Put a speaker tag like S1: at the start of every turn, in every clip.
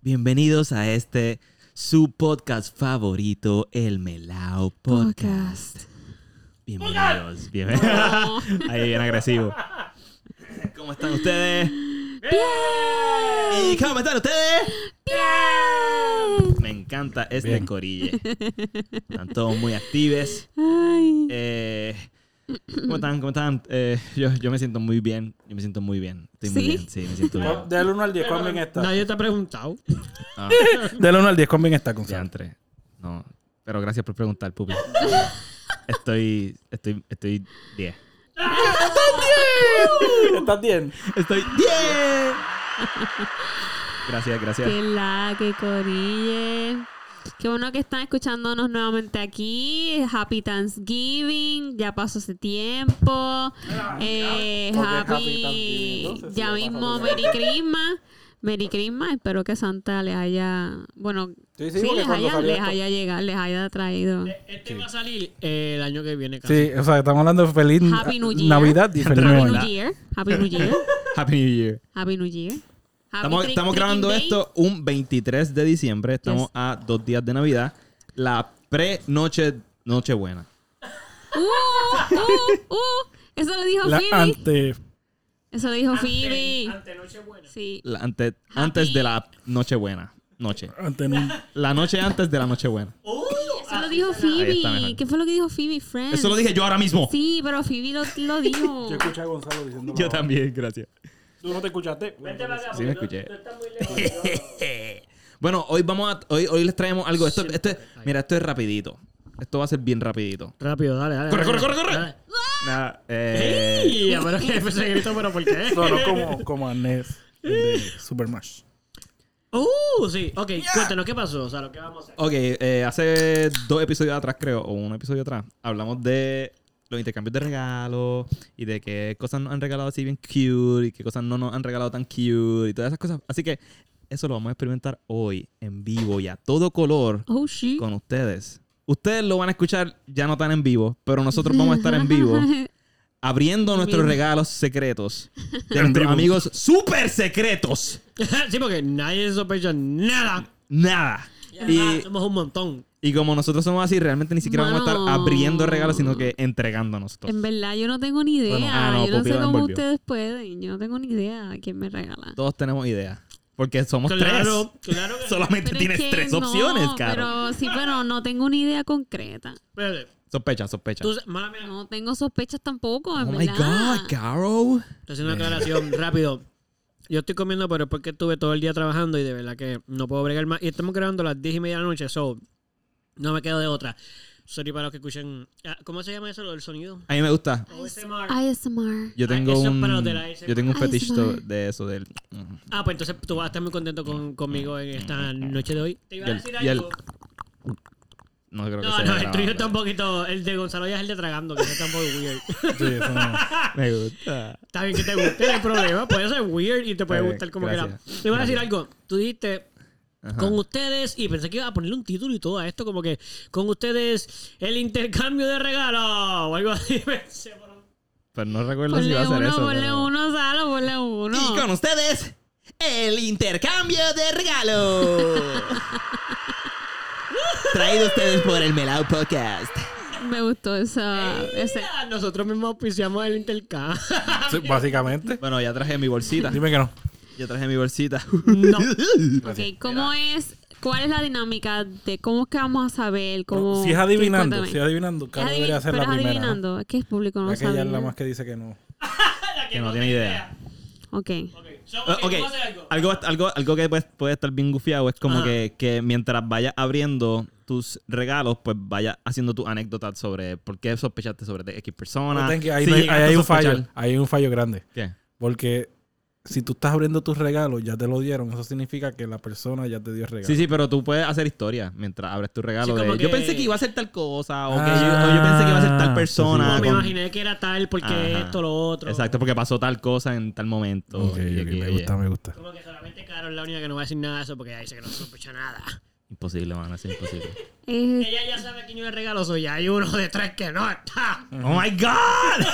S1: Bienvenidos a este su podcast favorito, el Melao Podcast. Bienvenidos, bienvenidos.
S2: No.
S1: Ahí bien agresivo. ¿Cómo están ustedes? ¿Y
S2: ¡Bien!
S1: cómo están ustedes?
S2: ¡Bien!
S1: Me encanta este
S3: Bien.
S1: corille. Están todos muy actives.
S2: Ay.
S1: Eh, ¿Cómo están? ¿Cómo están? Eh, yo, yo me siento muy bien. Yo me siento muy bien. Estoy muy
S2: ¿Sí?
S1: bien. Sí, me siento bien.
S3: Del 1 al 10, ¿cuán bien está?
S4: Nadie te ha preguntado.
S1: Ah,
S3: Del 1 al 10, ¿cuán bien está, Gonzalo?
S1: diantre. No. Pero gracias por preguntar, Pupi. Estoy. Estoy. Estoy 10.
S3: ¿Estás bien?
S1: Estoy 10. Gracias, gracias.
S2: ¡Qué la, qué corille! Qué bueno que están escuchándonos nuevamente aquí. Happy Thanksgiving. Ya pasó ese tiempo. Eh,
S3: Ok, happy Thanksgiving,
S2: happy.
S3: entonces,
S2: Ya
S3: sí, lo
S2: mismo
S3: pasamos
S2: Merry Christmas. Merry Christmas. Espero que Santa les haya. Bueno,
S3: Sí, sí,
S2: sí,
S3: porque
S2: les
S3: cuando
S2: haya,
S3: salió
S2: les
S3: esto-
S2: haya llegado, les haya traído.
S4: Este va a salir eh, el año que viene casi.
S3: Sí, o sea, estamos hablando de feliz
S2: Happy New Year.
S3: Navidad y feliz
S2: Happy New
S3: Navidad.
S2: Year. Happy New Year.
S1: Happy New Year.
S2: Happy New Year. Happy
S1: Estamos,
S2: Trick-
S1: estamos
S2: Tricking
S1: grabando
S2: Day.
S1: esto un 23 de diciembre. Estamos
S2: Yes.
S1: a dos días de Navidad. La pre-noche Nochebuena.
S2: Uh, uh, uh. Eso lo dijo
S3: La
S2: Phoebe.
S3: ante...
S2: Eso lo dijo Phoebe. Sí.
S1: La ante- antes de la Nochebuena. Noche.
S3: ante un-
S1: La noche antes de la Nochebuena.
S2: Eso lo dijo
S1: está, mejor.
S2: Phoebe. ¿Qué fue lo que dijo Phoebe, Friends?
S1: Eso lo dije yo ahora mismo.
S2: Sí, pero Phoebe lo, lo dijo.
S3: Yo escuché a Gonzalo diciendo...
S1: Yo también, gracias.
S3: ¿Tú no te escuchaste?
S1: Sí, me escuché. bueno, hoy vamos a. Hoy, hoy les traemos algo. Esto, esto es- mira, esto es rapidito. Esto va a ser bien rapidito.
S4: Rápido, dale, dale.
S1: Corre,
S4: dale,
S1: corre, corre, corre.
S4: dale.
S1: Nada. eh,
S4: ¡Ey! Pero que fue ese grito, pero ¿por qué?
S3: Sonó como, como a Ness de Super Smash.
S4: ¡Uh! Sí, ok, cuéntanos qué pasó. O sea, lo que vamos a hacer.
S1: Ok, eh, hace dos episodios atrás, creo, o un episodio atrás, hablamos de los intercambios de regalos y de qué cosas nos han regalado así bien cute y qué cosas no nos han regalado tan cute y todas esas cosas. Así que eso lo vamos a experimentar hoy en vivo y a todo color
S2: Oh, shit.
S1: con ustedes. Ustedes lo van a escuchar ya no tan en vivo, pero nosotros vamos a estar en vivo abriendo nuestros
S2: Bien.
S1: regalos secretos de
S3: En
S1: nuestros
S3: vivo.
S1: amigos super secretos.
S4: sí, porque nadie sospecha nada.
S1: Nada.
S4: Y
S1: Y
S4: somos un montón.
S1: Y como nosotros somos así, realmente ni siquiera vamos a
S2: Mano. Em
S1: estar abriendo regalos, sino que entregándonos todos.
S2: En verdad, yo no tengo ni idea.
S1: Bueno, ah, no,
S2: yo no
S1: Poppy
S2: sé
S1: lo
S2: cómo
S1: envolvió.
S2: ustedes pueden. Yo no tengo ni idea quién me regala.
S1: Todos tenemos ideas. Porque somos
S4: Claro, claro
S1: tres.
S4: que
S1: Solamente
S2: Pero es
S1: tienes
S2: que
S1: tres
S2: no,
S1: opciones, caro.
S2: Pero sí, pero no tengo una idea concreta.
S4: Espérate.
S1: Sospecha, sospecha.
S4: Tú, mala mía,
S2: No tengo sospechas tampoco,
S1: oh
S2: en
S1: my
S2: verdad.
S1: God, Caro.
S4: estoy haciendo una aclaración rápido. Yo estoy comiendo, pero es porque estuve todo el día trabajando y de verdad que no puedo bregar más. Y estamos grabando a las 10 y media de la noche, so no me quedo de otra. Sorry para los que escuchen. Ah, ¿Cómo se llama eso, lo del sonido?
S1: A mí me gusta.
S4: ASMR.
S2: ASMR.
S1: Yo
S4: Ah,
S1: tengo
S4: eso es
S1: un.
S4: para los de la ASMR.
S1: Yo tengo un
S2: Ay,
S1: fetiche
S2: eso es.
S1: de eso, del. mm.
S4: Ah, pues entonces tú vas a estar muy contento con, conmigo en esta noche de hoy. Te iba
S1: Y
S4: a
S1: el-
S4: decir
S1: y el-
S4: algo.
S1: No creo que
S4: No,
S1: sea.
S4: no, el
S1: grabable.
S4: tuyo está un poquito. El de Gonzalo ya es el de tragando, que ese está un poco weird.
S3: Sí, eso no.
S1: Me gusta.
S4: Está bien que te guste, no hay problema. Puede ser weird y te
S1: Está
S4: puede
S1: bien,
S4: gustar como
S1: gracias.
S4: quieras. Te iba a decir
S1: Gracias.
S4: algo. Tú dijiste
S1: Ajá.
S4: con ustedes, y pensé que iba a ponerle un título y todo a esto, como que con ustedes el intercambio de regalos o algo así. pensé, pero-
S1: Pero no recuerdo si
S2: Ponle
S1: va a ser
S2: uno,
S1: eso.
S2: ponle
S1: pero-
S2: uno, Salo, ponle uno.
S1: Y con ustedes, el intercambio de regalos. Traído a ustedes por el Melao Podcast.
S2: Me gustó esa, ese.
S4: Ah, Nosotros mismos auspiciamos el intercambio.
S3: Sí, básicamente.
S1: Bueno, ya traje mi bolsita.
S3: Dime que no.
S1: Ya traje mi bolsita.
S4: No.
S2: Ok, ¿cómo es? ¿Cuál es la dinámica de cómo es que vamos a saber? Cómo,
S3: Si
S2: Oh,
S3: es
S2: sí,
S3: adivinando,
S2: cuéntame.
S3: si es adivinando, Carlos
S2: Es
S3: debería
S2: adivin-
S3: ser
S2: pero
S3: la
S2: es
S3: primera. ¿no?
S2: adivinando. Es que el público no
S3: Ya que ella
S2: sabe.
S3: es la más que dice que no.
S1: que no tiene idea.
S2: Ok.
S4: Ok, so, ok,
S1: Ok, Ah,
S4: vamos a hacer algo.
S1: algo, algo, algo que puede, puede estar bien gufiado es como
S4: Ajá.
S1: que, que mientras vayas abriendo tus regalos, pues vayas haciendo tus anécdotas sobre por qué sospechaste sobre X persona.
S3: Ten que- ahí
S1: Si
S3: no hay-
S1: llegaste
S3: ahí hay
S1: a
S3: un fallo.
S1: sospechar.
S3: Ahí hay un fallo grande.
S1: ¿Qué?
S3: Porque si tú estás abriendo tus regalos, ya te lo dieron. Eso significa que la persona ya te dio el regalo.
S1: Sí, sí, pero tú puedes hacer historia mientras abres tu regalo.
S4: Sí,
S1: de,
S4: como
S1: Yo
S4: que-
S1: pensé que iba a ser tal cosa, o, que
S3: Ah.
S1: yo, o yo pensé que iba a ser tal
S3: Sí,
S1: persona.
S3: sí,
S4: No, me
S1: con-
S4: imaginé que era tal porque
S1: Ajá.
S4: esto, lo otro.
S1: Exacto, porque pasó tal cosa en tal momento.
S3: Ok, ok,
S1: Y- y-
S3: me
S1: y-
S3: gusta, me gusta.
S4: Como que solamente Carol es la única que no va a decir nada de eso porque ella dice que no sospecha nada.
S1: Imposible, man, es imposible.
S2: Eh,
S4: Ella ya sabe quién yo le regalo, soy ya hay uno de tres que no está.
S1: ¡Oh my God!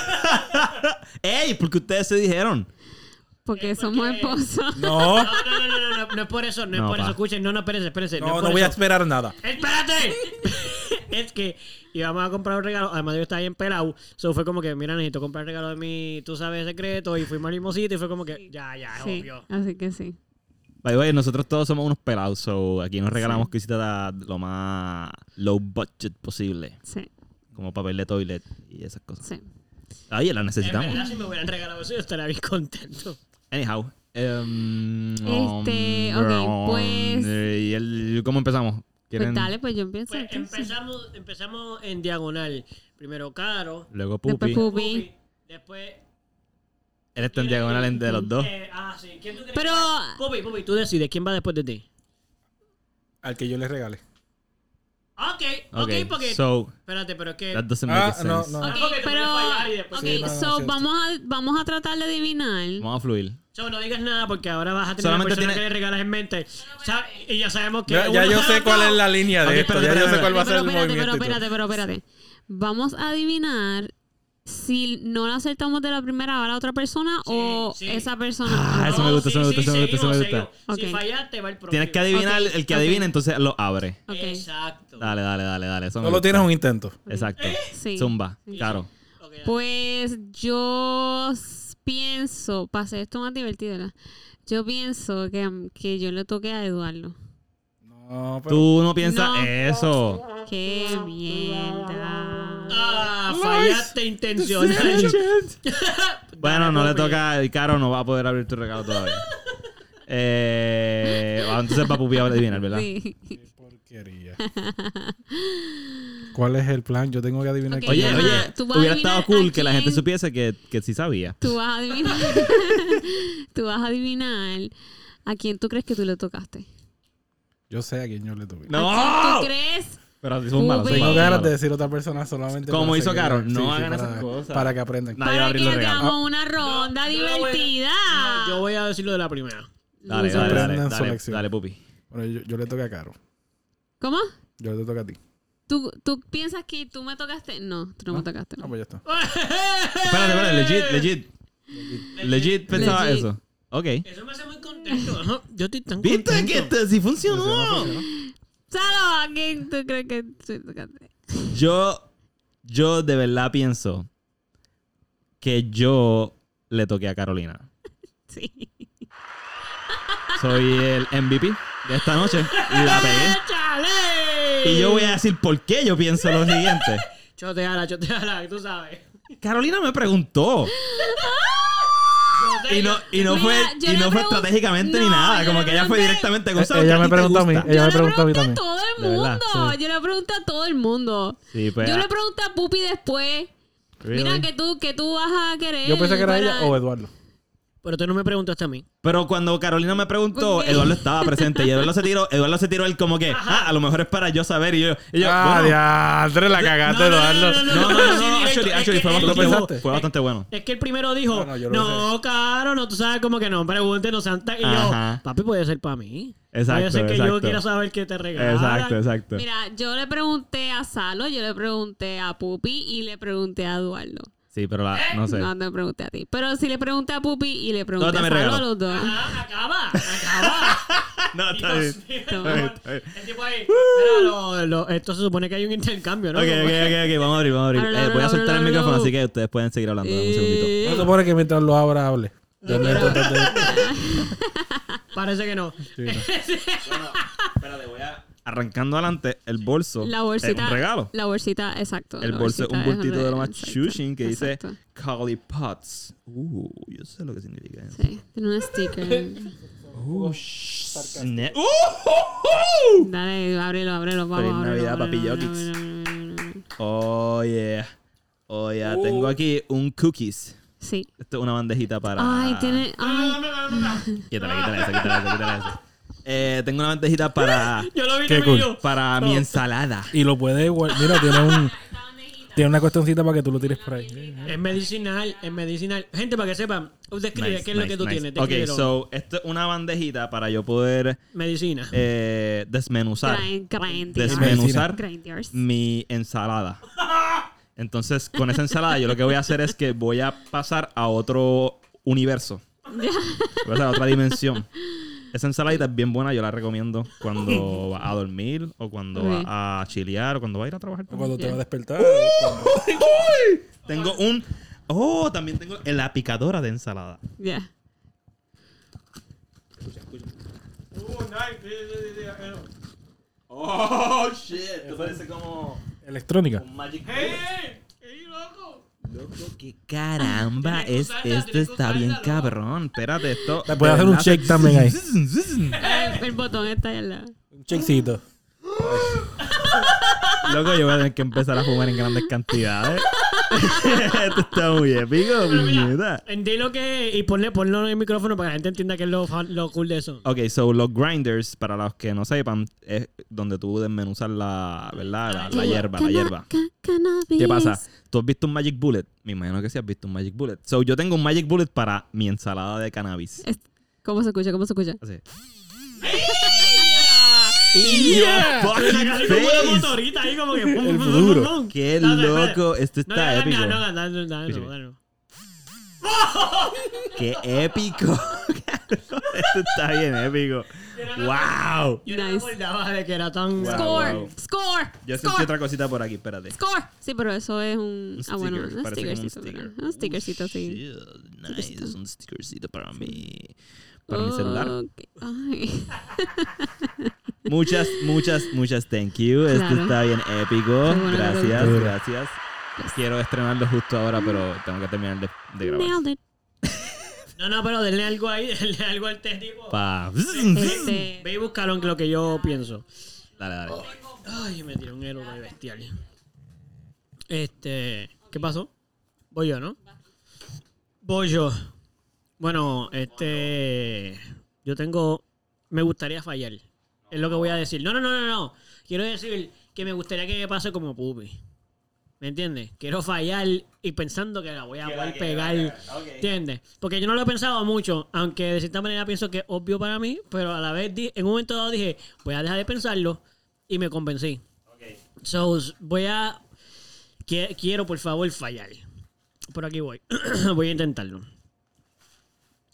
S1: ¡Ey! ¿Por qué ustedes se dijeron?
S2: porque
S4: Es
S2: somos
S4: porque-
S2: esposos.
S3: No,
S4: No, Oh, no, no, no, no, no es por eso, no es
S1: No,
S4: por
S1: pa.
S4: eso. Escuchen, no, no, espérense, espérense.
S3: no,
S4: es
S3: no
S4: por
S3: voy a
S4: eso.
S3: esperar nada.
S4: ¡Espérate! es que íbamos a comprar un regalo. Además, yo estaba bien pelado. So fue como que, mira, necesito comprar el regalo de mi, tú sabes, secreto. Y fuimos al mismo sitio y fue como que, ya, ya, es
S2: Sí,
S4: obvio.
S2: así que sí.
S1: By the way, nosotros todos somos unos pelados, so aquí nos regalamos cositas lo más low budget posible,
S2: Sí,
S1: como papel de toilet y esas cosas.
S2: sí. Pues
S1: Ahí las
S4: En verdad,
S1: necesitamos.
S4: si me hubieran regalado eso, yo estaría bien contento.
S1: Anyhow. em,
S2: Este,
S1: um,
S2: ok, pues-
S1: eh, ¿Y el, cómo empezamos?
S2: Pues
S1: ¿Quieren-
S2: dale, pues yo empiezo.
S4: Pues
S2: entonces.
S4: empezamos, empezamos en diagonal. Primero Caro,
S1: Luego
S2: Después
S1: Pupi.
S2: Pupi.
S4: Pupi, después...
S1: Él está en diagonal entre los dos.
S4: Eh, ah, sí. ¿Quién tú crees
S2: Pero-
S4: que va? Pupi, Pupi, tú decides quién va después de ti.
S3: Al que yo le regale.
S4: Ok, ok,
S1: Ok,
S4: porque...
S1: so,
S4: espérate, pero es que...
S1: that doesn't
S3: Ah,
S1: make sense.
S3: no, no.
S4: Ah,
S2: Ok,
S4: porque tú puedes fallar pues. y
S2: pero.
S4: después-
S2: Ok,
S3: Sí, no, no,
S2: so
S3: cierto.
S2: vamos a, vamos a tratar de adivinar.
S1: Vamos a fluir.
S4: So, no digas nada porque ahora vas a tener una
S1: Solamente
S4: persona
S1: tiene-
S4: que le regalas en mente. Sa- Y ya sabemos que.
S3: Ya, ya
S4: uno-
S3: yo sé cuál es la línea de
S1: Ok,
S3: esto.
S1: espérate,
S3: Ya yo sé
S1: espérate,
S3: cuál va a ser
S2: pero
S3: el
S2: espérate, pero
S3: movimiento. y todo.
S2: espérate, pero espérate. Vamos a adivinar si no lo acertamos de la primera hora a otra persona o
S4: sí.
S2: esa persona.
S1: Ah, eso me gusta, eso me gusta, eso me gusta, eso me
S4: seguimos,
S1: gusta.
S4: seguimos. Si
S2: Ok.
S4: fallaste, va el próximo.
S1: Tienes que adivinar,
S2: Ok,
S1: el que
S2: ok.
S1: adivina entonces lo abre.
S2: Ok,
S4: Exacto.
S1: Dale, dale, dale, dale. Eso me
S3: Solo
S1: gusta.
S3: tienes un intento.
S1: Exacto.
S2: sí.
S1: Zumba, claro.
S4: Ok, dale.
S2: Pues yo s- pienso, para hacer esto más divertido, ¿verdad? yo pienso que, mm, que yo le toqué a Eduardo.
S3: No, pero.
S1: Tú no piensas
S2: No.
S1: eso.
S2: ¡Qué mierda!
S4: Ah, fallaste intencional.
S1: Bueno, no le
S4: Dale, Pupi.
S1: toca, y Caro no va a poder abrir tu regalo todavía. eh, ah, entonces va Pupi a adivinar, ¿verdad?
S2: Sí.
S3: Qué porquería. ¿Cuál es el plan? Yo tengo que adivinar
S2: Ok,
S3: quién
S1: Oye,
S2: Ajá,
S3: es.
S1: oye,
S2: tú vas a
S1: hubiera
S2: adivinar
S1: estado cool
S2: a
S1: que la gente
S2: quién-
S1: supiese que, que sí sabía.
S2: Tú vas a adivinar. tú vas a adivinar a quién tú crees que tú le tocaste.
S3: Yo sé a quién yo le tuve.
S2: ¿A quién ¿Tú crees?
S1: Pero así son malos. son
S2: Pupi.
S3: Tengo
S1: malos,
S3: ganas
S1: son
S3: de
S1: malos.
S3: decir a otra persona solamente.
S1: Como
S3: para
S1: hizo
S3: seguir-
S1: Caro, no hagan
S3: para-
S1: esas cosas.
S3: Para que aprendan.
S1: Nadie va a
S2: Para
S1: abrir
S2: que
S1: los regalos.
S3: Ah.
S2: hagamos una ronda
S4: yo no voy a-
S2: divertida.
S4: No, yo voy a decir lo de la primera.
S1: Dale, dale, dale,
S3: Aprendan su
S1: dale,
S3: lección.
S1: dale, Pupi.
S3: Bueno, yo, yo le toca a Caro.
S2: ¿Cómo?
S3: Yo le toca a ti.
S2: ¿Tú, ¿Tú piensas que tú me tocaste? No, tú no me tocaste.
S3: Ah,
S2: no.
S3: pues ya está.
S1: Espérate, espérate, legit, legit. Legit pensaba
S2: Legit.
S1: eso. Ok.
S4: Eso me hace muy contento. Ajá, Yo estoy tan
S1: ¿Viste
S4: contento.
S1: que esto sí funcionó?
S2: Salo, ¿a quién tú crees que tú tocaste?
S1: Yo, yo de verdad pienso que yo le toqué a Carolina.
S2: Sí.
S1: Soy el MVP de esta noche. La pegué.
S4: ¡Échale!
S1: Y yo voy a decir por qué yo pienso lo siguiente.
S4: Choteala, choteala, tú sabes.
S1: Carolina me preguntó.
S4: Yo sé,
S1: Y no,
S4: yo-
S1: y no
S2: Mira,
S1: fue,
S2: yo
S1: y
S2: le
S1: no fue
S2: pregun-
S1: estratégicamente ni
S2: No,
S1: nada.
S2: yo
S1: Como
S2: le
S1: que ella fue
S2: pregunté-
S1: directamente con
S3: Eh, ella me preguntó a mí. Ella
S2: yo
S3: me
S2: le
S3: preguntó a mí
S2: pregunté a
S3: también.
S2: todo el
S1: De verdad,
S2: mundo. Yo le pregunté a todo el mundo.
S1: Sí, pues,
S2: yo
S1: ah,
S2: le pregunté a Pupi después. Mira
S1: really.
S2: que tú, que tú vas a querer.
S3: Yo pensé que era ella
S2: para-
S3: o Eduardo.
S4: Pero tú no me preguntaste a mí.
S1: Pero cuando Carolina me preguntó,
S2: Ok.
S1: Eduardo estaba presente. Y Eduardo se tiró, Eduardo se tiró él como que, ah, a lo mejor es para yo saber. Y yo, y yo
S3: ah,
S1: bueno,
S3: diantre, la cagaste,
S4: no, no,
S3: Eduardo.
S1: No,
S4: no,
S1: no, no, no,
S4: Sí,
S1: actually,
S4: es
S1: actually
S4: que-
S1: fue,
S4: es que-
S1: bastante,
S3: pensaste?
S1: bu- fue bastante bueno.
S4: Es que el primero dijo,
S3: No,
S4: no,
S3: no, yo lo
S4: caro, no, tú sabes como que no, pregunte, no sean tan... Y yo,
S1: Ajá.
S4: papi, puede ser para mí.
S1: Exacto,
S4: Puede ser que yo
S1: exacto.
S4: quiera saber qué te regalan.
S1: Exacto, exacto.
S2: Ah, Mira, yo le pregunté a Salo, yo le pregunté a Pupi y le pregunté a Eduardo.
S1: Sí, pero la, no sé.
S2: No, no le pregunté a ti. Pero sí le pregunté a Pupi y le pregunté
S1: Todo
S2: a
S1: te me
S2: Salo
S1: regaló.
S2: a los dos.
S4: Ah, acaba, acaba.
S1: No, está bien.
S4: Dios
S1: Ok,
S4: mío,
S1: está bien, está bien.
S4: el tipo ahí, mira, lo- lo- esto se supone que hay un intercambio, ¿no?
S1: ok,
S4: Como-
S1: ok, ok, vamos a abrir, vamos a abrir. Eh,
S2: Habla,
S1: voy
S2: habla,
S1: a soltar el
S2: habla,
S1: micrófono,
S2: habla.
S1: así que ustedes pueden seguir hablando. Dame un segundito.
S3: No
S2: Eh,
S3: se supone que mientras lo abra, hable. Yo me
S4: Parece que no.
S1: Espérate, voy a... Arrancando adelante, el bolso
S2: La
S1: es
S2: bolsita.
S1: Eh, un regalo.
S2: La bolsita, exacto.
S1: El
S2: la
S1: bolso es
S2: bolsita
S1: un bultito de lo más
S2: exacto,
S1: chushing que dice
S2: exacto.
S1: Collie Pots. Uh, yo sé lo que significa eso.
S2: Sí, tiene un sticker.
S1: Uh, sna- Uh, uh, uh.
S2: Dale, ábrelo, ábrelo, vamos.
S1: Feliz
S2: ábrelo,
S1: Navidad,
S2: ábrelo,
S1: papi
S2: ábrelo,
S1: Jokix.
S2: ábrelo, ábrelo, ábrelo.
S1: Oh, yeah. Oh,
S4: Uh.
S1: yeah. Tengo aquí un cookies.
S2: Sí.
S1: Esto es una bandejita para...
S2: Ay, tiene. Ay,
S1: Quítale, quítale eso, quítale eso, quítale eso. Eh, tengo una bandejita para...
S4: Yo lo vi
S3: Qué
S4: también
S3: cool.
S4: yo.
S1: Para mi ensalada.
S3: Y lo puedes igual. Mira, tiene un. Tiene una cuestioncita para que tú lo tires por ahí.
S4: Es medicinal, es medicinal. Gente, para que sepan, describe
S1: Nice,
S4: qué es lo
S1: nice,
S4: que tú
S1: nice.
S4: tienes.
S1: Ok,
S4: descríbelo.
S1: so, esto es una bandejita para yo poder
S4: Medicina.
S1: eh, desmenuzar.
S2: grind, grind,
S1: Desmenuzar Mm.
S2: grind yours.
S1: mi ensalada. Entonces, con esa ensalada, yo lo que voy a hacer es que voy a pasar a otro universo. Vas a otra dimensión. Esa ensaladita es bien buena, yo la recomiendo cuando vas a dormir o cuando
S2: Ok.
S1: vas a chilear o cuando vas a ir a trabajar.
S3: O cuando te
S2: Ya.
S3: va a despertar. este,
S1: Tengo un... Oh, también tengo la picadora de ensalada.
S2: Ya.
S1: Oh, shit. Tú parece como
S3: Electrónica.
S1: Magic
S4: ¡Ey, loco!
S1: ¡Qué caramba!
S4: Tienes que
S1: Es,
S4: usarla,
S1: esto
S4: tienes que
S1: está bien
S4: usarla, loco.
S1: cabrón. Espérate, esto...
S3: Le puedes hacer un
S1: ¿verdad?
S3: shake también ahí.
S2: Eh, El botón está ahí al lado.
S3: Un checkcito.
S1: Loco, yo voy a tener que empezar a fumar en grandes cantidades. esto está muy épico, puñeta.
S4: Entendí lo que es y ponle, ponlo en el micrófono para que la gente entienda que es lo, fan- lo cool de eso.
S1: Ok, so los grinders, para los que no sepan, es donde tú desmenuzas la, ¿verdad? La, la hierba, la
S2: Cana-
S1: hierba.
S2: ca- cannabis.
S1: ¿Qué pasa? ¿Tú has visto un Magic Bullet? Me imagino que sí has visto un Magic Bullet. So, yo tengo un Magic Bullet para mi ensalada de cannabis.
S2: Es- ¿Cómo se escucha? ¿Cómo se escucha?
S1: Así.
S4: ¡Y
S1: fucking face.
S4: motorita ahí como que... pum,
S3: El
S4: pum, pum,
S3: futuro.
S4: pum, pum.
S1: ¡Qué
S4: No, espera, espera.
S1: loco! Esto
S4: No,
S1: está
S4: no,
S1: épico.
S4: no, no, no, no, no,
S1: Sí, sí.
S4: no, no.
S1: ¡Qué épico! Esto está bien épico. ¡Wow!
S4: Yo no me
S2: Nice.
S4: acordaba de que era tan...
S1: Wow.
S2: Score,
S1: Ah, wow.
S2: score,
S1: Yo sentí
S2: score,
S1: otra cosita por aquí, espérate.
S2: score. Sí, pero eso es un.
S1: Un
S2: ah, bueno,
S1: sticker,
S2: un
S1: parece como un
S2: stickercito.
S1: sticker.
S2: ¿verdad? Un stickercito,
S1: Oh,
S2: sí.
S1: shit, Nice, es un stickercito para mi, para
S2: Oh.
S1: mi celular. Ah,
S2: Ok. Ay.
S1: Muchas, muchas, muchas thank you.
S2: Claro.
S1: Esto está bien épico.
S2: buena
S1: gracias,
S3: pregunta.
S1: gracias. Quiero estrenarlo justo ahora, pero tengo que terminar de, de grabar.
S2: Mm. Nailed it.
S4: No, no, pero denle algo ahí, denle algo al técnico.
S1: Pa.
S2: Este,
S4: Ve y búscalo en lo que yo pienso.
S1: Dale, dale.
S4: Ay, me tiró un héroe de bestial. Este. ¿Qué pasó? Voy yo, ¿no? Voy yo. Bueno, este. Yo tengo. Me gustaría fallar. Es lo que voy a decir. No, no, no, no, no. Quiero decir que me gustaría que me pase como Pupi. ¿Me entiendes? Quiero fallar y pensando que la voy a poder pegar. ¿Entiendes? Porque yo no lo he pensado mucho, aunque de cierta manera pienso que es obvio para mí, pero a la vez di- en un momento dado dije, voy a dejar de pensarlo y me convencí. So, s- voy a... qui- Quiero, por favor, fallar. Por aquí voy. voy a intentarlo.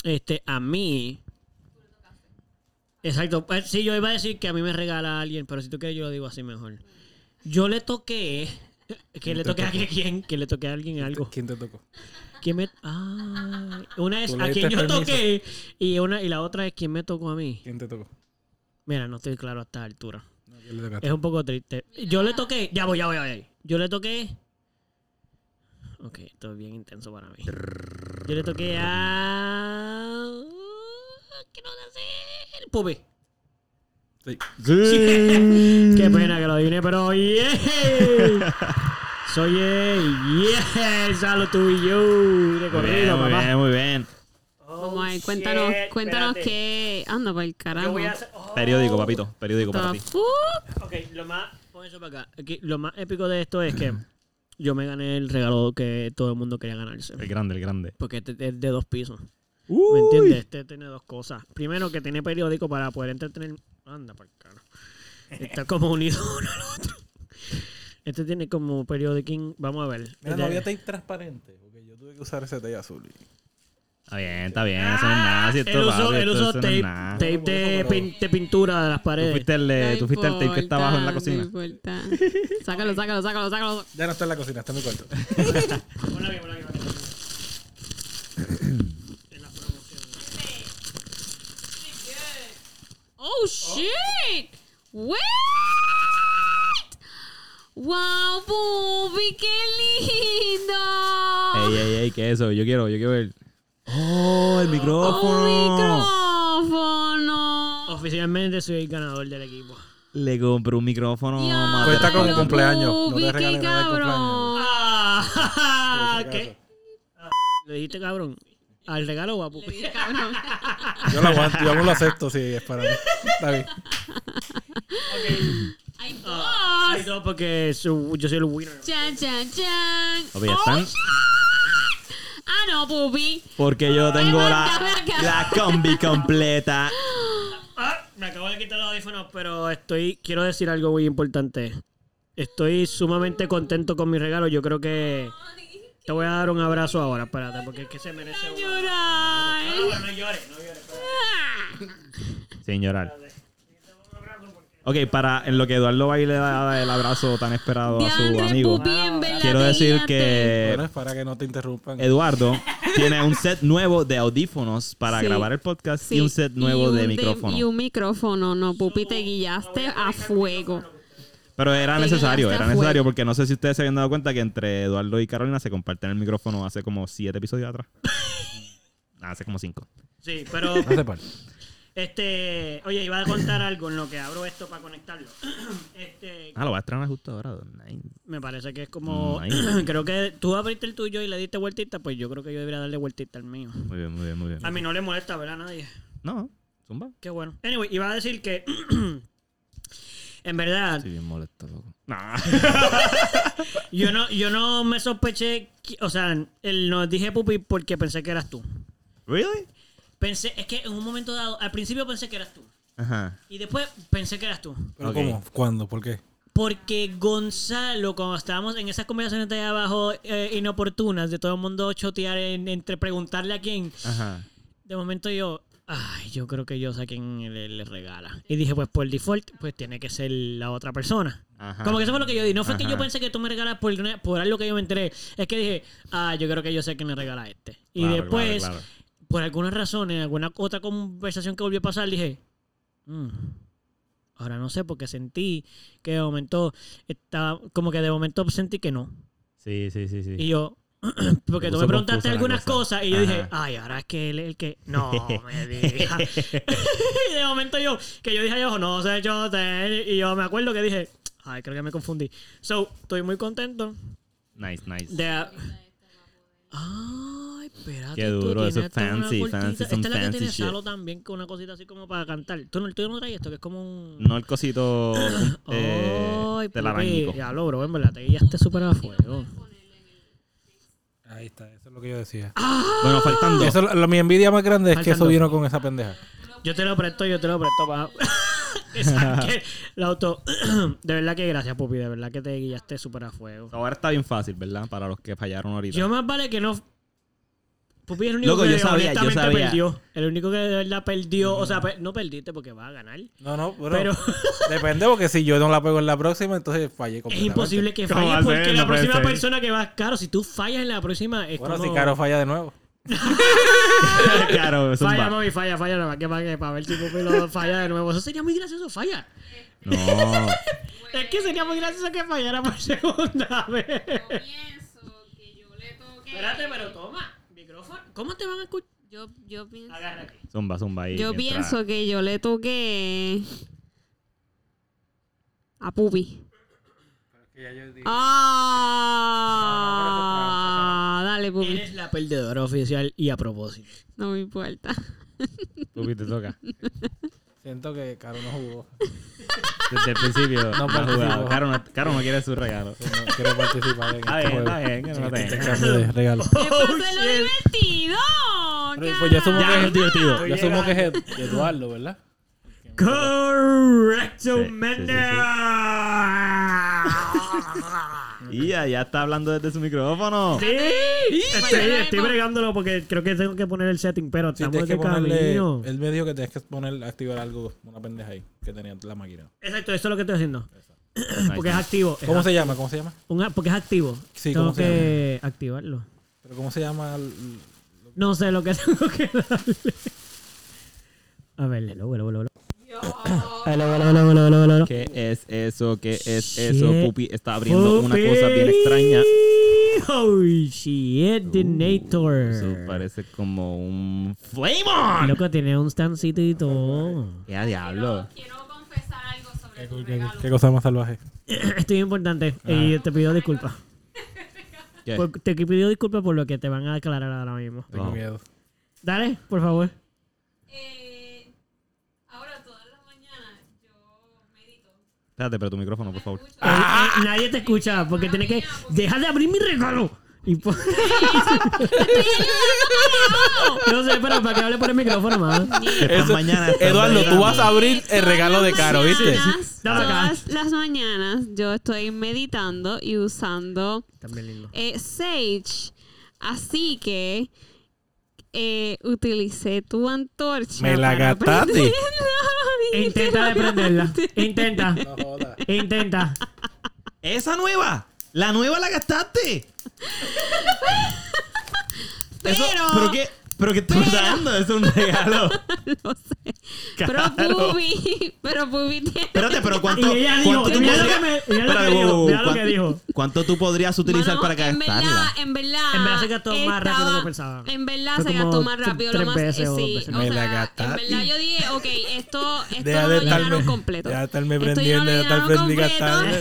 S4: Este, a mí... Exacto. Eh, Sí, yo iba a decir que a mí me regala alguien, pero si tú quieres yo lo digo así mejor. Yo le toqué... ¿Que le toqué a quién? ¿Que le toqué a alguien algo?
S3: ¿Quién te tocó?
S4: ¿Quién me... Ah, una es
S3: Tú
S4: a
S3: le
S4: quien
S3: diste
S4: yo
S3: permiso.
S4: toqué y, una, y la otra es quien me tocó a mí.
S3: ¿Quién te tocó?
S4: Mira, no estoy claro a esta altura.
S3: No, ¿quién le tocaste?
S4: Es un poco triste. Yo le toqué... Ya voy, ya voy, ya voy. Yo le toqué... Ok, esto es bien intenso para mí. Yo le toqué a... ¿Qué no sé? El pupi.
S3: Sí.
S4: Qué pena que lo adiviné, pero... ¡Yeah! Soy el... ¡Yeah! Salud tú y yo. De
S1: Muy bien,
S4: corrido,
S1: muy
S4: papá.
S1: bien, muy bien.
S2: Vamos a ver, cuéntanos,
S4: Oh, shit,
S2: cuéntanos
S4: espérate.
S2: qué. Anda, por el carajo.
S4: Yo voy a hacer- oh,
S1: Periódico, papito. Periódico para
S2: The
S1: ti.
S2: fuck?
S4: Ok, lo más. Pon eso para acá. Aquí, lo más épico de esto es que yo me gané el regalo que todo el mundo quería ganarse.
S1: El grande, el grande.
S4: Porque este es de dos pisos. ¿Me entiendes? Este tiene dos cosas. Primero, que tiene periódico para poder entretener. Anda, para carajo. Está como unido uno al otro. Este tiene como periódico. Vamos a ver.
S3: Mira,
S4: Este-
S3: no había tape transparente. Porque yo tuve que usar ese tape azul.
S1: Está bien, está bien. Ah, Eso no es nada. Si esto,
S4: él usó,
S1: papi,
S4: él
S1: esto-
S4: usó
S1: eso no es
S4: tape,
S1: nada.
S4: tape de, pin- de pintura de las
S1: Tú
S4: paredes.
S1: fuiste el, eh,
S2: No
S1: tú fuiste el tape que está abajo en la
S2: importa,
S1: cocina.
S2: no importa. Sácalo, sácalo, sácalo, sácalo.
S3: Ya no está en la cocina, está en mi cuarto.
S4: Ponla aquí, ponla aquí, ponla aquí.
S2: Oh shit! What? Wow, Bubi, qué lindo.
S1: Ey, ey, ey, ¿qué es eso? Yo quiero, yo quiero ver. ¡Oh, el
S2: Un
S1: micrófono!
S2: micrófono.
S4: Oficialmente soy el ganador del equipo.
S1: Le compré un micrófono.
S2: Ya,
S1: más
S3: Cuesta
S1: barato.
S3: como cumpleaños. No te
S2: Bubi, qué
S3: regales nada de
S2: cabrón.
S4: Ah,
S3: Por si
S4: ¿Qué? ¿Le dijiste cabrón? ¿Al regalo o a Pupi?
S2: Cabrón.
S3: Yo lo aguanto, yo no lo acepto si es para mí. Está bien.
S2: Ay, Dios.
S4: Ay, no, porque su- yo soy el winner.
S2: Oh, Chan, chan, chan. Oh,
S1: Papi, ya están.
S2: Ah, no, Bubi.
S1: Porque yo tengo la,
S2: ven acá.
S1: la combi completa.
S4: Ah, me acabo de quitar los audífonos, pero estoy. Quiero decir algo muy importante. Estoy sumamente contento con mi regalo. Yo creo que Te voy a dar un abrazo ahora, espérate, porque es que se merece un... No,
S2: Llorar.
S4: pero no llores, no llores. espérate.
S1: Sin llorar. Ok, para en lo que Eduardo va y le da el abrazo tan esperado a su
S2: Diantre,
S1: amigo.
S2: pupi, en verdad,
S1: Quiero decir
S2: te
S1: que
S3: Bueno, es para que no te interrumpan.
S1: Eduardo tiene un set nuevo de audífonos para
S2: Sí.
S1: grabar el podcast
S2: Sí,
S1: y un set
S2: y
S1: nuevo
S2: un
S1: de micrófono.
S2: y un micrófono, no, Pupi, te guillaste a fuego.
S1: Pero era
S2: Te
S1: necesario, era
S2: ganaste a fuego.
S1: necesario porque no sé si ustedes se habían dado cuenta que entre Eduardo y Carolina se comparten el micrófono hace como siete episodios atrás. Ah, hace como cinco.
S4: Sí, pero
S3: No hace falta.
S4: Este, oye, iba a contar algo en lo que abro esto para conectarlo. Este,
S1: Ah, lo va a estrenar justo ahora. Don Nine.
S4: me parece que es como
S1: Ay.
S4: creo que tú abriste el tuyo y le diste vueltita, pues yo creo que yo debería darle vueltita al mío.
S1: Muy bien, muy bien, muy bien.
S4: A mí no le molesta, ¿verdad? A nadie.
S1: No, zumba.
S4: Qué bueno. Anyway, iba a decir que en verdad
S1: Sí, bien molesto, loco.
S4: yo no yo no me sospeché, que- o sea, el, no dije pupi porque pensé que eras tú.
S1: ¿Really?
S4: Pensé, es que en un momento dado, al principio pensé que eras tú
S1: Ajá.
S4: y después pensé que eras tú.
S3: ¿Pero
S1: Ok.
S3: ¿Cómo? ¿Cuándo? ¿Por qué?
S4: Porque Gonzalo, cuando estábamos en esas conversaciones de ahí abajo eh, inoportunas, de todo el mundo chotear en- entre preguntarle a quién,
S1: Ajá.
S4: de momento yo, ay, yo creo que yo sé a quién le, le regala. Y dije, pues por default, pues tiene que ser la otra persona.
S1: Ajá.
S4: Como que eso fue lo que yo dije. No fue que
S1: Ajá.
S4: yo pensé que tú me regalas por, una- por algo que yo me enteré. Es que dije, ah, yo creo que yo sé a quién le regala a este. Y
S1: Claro,
S4: después,
S1: claro, claro.
S4: por alguna razón, en alguna otra conversación que volvió a pasar, dije, "Mm, ahora no sé, porque sentí que de momento estaba, como que de momento sentí que no.
S1: Sí, sí, sí, sí.
S4: Y yo, porque tú
S1: puso
S4: me preguntaste
S1: confusa la
S4: algunas
S1: cosa.
S4: cosas y yo
S1: Ajá.
S4: dije, ay, ahora es que él es el que, no, me diga. y de momento yo, que yo dije, yo no sé, yo sé, y yo me acuerdo que dije, ay, creo que me confundí. So, estoy muy contento
S1: Nice, nice.
S4: de... Ay, espérate.
S1: Qué
S4: tú
S1: duro, eso
S4: tienes
S1: es
S4: hasta una
S1: fancy,
S4: cortita.
S1: fancy,
S4: Esta
S1: some
S4: es la que
S1: fancy
S4: tiene
S1: shit.
S4: Salo también, con una cosita así como para cantar. Tú no, tú no traes esto, que es como un...
S1: No el cosito
S4: Ay,
S1: eh,
S4: papi,
S1: telarañico.
S4: Ya lo, bro, en verdad, te guiaste súper a fuego.
S3: Ahí está, eso es lo que yo decía.
S1: Bueno, faltando.
S3: Eso, la- mi envidia más grande es que
S4: Faltando.
S3: eso vino con esa pendeja.
S4: Yo te lo presto, yo te lo presto para. Exacto. El auto. de verdad que gracias, Pupi. De verdad que te guiaste súper a fuego.
S1: Ahora está bien fácil, ¿verdad? Para los que fallaron ahorita.
S4: Yo más vale que no. Pupi es el único
S1: Loco,
S4: que
S1: yo sabía, yo
S4: honestamente
S1: sabía.
S4: perdió. El único que de verdad perdió. O sea, pe- no perdiste porque va a ganar.
S3: No, no, pero,
S4: Pero-
S3: depende porque si yo no la pego en la próxima, entonces fallé
S4: Es
S3: completamente.
S4: imposible que
S1: ¿Cómo va
S4: falles
S1: a ser?
S4: porque la
S1: No puede
S4: próxima
S1: ser.
S4: persona que va. Claro, si tú fallas en la próxima. Es
S3: Bueno,
S4: como...
S3: si Caro falla de nuevo.
S1: claro, eso
S4: Falla, mami, falla, falla. Nada más que para, que- para ver si Pupi lo falla de nuevo. Eso sería muy gracioso, falla.
S1: No.
S4: Es que sería muy gracioso que fallara por segunda vez.
S2: Pienso que yo le toqué.
S4: Espérate, pero toma, micrófono. ¿Cómo te van a escuchar?
S2: Yo, yo pienso,
S4: Agarra aquí.
S1: Zumba, zumba ahí.
S2: yo
S1: mientras-
S2: pienso que yo le toqué a Pupi. Ah, dale, Pupi.
S4: Eres la perdedora oficial y a propósito.
S2: No me importa.
S1: Pupi, te toca.
S3: Siento que Caro no jugó.
S1: Desde el principio. No, ha
S3: participo.
S1: jugado. Caro no, Caro no quiere su regalo.
S3: No quiero participar en
S1: Está
S3: este
S1: bien,
S3: juego.
S1: está bien, que no
S3: En este
S1: tenga.
S3: intercambio de regalos.
S2: ¿Qué pasa? lo divertido!
S3: Oh, Pero, Pues yo asumo
S2: carajo.
S1: Ya,
S3: que
S1: es divertido.
S3: Yo asumo que es Ed- Eduardo, ¿verdad?
S4: Correcto,
S1: Sí, sí, sí, sí. Y ya, ya está hablando desde su micrófono.
S4: Estoy, estoy bregándolo porque creo que tengo que poner el setting, pero
S3: Sí,
S4: estamos
S3: tienes
S4: de
S3: que ponerle,
S4: camino.
S3: él me dijo que tenías que poner, activar algo, una pendeja ahí, que tenía la máquina.
S4: Exacto, eso es lo que estoy haciendo.
S1: Nice.
S4: Porque es activo. es
S3: ¿Cómo
S4: act-
S3: se llama? ¿Cómo se llama?
S4: un- porque es activo.
S3: Sí,
S4: tengo
S3: ¿cómo se
S4: que activarlo.
S3: ¿Pero cómo se llama? el-
S4: No sé lo que tengo que darle. A ver, hello, hello, hello, hello. Hello, hello, hello, hello, hello, hello.
S1: ¿Qué es eso? ¿Qué es
S4: Shit.
S1: eso? Pupi está abriendo una
S4: Pupi.
S1: cosa bien extraña. Uh,
S4: Oh, shit,
S1: Eso
S4: Detonator.
S1: parece como un flame on.
S4: Loco, tiene un stancito y todo.
S1: ¿Qué a diablo?
S2: Quiero confesar algo sobre tu
S3: ¿Qué,
S2: regalo.
S3: qué cosa más salvaje?
S4: Esto es importante y te pido disculpas.
S1: Ah. ¿Qué?
S4: Por- Te pido disculpas por lo que te van a aclarar ahora mismo.
S3: Tengo
S1: Wow.
S3: miedo.
S4: Dale, por favor.
S2: Eh, ahora, todas las mañanas, yo medito.
S1: Espérate, pero tu micrófono, por favor.
S2: Escucho-
S3: Ah,
S4: Eh, eh, nadie te escucha porque tiene que... ¡Deja de abrir mi regalo! Y po- no sé, pero para que hable por el micrófono, más.
S1: Que esta mañana está
S3: Eduardo, tú
S1: bailando.
S3: vas a abrir el
S2: Todas
S3: regalo de
S2: las
S3: Caro, ¿viste?
S2: mañanas,
S4: Dame acá.
S2: Todas las mañanas yo estoy meditando y usando
S4: También lindo.
S2: eh, Sage Así que eh, utilicé tu antorcha.
S3: Me la
S2: para
S3: gastaste.
S2: prender-
S5: Intenta de prenderla. Intenta.
S3: No jodas.
S5: Intenta.
S1: ¡Esa nueva! ¡La nueva la gastaste! Eso-
S2: Pero-
S1: ¿Pero qué? ¿Pero qué estás dando? Es un regalo.
S2: no sé.
S1: Claro.
S2: Pero Pubi, pero Pubi tiene.
S1: Espérate, pero ¿cuánto?
S5: Y ella dijo,
S1: ¿cuánto tú
S5: mira lo que
S1: podrías-
S5: me- mira lo
S1: Espérate,
S5: que dijo,
S1: wow,
S5: mira lo que
S1: ¿cuán-
S5: dijo.
S1: ¿Cuánto tú podrías utilizar
S2: Mano,
S1: para
S2: en verdad,
S1: gastarla?
S2: en verdad.
S5: En verdad se gastó más rápido de lo que pensaba.
S2: En verdad
S5: Fue
S2: se
S5: como
S2: gastó más
S5: tre-
S2: rápido.
S5: tres
S2: lo más,
S5: veces
S2: eh,
S5: o dos
S2: sí,
S5: veces.
S2: o
S3: Me la
S2: sea, En
S3: gastaste.
S2: verdad yo dije, ok, esto, esto
S3: Deja
S2: no
S3: de
S2: lo
S3: estarme-
S2: llenaron completo.
S3: deja de estarme
S2: Esto ya no
S3: prendiendo,
S2: lo
S3: deja de estar
S2: llenaron
S3: prendi-
S2: completo.
S3: gastando, deja de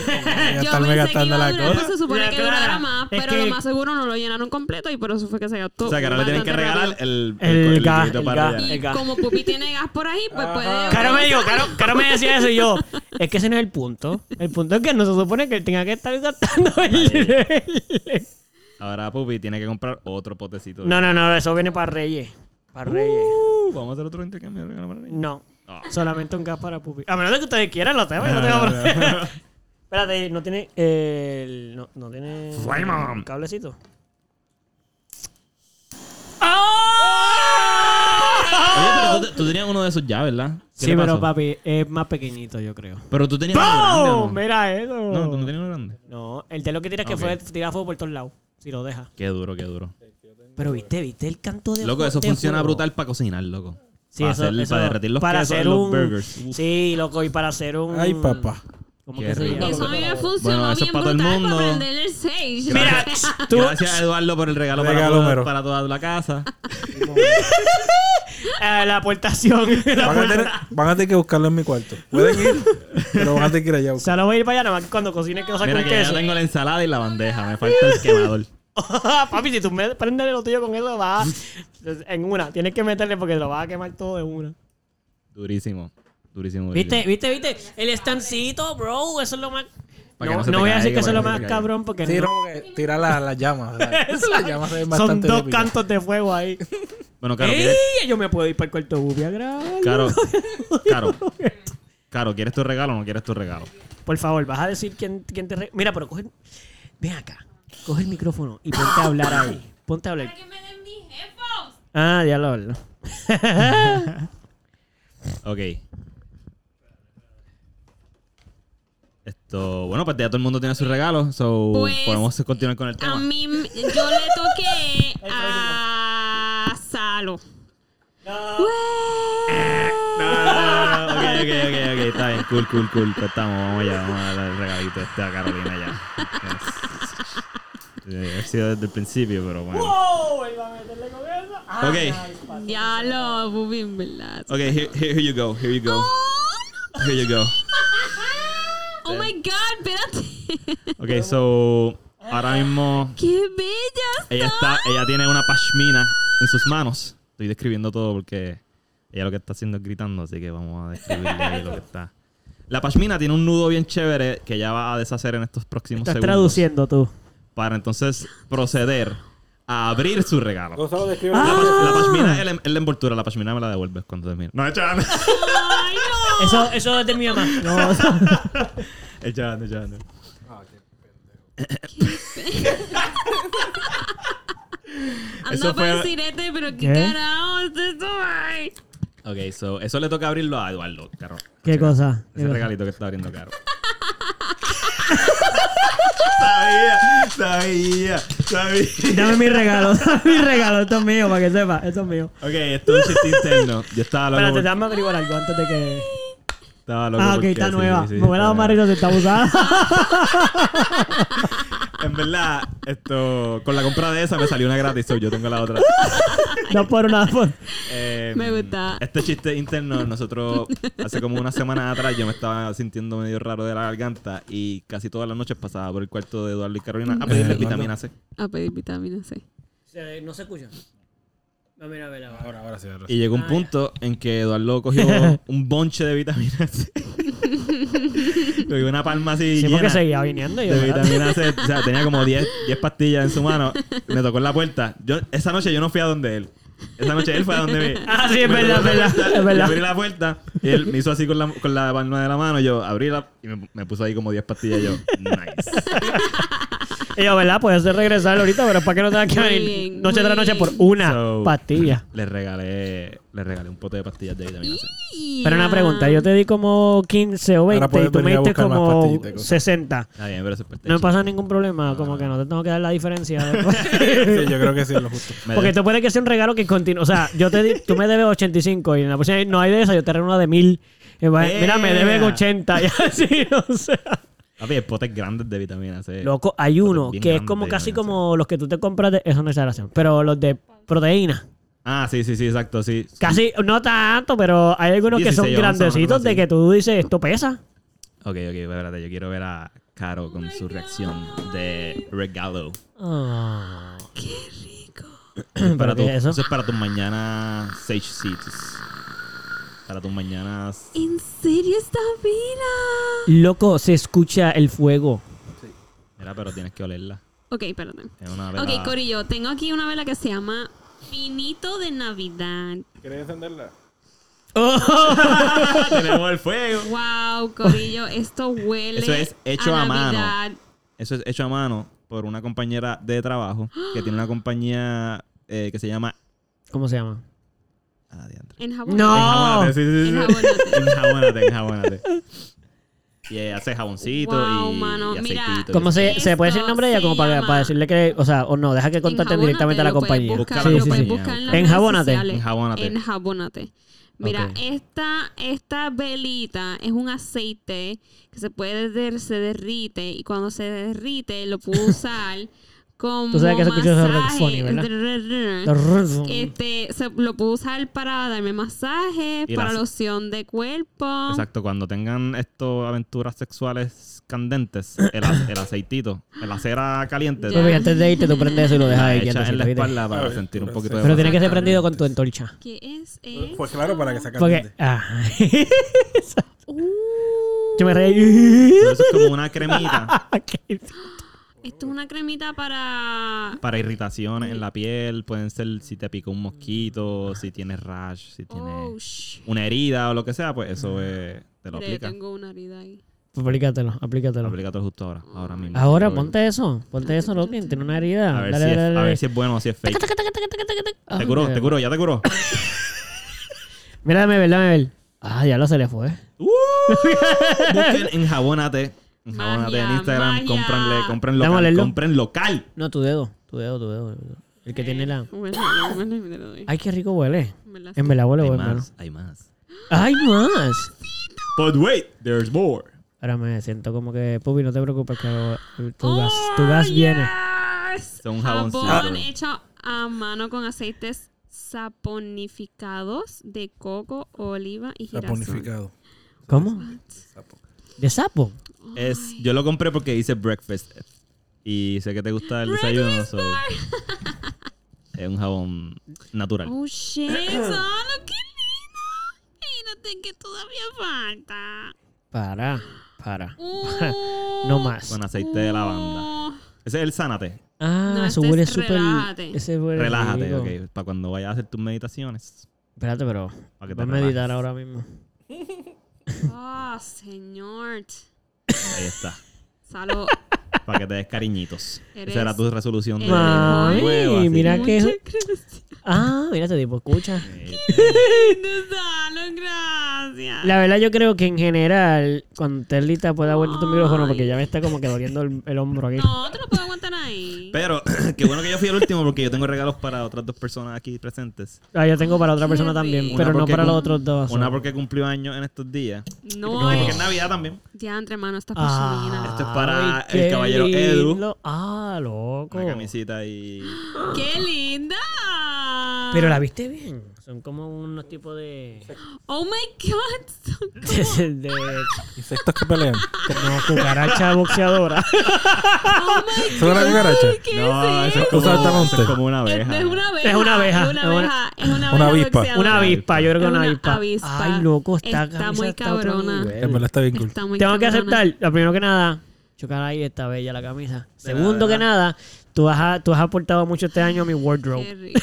S2: Yo pensé
S3: estarme
S2: que iba
S3: gastando
S2: a
S3: la
S2: durar, pues
S3: cosa.
S2: se supone
S5: La
S2: que
S5: clara,
S2: durara más,
S5: es
S2: pero
S5: que-
S2: lo más seguro no lo llenaron completo y por eso fue que se gastó.
S1: O sea, que ahora le tienen que
S2: bastante
S1: regalar el,
S2: rápido.
S5: El gas,
S1: librito
S4: el
S1: para
S4: gas.
S1: allá.
S2: Y
S4: el gas.
S2: como Pupi tiene gas por ahí, pues
S3: Ajá.
S2: puede.
S4: Caro me dijo, Caro, Caro me decía eso y yo, es que ese no es el punto. El punto es que no se supone que él tenga que estar gastando el, el-
S1: Ahora Pupi tiene que comprar otro potecito. de-
S4: No, no, no, eso viene para Reyes. Para Reyes.
S1: Uh, Vamos a hacer otro intercambio de regalo para Reyes.
S4: No.
S1: Ah.
S4: Solamente un gas para Pupi. A menos de que ustedes quieran, lo tengo, yo no
S3: No,
S4: tengo
S3: no,
S4: problema. Espérate, no tiene. eh, el- no, no tiene.
S1: Flame on.
S4: Cablecito.
S1: Oye,
S5: Ah.
S1: pero tú, tú tenías uno de esos ya, ¿verdad? ¿Qué
S4: Sí,
S1: te pasó?
S4: pero papi, es más pequeñito, yo creo.
S1: Pero tú tenías uno grande, ¿o
S4: ¡Pum!
S1: no?
S4: Mira eso.
S1: No, tú no tenías uno grande.
S4: No, el de lo que tiras que
S1: Ok.
S4: fue tirar fuego por todos lados. Si lo deja.
S1: Qué duro, qué duro.
S4: Pero viste, viste el canto de.
S1: Loco, eso
S4: de
S1: funciona
S4: fuego?
S1: brutal para cocinar, loco.
S4: Sí,
S1: para,
S4: eso-
S1: hacer-
S4: eso-
S1: para derretir los
S4: para
S1: quesos
S4: hacer
S1: en los
S4: un-
S1: burgers. Uf.
S4: Sí, loco, y para hacer un.
S3: Ay, papá.
S4: ¿Cómo
S1: Qué
S4: que se
S1: rico.
S4: llama?
S2: Eso a mí me funcionó
S1: Bueno, eso es
S2: bien
S1: para todo el
S2: brutal
S1: mundo.
S2: para prender el sage.
S4: Mira, tú.
S1: Gracias, Eduardo, por el regalo, para
S3: Regalo,
S1: toda- para,
S3: mero.
S1: toda la casa.
S4: eh, la aportación. la
S3: Van a, tener,
S4: aporta-
S3: van a tener que buscarlo en mi cuarto. Pueden ir, pero van a tener que ir allá a
S4: O
S3: buscar.
S4: sea, no voy a ir para allá, nada más que cuando cocine que no saque
S1: Mira
S4: un
S1: que ya
S4: queso.
S1: tengo la ensalada y la bandeja. Me falta el quemador.
S4: Papi, si tú me prendes lo tuyo con eso, va en una. Tienes que meterle porque lo vas a quemar todo en una.
S1: Durísimo. Durísimo. durísimo.
S4: ¿Viste, viste, viste? El estancito, bro. Eso es lo más.
S1: Para que
S4: No,
S1: no se
S4: no
S1: te
S4: voy a
S1: caiga,
S4: decir que eso es lo
S1: para que
S4: más
S1: no se te caiga.
S4: cabrón porque
S3: Sí,
S4: no-
S3: no, porque tira la- las llamas. o sea, Las llamas se ven
S4: son
S3: bastante
S4: dos
S3: épicas.
S4: cantos de fuego ahí.
S1: Bueno, Caro,
S4: ¡Ey!
S1: ¿quieres?
S4: Yo me puedo ir para el cuarto de Bubi a grabar.
S1: Caro, Caro. Caro, ¿quieres tu regalo o no quieres tu regalo?
S4: Por favor, vas a decir quién, quién te... re- Mira, pero coge... el- Ven acá. Coge el micrófono y ponte a hablar ahí. Ponte a hablar.
S2: que me den mis headphones.
S4: Ah, ya lo hablo.
S1: Ok. Esto, bueno, pues ya todo el mundo tiene sus regalos, so
S2: Pues,
S1: podemos continuar con el
S2: A
S1: tema.
S2: mí, m- yo le toqué a Salo.
S1: Eh. Ah, ok, ok, ok, ok, está bien, cool, cool, cool. Pues estamos, vamos allá, vamos a darle el regalito este a Carolina ya. Yes. Eh, Ha sido desde el principio, pero bueno.
S4: ¡Oh! Iba a meterle con eso. Ah,
S1: Ok.
S4: nice, pa-
S2: Ya lo, Bubi, en verdad.
S1: Ok, here, here you go, here you go, here you go.
S2: Oh my god, espérate.
S1: Ok, so, ahora mismo
S2: ¡Qué bella!
S1: Ella está, ella tiene una pashmina en sus manos. Estoy describiendo todo porque ella lo que está haciendo es gritando, así que vamos a describirle lo que está. La pashmina tiene un nudo bien chévere que ella va a deshacer en estos próximos
S4: Estás
S1: segundos.
S4: traduciendo tú.
S1: Para entonces proceder a abrir su regalo.
S3: Gonzalo, describe-
S4: Ah.
S1: La, pas- la pashmina es la, em-, es la envoltura, la pashmina me la devuelves cuando termine. No, echando.
S2: ¡Ay, no!
S4: Eso, eso es de mi mamá. No, eso-
S1: Echando, echando.
S2: Anda
S1: eso fue- ¿Eh?
S2: para el sirete, este, pero qué
S4: ¿Qué?
S2: carajo es esto, ay.
S1: Ok, so, eso le toca abrirlo a Eduardo, Caro.
S4: ¿Qué cosa? ¿Qué
S1: Ese
S4: cosa?
S1: regalito que está abriendo Caro. sabía, sabía, sabía.
S4: Dame mi regalo, dame mi regalo. Esto es mío, para que sepa. Esto es mío.
S1: Ok, esto es un chiste interno. Yo estaba loco.
S4: Espérate,
S1: por-
S4: dame averiguar algo antes de que...
S1: Estaba loco
S4: Ah, ok,
S1: porque-
S4: está
S1: sí,
S4: nueva.
S1: sí, sí,
S4: Me voy a
S1: está
S4: dar más
S1: nueva.
S4: risa si está usada.
S1: En verdad, esto, con la compra de esa me salió una gratis, so yo tengo la otra.
S4: No por una... Por...
S1: Eh,
S2: Me gusta.
S1: Este chiste interno, nosotros hace como una semana atrás yo me estaba sintiendo medio raro de la garganta y casi todas las noches pasaba por el cuarto de Eduardo y Carolina a pedirle
S3: Eh,
S1: vitamina C.
S2: A pedir Ah, pues, vitamina C.
S4: Se- no se escucha. No, mira, mira, mira.
S3: Ahora, ahora sí, ahora sí.
S1: Y llegó un punto en que Eduardo cogió un bonche de vitamina C. cogió una palma así
S4: Sí,
S1: llena.
S4: porque seguía viniendo yo.
S1: de
S4: ¿verdad?
S1: vitamina C. O sea, tenía como 10, 10 pastillas en su mano. Me tocó en la puerta. Yo, esa noche yo no fui a donde él. Esa noche él fue a donde me.
S4: Ah, sí, es
S1: me
S4: verdad,
S1: tocó en la
S4: es verdad,
S1: puerta,
S4: es verdad.
S1: yo abrí la puerta y él me hizo así con la, con la palma de la mano. Yo abrí la y me, me puso ahí como 10 pastillas. Yo, nice.
S4: Y yo, ¿verdad? Puedes regresar ahorita, pero es para que no tengas que
S2: Muy
S4: venir
S2: bien,
S4: noche
S2: muy
S4: tras noche por
S2: bien.
S4: una
S1: So-
S4: pastilla.
S1: Le regalé, le regalé un pote de pastillas de vitamina C.
S4: Pero una pregunta, yo te di como 15 o 20 y
S3: puedes
S4: tú me
S3: venir a
S4: diste
S3: buscar más
S4: como
S3: pastillitas y cosas.
S4: 60.
S1: Está bien, pero eso es parte
S4: No me
S1: del
S4: pasa
S1: chiste.
S4: ningún problema, como que no te tengo que dar la diferencia.
S3: Sí, yo creo que sí es lo justo.
S1: Me
S4: Porque
S1: de-
S4: esto puede que sea un regalo que continúe. O sea, yo te di- tú me debes 85 y en la próxima vez no hay de esa, yo te regalo una de 1000. Y va-
S1: Yeah.
S4: Mira, me debes 80 y así, o sea.
S1: Papi, hay potes grandes de vitamina C.
S4: Loco, hay
S1: Potes
S4: uno
S1: Eh, bien
S4: que es
S1: grandes
S4: como
S1: de
S4: casi
S1: vitamina C.
S4: como los que tú te compras de... Eso no es exageración. Pero los de proteína.
S1: Ah, sí, sí, sí, exacto, sí.
S4: Casi, no tanto, pero hay algunos que
S1: 16
S4: son
S1: onzas, una
S4: grandecitos
S1: cosa
S4: de
S1: así.
S4: que tú dices, esto pesa.
S1: Ok, ok, espérate, yo quiero ver a Caro con su reacción de regalo.
S4: Ah.
S1: Eso es para,
S4: ¿Pero qué
S1: tu-
S4: es eso?
S1: eso es para tus mañanas Sage Seeds. Para tus mañanas.
S2: ¿En serio esta vela?
S4: Loco, se escucha el fuego.
S1: Mira, pero tienes que olerla.
S2: Ok, perdón.
S1: Es una vela-
S2: Ok, Corillo, tengo aquí una vela que se llama Finito de Navidad.
S3: ¿Quieres encenderla?
S1: Tenemos el fuego.
S2: Wow, Corillo, esto huele.
S1: Eso es hecho a mano.
S2: Navidad.
S1: Eso es hecho a mano por una compañera de trabajo que tiene una compañía eh, que se llama.
S4: ¿Cómo se llama?
S1: Ah, diantre.
S2: En jabón.
S4: ¡No!
S1: Enjabónate, sí, sí, sí.
S2: Enjabónate.
S1: Enjabónate, enjabónate. Y ella hace jaboncito
S2: Wow,
S1: y,
S2: mano,
S1: y
S2: mira.
S1: aceitito.
S4: ¿Cómo se,
S2: Esto
S4: se puede decir el nombre de ella
S2: se
S4: como para,
S2: llama-
S4: para decirle que, o sea, o no, deja que contacten
S2: Enjabónate,
S4: directamente a la
S2: lo puedes
S4: compañía?
S2: buscar,
S1: Sí,
S2: lo
S1: sí,
S2: puedes
S1: sí.
S2: buscar en las
S4: Enjabónate.
S2: redes sociales.
S1: Enjabónate.
S2: Enjabónate. Mira,
S4: Ok.
S2: esta, esta velita es un aceite que se puede derretir, se derrite y cuando se derrite lo puedo usar como
S4: Tú sabes que se escucha eso de Red
S2: masaje.
S4: Funny, The Red Room.
S2: Este, se- lo puedo usar para darme masaje,
S1: Y
S2: para
S1: las-
S2: loción de cuerpo.
S1: Exacto, cuando tengan esto aventuras sexuales candentes, el, a- el aceitito, el acera caliente,
S2: Ya.
S4: Papi, Pues antes de irte, tú prendes eso y lo dejas
S1: la
S4: ahí
S1: echas en
S4: quietecito,
S1: Ah, la
S4: ¿viste?
S1: espalda para
S3: Ay,
S1: sentir un
S3: pero
S1: poquito
S3: sí.
S1: de
S4: Pero
S1: vapor.
S4: tiene que ser prendido con tu entorcha.
S2: ¿Qué es eso?
S3: Pues claro, para que se
S4: Porque,
S3: caliente.
S4: ah,
S2: Uh,
S4: yo me reí.
S1: Pero Eso es como una cremita
S2: esto es una cremita para...
S1: para irritaciones en la piel, pueden ser si te picó un mosquito, si tienes rash, si
S2: Oh,
S1: tienes
S2: shh.
S1: una herida o lo que sea, pues eso eh, te lo
S2: Mira, yo
S1: aplica.
S2: tengo una herida ahí.
S4: aplícatelo, aplícatelo.
S1: Aplícatelo justo ahora,
S2: Oh.
S1: ahora mismo.
S4: Ahora
S1: Quiero ver.
S4: ponte eso, ponte eso, loco, tiene una herida.
S1: A ver,
S4: Dale,
S1: si es,
S4: dale,
S1: a
S4: dale.
S1: ver si es bueno o si es fake. Te
S4: Ah,
S1: curó,
S4: mira.
S1: te curó, ya te curó.
S4: Mira, dame ver, dame ver. Ah, ya lo se le fue.
S1: ¡Uh! Busquen en Jabónate. En Jabónate en
S2: Magia,
S1: Instagram.
S2: magia.
S1: Comprenle, compren
S4: Vamos a
S1: local.
S4: leerlo.
S1: Compren local.
S4: No, tu dedo, tu dedo, tu dedo. tu dedo. El que tiene la...
S2: Me la- me la- me la doy.
S4: Ay, qué rico huele.
S2: Me la-
S4: En verdad huele
S1: Hay
S4: bueno, hermano.
S1: más, hay más.
S4: ¡Ay, más!
S1: But wait, there's more.
S4: Ahora me siento como que, Pupi, no te preocupes, que lo- tu gas,
S2: Oh,
S4: tu gas viene.
S2: yes.
S1: Son jaboncitos.
S2: Jabón hecho a mano con aceites saponificados de coco, oliva y girasol.
S3: Saponificado.
S4: ¿Cómo?
S3: Sapo.
S4: ¿De sapo?
S1: Es, yo lo compré porque hice breakfast. Y sé que te gusta el desayuno. so- es un jabón natural.
S2: Oh shit, solo qué lindo. Mírate que todavía falta.
S4: Para, para.
S2: Uh,
S4: No más.
S1: Con aceite de lavanda.
S2: oh.
S1: Ese es el sánate.
S4: Ah,
S2: No,
S4: eso
S2: este
S4: huele
S2: es
S4: súper.
S2: relájate.
S4: Ese huele
S1: Relájate,
S4: rico.
S1: ok. Para cuando vayas a hacer tus meditaciones.
S4: Espérate, pero.
S1: Para que te
S4: Voy a meditar
S1: relajes.
S4: ahora mismo.
S2: Ah, señor.
S1: Ahí está.
S2: Salud.
S1: Para que te des cariñitos.
S2: Eres-
S1: Esa era tu resolución de
S2: eres Mami,
S1: nuevo, así
S4: mira
S1: que-
S4: que-
S2: Muchas gracias.
S4: Ah, mira este tipo, escucha.
S1: Eh,
S2: Salud, gracias.
S4: La verdad, yo creo que en general, cuando Terlita pueda aguantar tu micrófono, porque ya me está como que doliendo el, el hombro aquí.
S2: No, te lo puedo aguantar ahí.
S1: Pero qué bueno que yo fui el último porque yo tengo regalos para otras dos personas aquí presentes.
S4: Ah, yo tengo para otra persona
S2: Qué
S4: también,
S2: rico.
S4: pero
S1: Una
S4: no
S1: porque
S4: para los
S1: cum-
S4: otros dos.
S1: Una porque cumplió años en estos días.
S2: No,
S1: Porque
S2: no.
S1: es Navidad también.
S2: ya entre mano esta
S4: Ah,
S2: persona.
S1: Esto es para
S4: ay,
S1: el
S4: qué
S1: caballero Edu.
S4: lindo. Ah, loco.
S1: Una camisita y...
S2: ¡Qué linda!
S4: Ah. Pero la viste bien. Son como unos tipos de.
S2: Oh my god. son-
S4: de, de-
S3: Insectos que pelean.
S4: como cucaracha boxeadora.
S2: Oh my god.
S3: ¿Son una cucaracha?
S2: ¿Qué
S1: No, eso es
S2: es eso? Este
S1: como,
S3: Usa el
S1: eso
S3: talón
S1: es
S3: usted.
S1: como una
S2: Es,
S1: abeja.
S2: es una abeja.
S4: Es una abeja,
S2: Es una
S4: es una-
S2: abeja. Es una,
S3: Una
S2: abeja
S3: avispa.
S2: boxeadora.
S4: Una avispa, yo creo que
S2: Es
S4: una
S2: una
S4: avispa.
S2: avispa.
S4: Ay, loco, esta
S2: Está
S4: camisa
S2: muy
S4: está a otro
S2: cabrona.
S4: nivel.
S3: En verdad está bien cool.
S2: Está muy
S4: Tengo que
S2: cabrona.
S4: aceptar, lo primero que nada, chocar ahí está bella la camisa. Segundo que nada, tú has, tú has aportado mucho este año a mi
S2: Qué
S4: wardrobe.
S2: rico.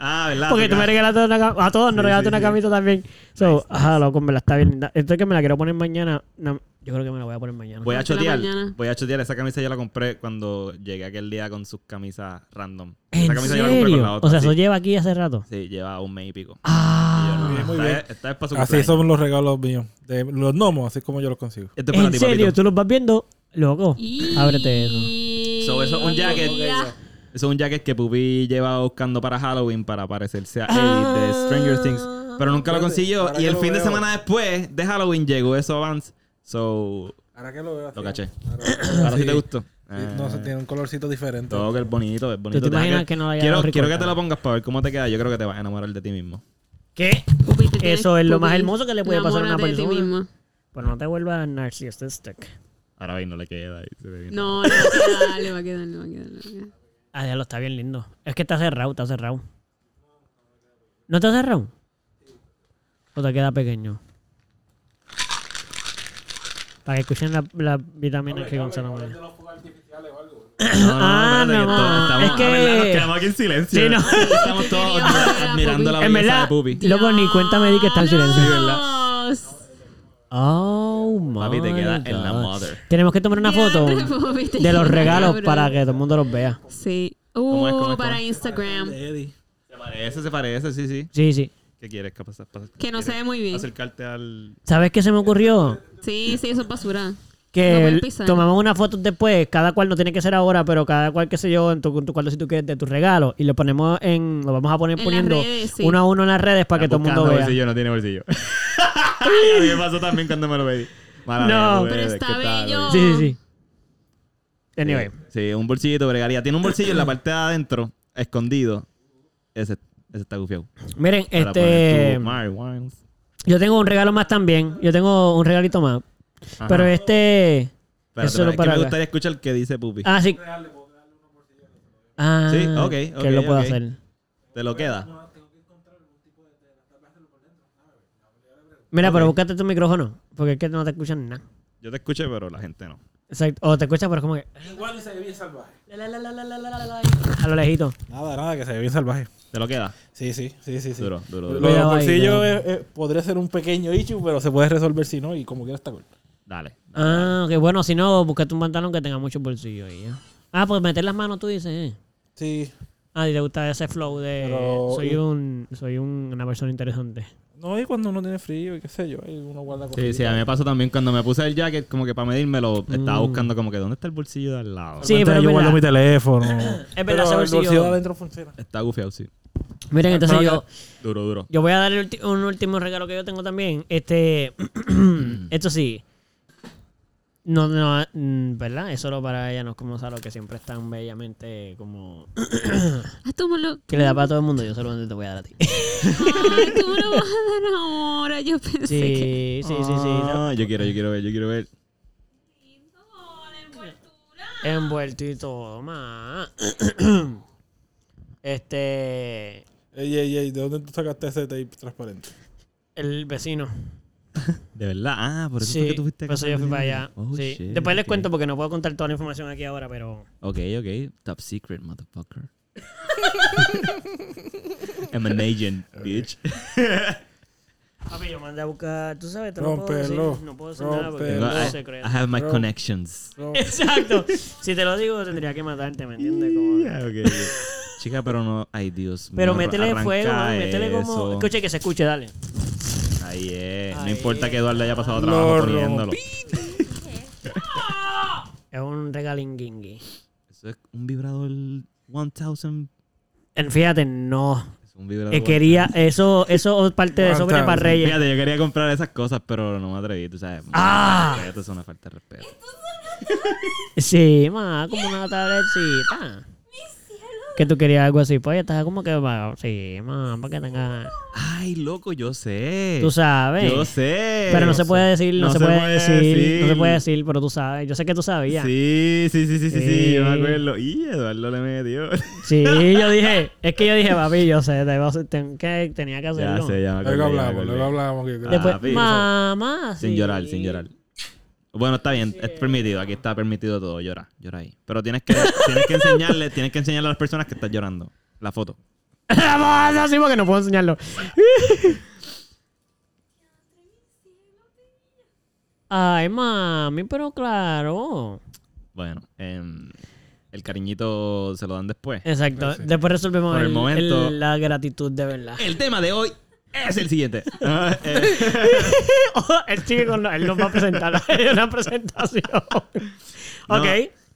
S1: Ah, ¿verdad?
S4: Porque tú me regalaste una camisa. A todos nos regalaste una camisa también. So, ajá, loco, me la está bien linda. Esto es que me la quiero poner mañana. na- Yo creo que me la voy a poner mañana.
S1: Voy a
S2: Once de la
S1: chotear.
S2: mañana.
S1: Voy a chotear. Esa camisa yo la compré cuando llegué aquel día con sus camisas random.
S4: ¿En
S1: Esa camisa yo la compré con la
S4: serio?
S1: otra.
S4: O sea,
S1: sí.
S4: eso lleva aquí hace rato.
S1: Sí, lleva un mes y pico. Y yo,
S4: Ah.
S1: no,
S3: bien, muy
S1: esta,
S3: bien.
S1: Es, esta es para su
S3: Así
S1: cumpleaños.
S3: son los regalos míos. De los gnomos, así es como yo los consigo.
S1: Esto es para
S4: En
S1: ti,
S4: serio,
S1: papito.
S4: tú los vas viendo, loco.
S2: Y-
S4: Ábrete eso.
S1: So, eso es un jacket.
S2: Ya.
S1: Eso es un jacket que Pupi lleva buscando para Halloween para parecerse a Ellie
S4: Ah.
S1: de Stranger Things. Pero nunca lo
S3: Fíjate,
S1: consiguió.
S3: ahora
S1: Y
S3: que
S1: el
S3: lo
S1: fin de
S3: veo.
S1: semana después de Halloween llegó eso Vans. So,
S3: Ahora que lo veo.
S1: Lo caché.
S3: Ahora
S1: ahora sí te gustó. Eh,
S3: No sé, tiene un colorcito diferente.
S1: Todo que es bonito, es bonito.
S4: ¿Tú te
S1: Deja
S4: imaginas que no la haya
S1: quiero,
S4: dado
S1: quiero que
S4: recortada?
S1: te lo pongas para ver cómo te queda. Yo creo que te vas a enamorar de ti mismo.
S4: ¿Qué?
S2: Pupi, tú tienes-
S4: Eso es lo más
S2: Pupi,
S4: hermoso que le puede pasar a una
S2: enamórate de ti
S4: persona.
S2: mismo.
S4: Pues no te vuelvas narcisistic.
S1: Ahora bien, no le queda. y se ve bien.
S2: No, no, dale, le va a quedar, le va a quedar, le va a quedar.
S4: Ah, ya lo está bien lindo. Es que está cerrado, está cerrado. ¿No está cerrado? ¿O te queda pequeño? Para que escuchen la- las vitaminas que Gonzalo me dio.
S1: No,
S4: Ah,
S1: espérate,
S4: no.
S1: todos estamos-
S4: Es que-
S1: ah, verdad, nos quedamos aquí en silencio.
S4: Sí, no.
S1: Estamos todos
S2: Queríamos ver a
S1: admirando la
S4: En
S1: belleza de
S4: verdad,
S1: Pupi.
S4: loco, ni cuenta me di que está el silencio.
S2: Dios.
S4: Oh, my
S1: Papi, te queda
S4: God.
S1: en la mother.
S4: Tenemos que tomar una foto
S2: Diantre, Pupi, te
S4: de los
S2: queda,
S4: regalos
S2: cabrón.
S4: para que todo el mundo los vea.
S2: Sí.
S1: ¿Cómo es, cómo es,
S2: Uh,
S1: cómo
S2: para
S1: es?
S2: Instagram.
S3: De Eddie.
S1: Se parece, se parece, sí, sí.
S4: Sí, sí.
S1: ¿Qué quieres? ¿Qué pasa? pasa-
S2: Que no se
S1: quieres
S2: ve muy bien.
S1: Acercarte al...
S4: ¿Sabes qué se me ocurrió?
S2: Sí, sí, eso es basura. No
S4: Que
S2: puedes pisar.
S4: tomamos unas fotos después, cada cual no tiene que ser ahora, pero cada cual, qué sé yo, en tu, en tu cuarto si tú quieres, de tus regalos, y lo ponemos en, lo vamos a poner
S2: En las
S4: poniendo
S2: redes, sí.
S4: uno a uno en las redes para que todo el mundo
S1: Buscando
S4: vea.
S1: bolsillo, no tiene bolsillo. a mí me pasó también cuando me lo pedí. Mala
S4: No.
S1: mía,
S2: Pero
S1: bebé,
S2: está
S1: ¿qué tal?
S2: bello.
S4: Sí, sí, sí. Anyway,
S1: Sí, un bolsillito bregaría. Tiene un bolsillo en la parte de adentro, escondido. Ese, ese está gufiado.
S4: miren,
S1: Para poner
S4: este.
S1: tu marijuana.
S4: Yo tengo un regalo más también. Yo tengo un regalito más.
S1: Ajá.
S4: Pero este.
S1: Espérate,
S4: es solo
S1: espérate,
S4: para
S1: que me
S4: acá.
S1: gustaría escuchar el que dice Pupi.
S4: Ah, sí. Ah,
S1: Sí, ok, ok,
S4: que lo puedo
S1: ok.
S4: hacer.
S1: ¿Te lo queda?
S4: Mira, pero búscate tu micrófono, porque es que no te escuchan nada.
S1: Yo te escuché, pero la gente no.
S4: Exacto. O te escuchas, pero es como que.
S3: Igual se ve bien salvaje.
S4: A lo lejito.
S3: Ah, Nada, nada, que se ve bien salvaje.
S1: ¿Te lo queda?
S3: Sí, sí, sí, sí. sí.
S1: Duro, duro,
S3: Lo
S1: duro.
S4: Lo-
S3: del
S4: Cuidado ahí,
S3: bolsillo
S4: cuidado.
S3: es- es- podría ser un pequeño issue, pero se puede resolver si no, y como quiera está cool.
S1: Dale.
S4: Ah, que bueno, si no, búscate un pantalón que tenga muchos bolsillos ahí. ya. Ah, pues meter las manos, tú dices, eh.
S3: Sí.
S4: Ah, y te gusta ese flow de.
S3: Pero-
S4: Soy un. Soy un- una persona interesante.
S3: No, y cuando uno tiene frío y qué sé yo, ahí uno guarda
S1: Sí,
S3: cositas.
S1: sí, a mí me pasó también cuando me puse el jacket, como que para medírmelo, estaba buscando como que dónde está el bolsillo de al lado.
S4: Mm. Sí, pero es
S3: yo guardo
S4: verdad.
S3: mi teléfono.
S4: Es
S3: Pero
S4: verdad, ese
S3: el
S4: bolsillo.
S3: bolsillo de adentro funciona.
S1: Está gufiado, sí. Ah,
S4: Miren, entonces yo.
S1: Duro, duro.
S4: Yo voy a dar el ulti- un último regalo que yo tengo también. Este. esto sí. No, no, mm, ¿verdad? Es solo para ella, no es como Salo, que siempre es tan bellamente como.
S2: Ah, tú me lo,
S4: que le da para todo el mundo. Yo solamente te voy a dar a ti.
S2: ay, tú me lo vas a dar ahora. Yo pensé que.
S4: Sí, sí, sí, sí.
S1: Ah, yo quiero, yo quiero ver, yo quiero ver.
S4: Envuelto y todo, más. este.
S3: Ey, ey, ey, ¿de dónde tú sacaste ese tape transparente?
S4: El vecino.
S1: De verdad, ah, por eso
S4: Sí,
S1: fue que tú fuiste a
S4: por eso
S1: casa
S4: yo
S1: de
S4: fui para
S1: Lilian.
S4: allá.
S1: Oh,
S4: sí.
S1: shit,
S4: Después les
S1: ok.
S4: cuento porque no puedo contar toda la información aquí ahora, pero.
S1: Ok, ok. Top secret, motherfucker. I'm an agent, bitch.
S4: Papi, yo mandé a buscar, tú sabes, te lo puedo decir,
S3: Rómpelo,
S4: no puedo decir nada porque
S1: Tengo-
S3: rómpelo.
S4: es
S1: I,
S4: un secreto.
S1: I have my
S3: Bro.
S1: connections.
S3: No,
S4: Exacto. Si te lo digo, tendría que matarte, ¿me entiendes? Como-
S1: Yeah, ok, ok. Chica, pero no. Ay, Dios mío.
S4: Pero métele
S1: arranca
S4: fuego, mano, métele
S1: eso.
S4: como... Escuche, que se escuche, dale.
S1: Ahí es. No
S4: Ahí
S1: importa
S4: es.
S1: que Eduardo haya pasado
S3: Lo
S1: trabajo poniéndolo.
S4: Es un regalinguingui.
S1: Eso es un vibrador 1000.
S4: En- Fíjate, no.
S1: Es un vibrador.
S4: Eh, quería... Eso, eso parte de eso viene para Reyes.
S1: Fíjate, yo quería comprar esas cosas, pero no me atreví, tú sabes.
S4: Ah.
S1: Esto es una falta de respeto.
S4: Sí, ma, como una tabletcita. Que tú querías algo así. Pues ya estaba como que... va, Sí, ma, para que tenga...
S1: Ay, loco, yo sé.
S4: Tú sabes.
S1: Yo sé.
S4: Pero no se puede decir, no, se, puede, decir, No se puede
S1: decir.
S4: decir, pero tú sabes. Yo sé que tú sabías.
S1: Sí, sí, sí, sí, sí, sí, yo me
S4: Sí.
S1: acuerdo. Y Eduardo le metió.
S4: Sí, yo dije, es que yo dije, papi, yo sé, debo hacer- ten- que tenía que
S1: ya
S4: hacerlo.
S1: sé, ya me acuerdo.
S3: Luego
S1: ya me
S3: hablamos,
S1: acordé.
S3: luego hablamos. ah, que yo creo-
S4: Después,
S1: Papi,
S4: mamá,
S1: Sin
S4: sí.
S1: llorar, sin llorar. Bueno, está bien, es permitido, aquí está permitido todo, llora, llora ahí. Pero tienes que, tienes que enseñarle, tienes que enseñarle a las personas que estás llorando. La foto.
S4: Vamos, así porque no puedo enseñarlo. Ay, mami, pero claro.
S1: Bueno, em, el cariñito se lo dan después.
S4: Exacto. Después resolvemos
S1: Por el
S4: el-
S1: momento-
S4: el- la gratitud de verdad.
S1: El tema de hoy es el siguiente. Ah, eh,
S4: él sigue con la- él nos va a presentar una presentación.
S1: no,
S4: ok.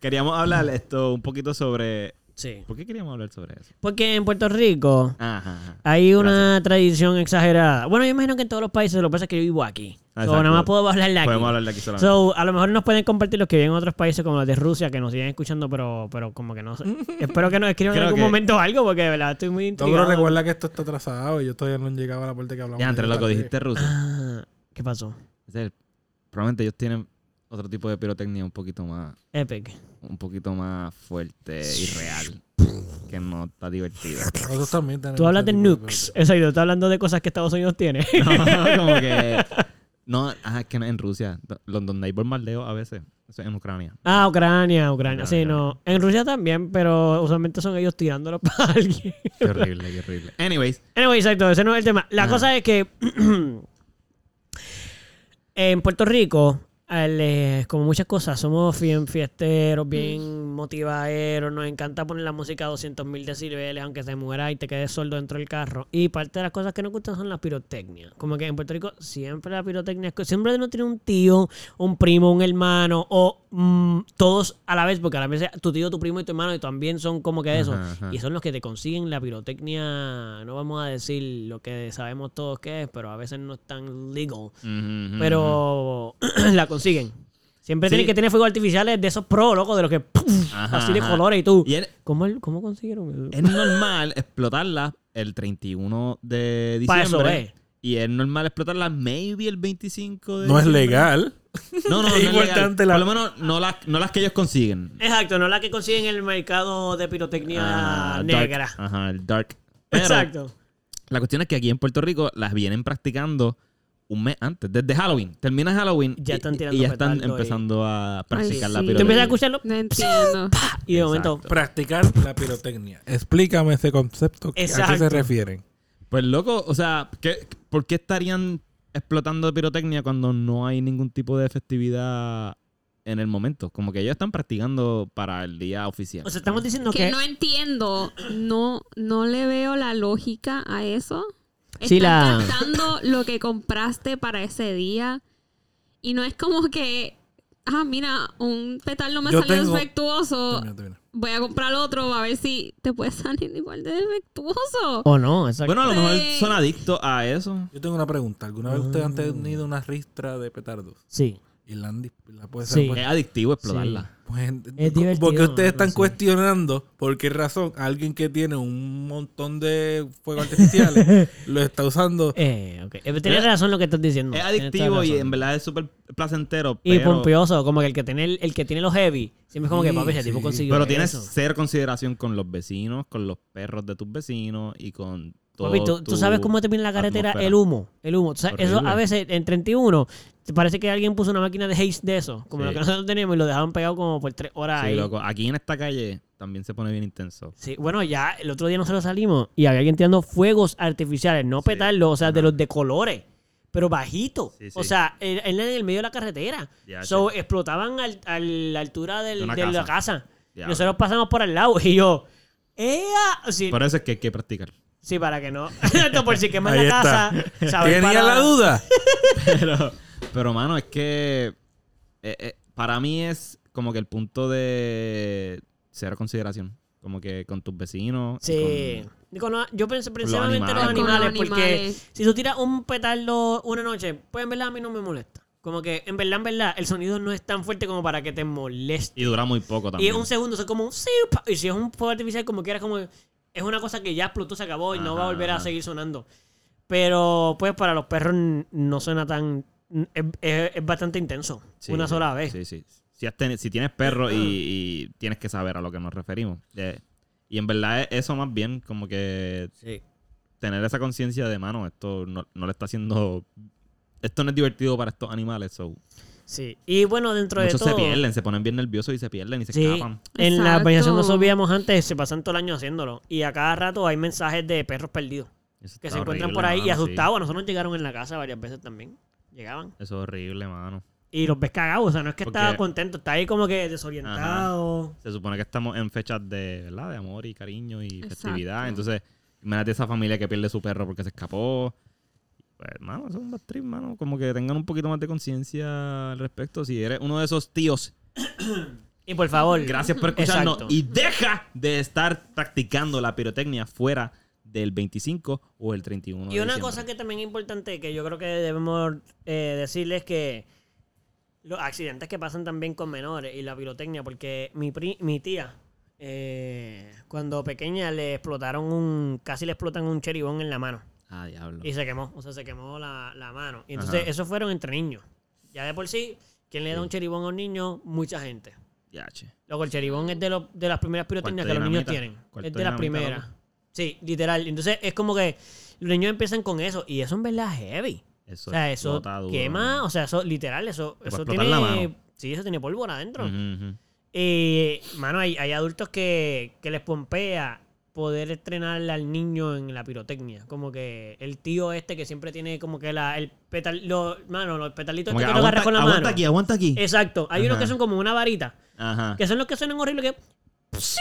S1: Queríamos hablar esto un poquito sobre.
S4: Sí.
S1: ¿Por qué queríamos hablar sobre eso?
S4: Porque en Puerto Rico
S1: Ajá. ajá.
S4: hay una tradición exagerada. Bueno, yo imagino que en todos los países, lo que pasa es que yo vivo aquí. So,
S1: Exacto.
S4: nada más puedo hablar de aquí.
S1: Podemos hablar de aquí solamente.
S4: So, a lo mejor nos pueden compartir los que viven en otros países como los de Rusia que nos siguen escuchando, pero, pero como que no sé. Espero que nos escriban en
S1: Creo
S4: algún
S1: que-
S4: momento algo porque de verdad estoy muy
S3: No, pero
S4: intrigado.
S3: recuerda que esto está atrasado y yo todavía no llegaba a la parte que hablamos.
S1: ya, entre loco,
S3: de-
S1: dijiste ruso.
S4: Ah, ¿Qué pasó?
S1: Es el- Probablemente ellos tienen otro tipo de pirotecnia un poquito más,
S4: Epic.
S1: un poquito más fuerte y real. Que no está divertido.
S3: Nosotros también tenemos
S4: Tú hablas
S3: ese
S4: de
S3: tipo
S4: nukes. Exacto, estás hablando de cosas que Estados Unidos tiene.
S1: No, como que. No, ajá, es que no, en Rusia. do- los- Donde hay bombardeo a veces. Eso es en Ucrania.
S4: Ah, Ucrania, Ucrania.
S1: Ucrania,
S4: Sí, no. En Rusia también, pero usualmente son ellos tirándolo para alguien.
S1: Qué horrible, qué horrible. Anyways,
S4: Anyway, exacto, ese no es el tema. La
S1: Ajá.
S4: cosa es que en Puerto Rico, al, eh, como muchas cosas, somos bien fiesteros, bien motivaderos, nos encanta poner la música a 200.000 decibeles, aunque se muera y te quedes sordo dentro del carro. Y parte de las cosas que nos gustan son las pirotecnias. Como que en Puerto Rico siempre la pirotecnia es... co- Siempre uno tiene un tío, un primo, un hermano, o mm, todos a la vez, porque a la vez tu tío, tu primo y tu hermano y también son como que de eso.
S1: Ajá, ajá.
S4: Y son los que te consiguen la pirotecnia, no vamos a decir lo que sabemos todos que es, pero a veces no es tan legal.
S1: Ujú, ujú,
S4: Pero la consiguen. Siempre
S1: Sí.
S4: tienen que tener fuegos artificiales de esos pro, loco, de los que ¡puf!
S1: Ajá,
S4: así de
S1: ajá.
S4: colores y tú.
S1: ujú. Y es,
S4: ¿Cómo, el- cómo consiguieron eso?
S1: es normal explotarla el 31 de
S4: Para
S1: diciembre.
S4: eso, eh.
S1: Y es normal explotarla maybe el 25 de
S3: No es
S1: diciembre.
S3: legal.
S1: No, no, no
S3: Es
S1: es legal.
S3: importante la-
S1: Por lo menos no las, no las que ellos consiguen.
S4: Exacto, no la que consiguen en el mercado de pirotecnia
S1: Ah, dark.
S4: negra.
S1: Ajá, el dark. Pero
S4: Exacto.
S1: La cuestión es que aquí en Puerto Rico las vienen practicando un mes antes, desde Halloween. Termina Halloween
S4: Ya están
S1: y-
S4: tirando
S1: y ya están
S4: petardo y-
S1: empezando a practicar
S2: sí.
S1: la
S2: Tú
S4: Tú
S1: pirotecnia.
S4: empiezas a escucharlo
S2: No entiendo.
S4: y de
S1: Exacto.
S4: momento...
S3: Practicar la pirotecnia. Explícame ese concepto. que- ¿A qué
S4: Exacto.
S3: se refieren?
S1: Pues loco, o sea, ¿qué- ¿por qué estarían explotando pirotecnia cuando no hay ningún tipo de festividad en el momento? Como que ellos están practicando para el día oficial.
S4: O sea, estamos diciendo que...
S2: Que no entiendo. No, no le veo la lógica a eso.
S4: Sí,
S2: Están
S4: la-
S2: gastando lo que compraste para ese día. Y no es como que. Ah, mira, un petardo me
S3: Yo
S2: salió
S3: tengo-
S2: defectuoso.
S3: Termina, termina.
S2: Voy a comprar otro a ver si te puede salir igual de defectuoso.
S4: O no, exacto.
S1: bueno, a lo mejor
S2: Sí.
S1: son adictos a eso.
S3: Yo tengo una pregunta. ¿Alguna vez ustedes han tenido una ristra de petardos?
S4: sí.
S3: ¿Y la, han dis- la puede
S4: Sí.
S1: Es adictivo explotarla.
S3: Pues,
S4: Es divertido,
S3: porque ustedes están
S4: no sé.
S3: cuestionando por qué razón alguien que tiene un montón de fuegos artificiales lo está usando.
S4: Eh, ok. Eh, Tienes razón lo que estás diciendo.
S1: Es
S4: Tienes toda
S1: adictivo y
S4: razón.
S1: en verdad es súper placentero.
S4: Y
S1: pero,
S4: pompioso, como que el que tiene el, el que tiene los heavy, siempre es como que
S3: Sí,
S4: papi, ese tipo
S3: sí.
S4: consiguió
S1: pero tienes
S4: eso.
S1: cero consideración con los vecinos, con los perros de tus vecinos y con todo.
S4: Papi, ¿tú, tú
S1: tu
S4: sabes cómo termina en la carretera
S1: atmósfera.
S4: el humo, el humo. Tú sabes, eso
S1: Horrible.
S4: a veces en 31 te parece que alguien puso una máquina de haze de eso, como
S1: Sí.
S4: lo que nosotros tenemos y lo dejaban pegado como por tres horas
S1: Sí,
S4: ahí.
S1: loco. Aquí en esta calle también se pone bien intenso.
S4: Sí, bueno, ya el otro día nosotros salimos y había alguien tirando fuegos artificiales, no petardos, o sea, de los de colores, pero bajito.
S1: Sí, sí.
S4: O sea, era en el medio de la carretera.
S1: Ya,
S4: so, explotaban al- a la altura del-
S1: De
S4: de,
S1: una
S4: la
S1: casa.
S4: casa.
S1: Ya,
S4: Nosotros pasamos por al lado y yo, ¡Ea! Sí,
S1: Por eso es que hay que practicar.
S4: sí, para que no. Esto por si quemas
S3: Ahí
S4: la
S3: está.
S4: casa. saber
S3: ¿Tenía
S4: para-
S3: la duda?
S1: Pero, pero mano, es que eh, eh, para mí es como que el punto de cero consideración. Como que con tus vecinos. y
S4: Sí.
S1: con-
S4: Digo, no, yo pensé
S1: los
S4: principalmente los
S1: animales.
S4: animales,
S2: Con los
S4: porque
S2: animales.
S4: si tú tiras un petardo una noche, pues en verdad a mí no me molesta. Como que en verdad, en verdad, el sonido no es tan fuerte como para que te moleste.
S1: y dura muy poco
S4: Y
S1: también.
S4: es un segundo, es como un sí, pa- y si es un fuego artificial, como quieras, como es una cosa que ya explotó, se acabó y no va a
S1: Ajá,
S4: volver a
S1: ajá.
S4: seguir sonando. Pero pues para los perros n- no suena tan. n- Es, es- es bastante intenso.
S1: Sí,
S4: una
S1: sí,
S4: sola vez.
S1: Sí, sí. Si, has teni- si tienes perro y, y tienes que saber a lo que nos referimos. Eh, y en verdad es eso más bien, como que tener esa conciencia de mano, esto no, no le está haciendo... Esto no es divertido para estos animales. So.
S4: Sí. Y bueno, dentro
S1: Muchos
S4: de todo.
S1: se pierden, se ponen bien nerviosos y se pierden y se
S4: Sí.
S1: escapan.
S4: En la
S2: Exacto.
S4: organización no subíamos antes, se pasan todo el año haciéndolo. Y a cada rato hay mensajes de perros perdidos
S1: Eso
S4: que
S1: está
S4: se encuentran
S1: horrible,
S4: por ahí y
S1: mano, sí.
S4: asustados. A nosotros nos llegaron en la casa varias veces también. Llegaban.
S1: Eso es horrible, mano.
S4: Y los ves cagados, o sea, no es que
S1: Porque-
S4: estaba contento, está ahí como que desorientado.
S1: Se supone que estamos en fechas de, ¿verdad? De amor y cariño y
S2: Exacto.
S1: festividad. Entonces, imagínate esa familia que pierde su perro porque se escapó. Pues, mano, eso es un bad trip, mano. Como que tengan un poquito más de conciencia al respecto. Si eres uno de esos tíos,
S4: Y por favor,
S1: gracias por escucharnos.
S4: Exacto.
S1: Y deja de estar practicando la pirotecnia fuera del 25 o el 31
S4: Y una cosa que también es importante que yo creo que debemos eh, decirles es que los accidentes que pasan también con menores y la pirotecnia, porque mi, pri- mi tía, eh, cuando pequeña, le explotaron un. casi le explotan un cheribón en la mano
S1: Ah, diablo.
S4: y se quemó, o sea, se quemó la, la mano. Y entonces,
S1: Ajá.
S4: esos fueron entre niños. Ya de por sí, ¿quién le da un cheribón a un niño? Mucha gente.
S1: Ya, che.
S4: Luego el cheribón es de, los- de las primeras pirotecnias que
S1: Cuarto
S4: los niños
S1: dinamita.
S4: tienen.
S1: Cuarto
S4: Es de
S1: dinamita,
S4: las primeras.
S1: loco.
S4: Sí, literal. Entonces es como que los niños empiezan con eso y eso en verdad es heavy.
S1: Eso
S4: O sea, eso
S1: explota duro,
S4: quema,
S1: mano.
S4: o sea, eso literal, eso,
S1: puede
S4: eso
S1: explotar la
S4: tiene...
S1: mano.
S4: Sí, eso tiene pólvora adentro.
S1: Ujú, ujú.
S4: Eh, mano, hay, hay adultos que, que les pompea poder estrenar al niño en la pirotecnia. Como que el tío este que siempre tiene como que la, el petal, lo, mano, los petalitos
S1: Como
S4: estos
S1: que
S4: que lo agarras con la mano.
S1: aguanta aquí, aguanta aquí.
S4: Exacto. Hay unos
S1: Ajá.
S4: que son como una varita.
S1: Ajá.
S4: Que son los que suenan horribles que. ¡Psiu!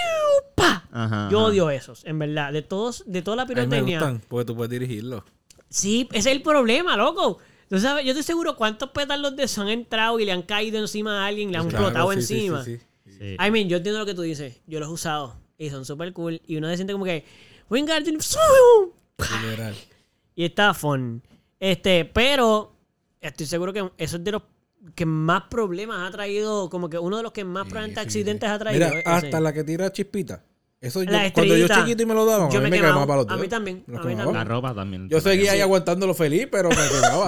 S4: ¡Pa!
S1: Ajá.
S4: Yo
S1: ajá.
S4: odio esos, en verdad. De todos, de toda la
S3: A mí me
S4: pirotecnia.
S3: gustan porque tú puedes dirigirlo.
S4: Sí, ese es el problema, loco. Tú sabes, yo estoy seguro cuántos pétalos de eso han entrado y le han caído encima a alguien, le han
S3: Pues Claro,
S4: explotado
S3: sí, sí,
S4: encima.
S3: sí, sí.
S1: Sí.
S4: I mean, yo entiendo lo que tú dices. Yo los he usado y son súper cool. Y uno se siente como que. Wingardium. ¡Psiu!
S3: Literal.
S4: Y está fun. Este, pero estoy seguro que eso es de los que más problemas ha traído, como que uno de los que más probablemente accidentes ha traído.
S3: Mira,
S4: eh, ese.
S3: hasta la que tira chispita. Eso yo,
S4: La
S3: cuando yo
S4: estrellita.
S3: chiquito y me lo daban,
S4: Yo
S3: a
S4: me
S3: mí me
S4: quemaba.
S3: quemaba para los
S4: A
S3: dedos.
S4: mí también,
S3: Los
S4: a mí
S3: quemaba.
S1: La ropa también.
S3: Oh. Yo seguía ahí
S1: Sí.
S3: aguantándolo feliz, pero me quemaba.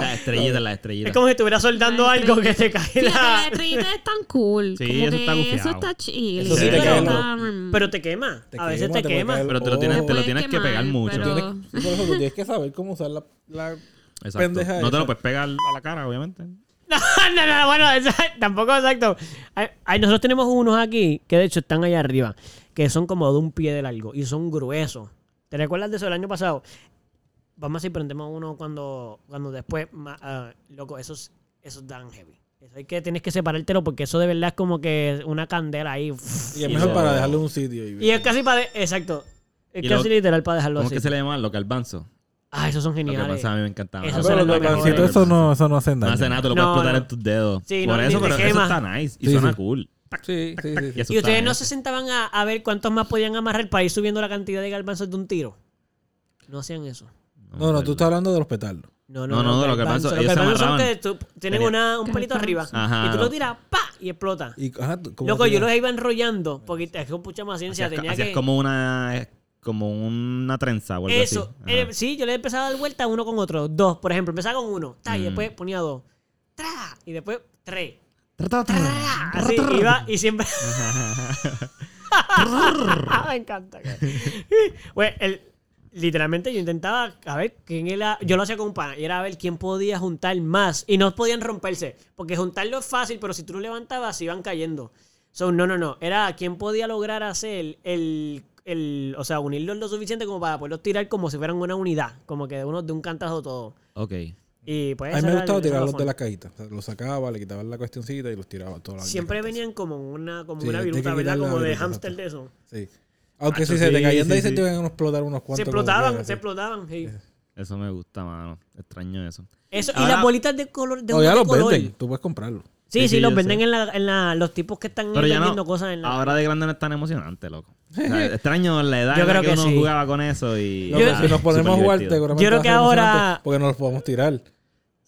S1: La estrellita, la estrellita.
S4: Es como si estuviera soldando algo que te cae
S2: Fíjate, la
S4: la...
S2: letrita es tan cool.
S1: Sí,
S2: como
S1: eso está
S2: que
S1: gufiado.
S2: Eso está chill.
S3: Eso
S4: sí te
S2: pero,
S4: quema.
S2: está, mm,
S4: Pero te quema.
S3: Te
S4: a veces
S3: quema,
S4: te
S3: puede
S4: quema.
S3: caer el
S1: Pero te lo tienes,
S3: ojo.
S1: te lo
S2: Puede
S1: tienes que
S2: quemar,
S1: pegar mucho.
S2: pero-
S3: Tienes- sí, por eso tú tienes que saber cómo usar la, la
S1: Exacto.
S3: pendeja
S1: No te lo
S3: esa.
S1: puedes pegar a la cara, obviamente.
S4: No, no, no, bueno, esa- tampoco exacto. Ay, ay, nosotros tenemos unos aquí que de hecho están allá arriba, que son como de un pie de largo y son gruesos. ¿Te recuerdas de eso del año pasado? Vamos a decir, prendemos uno cuando, cuando después. ma- ah, loco, esos, esos dan heavy. Eso hay que, tienes que separártelo porque eso de verdad es como que una candela ahí.
S3: Y
S1: Y
S3: es mejor
S1: lo-
S3: para dejarle un sitio.
S4: Y es casi para. de- exacto. Es
S1: Y
S4: casi
S1: lo-
S4: literal para dejarlo
S1: ¿Cómo es
S4: así.
S1: que se le llama? Lo calbanzo.
S4: Ah, esos son
S1: Lo
S4: geniales.
S1: calbanzo a mí me encantaba.
S4: Eso
S3: Ah,
S4: Esos
S3: pero
S4: son
S3: los
S4: los mejores.
S3: gancitos, eso no, eso no hacen
S1: No
S3: daño.
S1: hace nada, te lo
S4: No,
S1: puedes explotar
S4: no.
S1: en tus dedos.
S4: Sí,
S1: Por
S4: no, ni
S1: eso,
S4: te
S1: pero eso
S4: quema.
S1: está nice. Y
S3: Sí,
S1: suena
S3: sí.
S1: cool.
S3: Sí,
S1: Y
S3: sí, sí.
S1: eso
S4: Y
S1: está
S4: ustedes no
S1: nice.
S4: se sentaban a, a ver cuántos más podían amarrar para ir subiendo la cantidad de garbanzos de un tiro. No hacían eso.
S3: No, no, tú estás hablando de los pétalos.
S4: No,
S1: No,
S4: no,
S1: no, de los garbanzos,
S4: Los
S1: ellos se
S4: garbanzos son
S1: amarraban.
S4: que tú- tienen
S1: Tenía-
S4: una, un pelito arriba.
S1: Ajá,
S4: y tú
S1: no.
S4: lo tiras, ¡pa! Y explota.
S3: Y, ajá, tú- ¿cómo
S4: Loco,
S3: se
S4: yo los
S3: llama?
S4: iba enrollando porque es que mucha más ciencia.
S1: Hacías, co-
S4: Tenía
S1: hacías
S4: que.
S1: como una como una trenza o algo
S4: eso.
S1: así.
S4: Eh, sí, yo le empezaba a dar vuelta uno con otro. Dos, por ejemplo. Empezaba con uno. ta, Y
S1: Mm.
S4: después ponía dos. Tra, y después tres.
S1: Ajá.
S4: Tra, así iba y siempre. me encanta. Bueno, el- literalmente yo intentaba a ver quién era. Yo lo hacía con un pana y era a ver quién podía juntar más. Y no podían romperse. Porque juntarlo es fácil, pero si tú lo levantabas, se iban cayendo. So, no, no, no. Era quién podía lograr hacer el. el- o sea, unirlos lo suficiente como para poderlos tirar como si fueran una unidad. Como que de uno de un cantazo todo.
S1: Ok.
S4: Y pues.
S3: A mí
S4: esa
S3: me
S4: era
S3: gustaba
S4: el- esa era la
S3: tirarlos de
S4: forma.
S3: las cajitas. O sea, los sacaba, le quitaba la cuestioncita y los tiraba toda la
S4: Siempre
S3: la-
S4: venían como una, como
S3: Sí,
S4: una
S3: hay que
S4: viruta,
S3: quitar
S4: ¿verdad?
S3: la
S4: Como de
S3: viruta,
S4: hámster
S3: exacto.
S4: de eso.
S3: Sí. Aunque
S1: Macho,
S3: si se
S1: sí,
S3: te caían de ahí
S1: sí,
S3: se
S1: sí.
S3: te iban a explotar unos cuantos.
S4: Se
S3: como
S4: explotaban,
S3: quiera,
S4: se
S3: sí. Eh.
S4: explotaban. sí.
S1: Eso me gusta, mano. Extraño eso.
S4: Eso, y
S1: Ahora-
S4: las bolitas de color. De
S3: Todavía
S4: uno de
S3: los
S4: color.
S3: venden, tú puedes comprarlo.
S4: Sí,
S1: Sí,
S4: sí,
S1: sí,
S4: los
S1: yo
S4: venden
S1: sé.
S4: en, la, en la, los tipos que están
S1: Pero ya
S4: vendiendo
S1: no.
S4: cosas en la.
S1: Ahora de grande no es tan emocionante, loco. O sea, extraño la edad
S4: Yo
S1: en la
S4: creo
S1: que,
S4: que
S1: uno
S4: sí.
S1: jugaba con eso y.
S3: Loco,
S1: Nada,
S3: si nos ponemos a jugar,
S1: superdivertido.
S3: seguramente
S4: Yo creo
S3: va a
S4: que
S3: ser
S4: ahora-
S3: emocionante, Porque no los podemos tirar.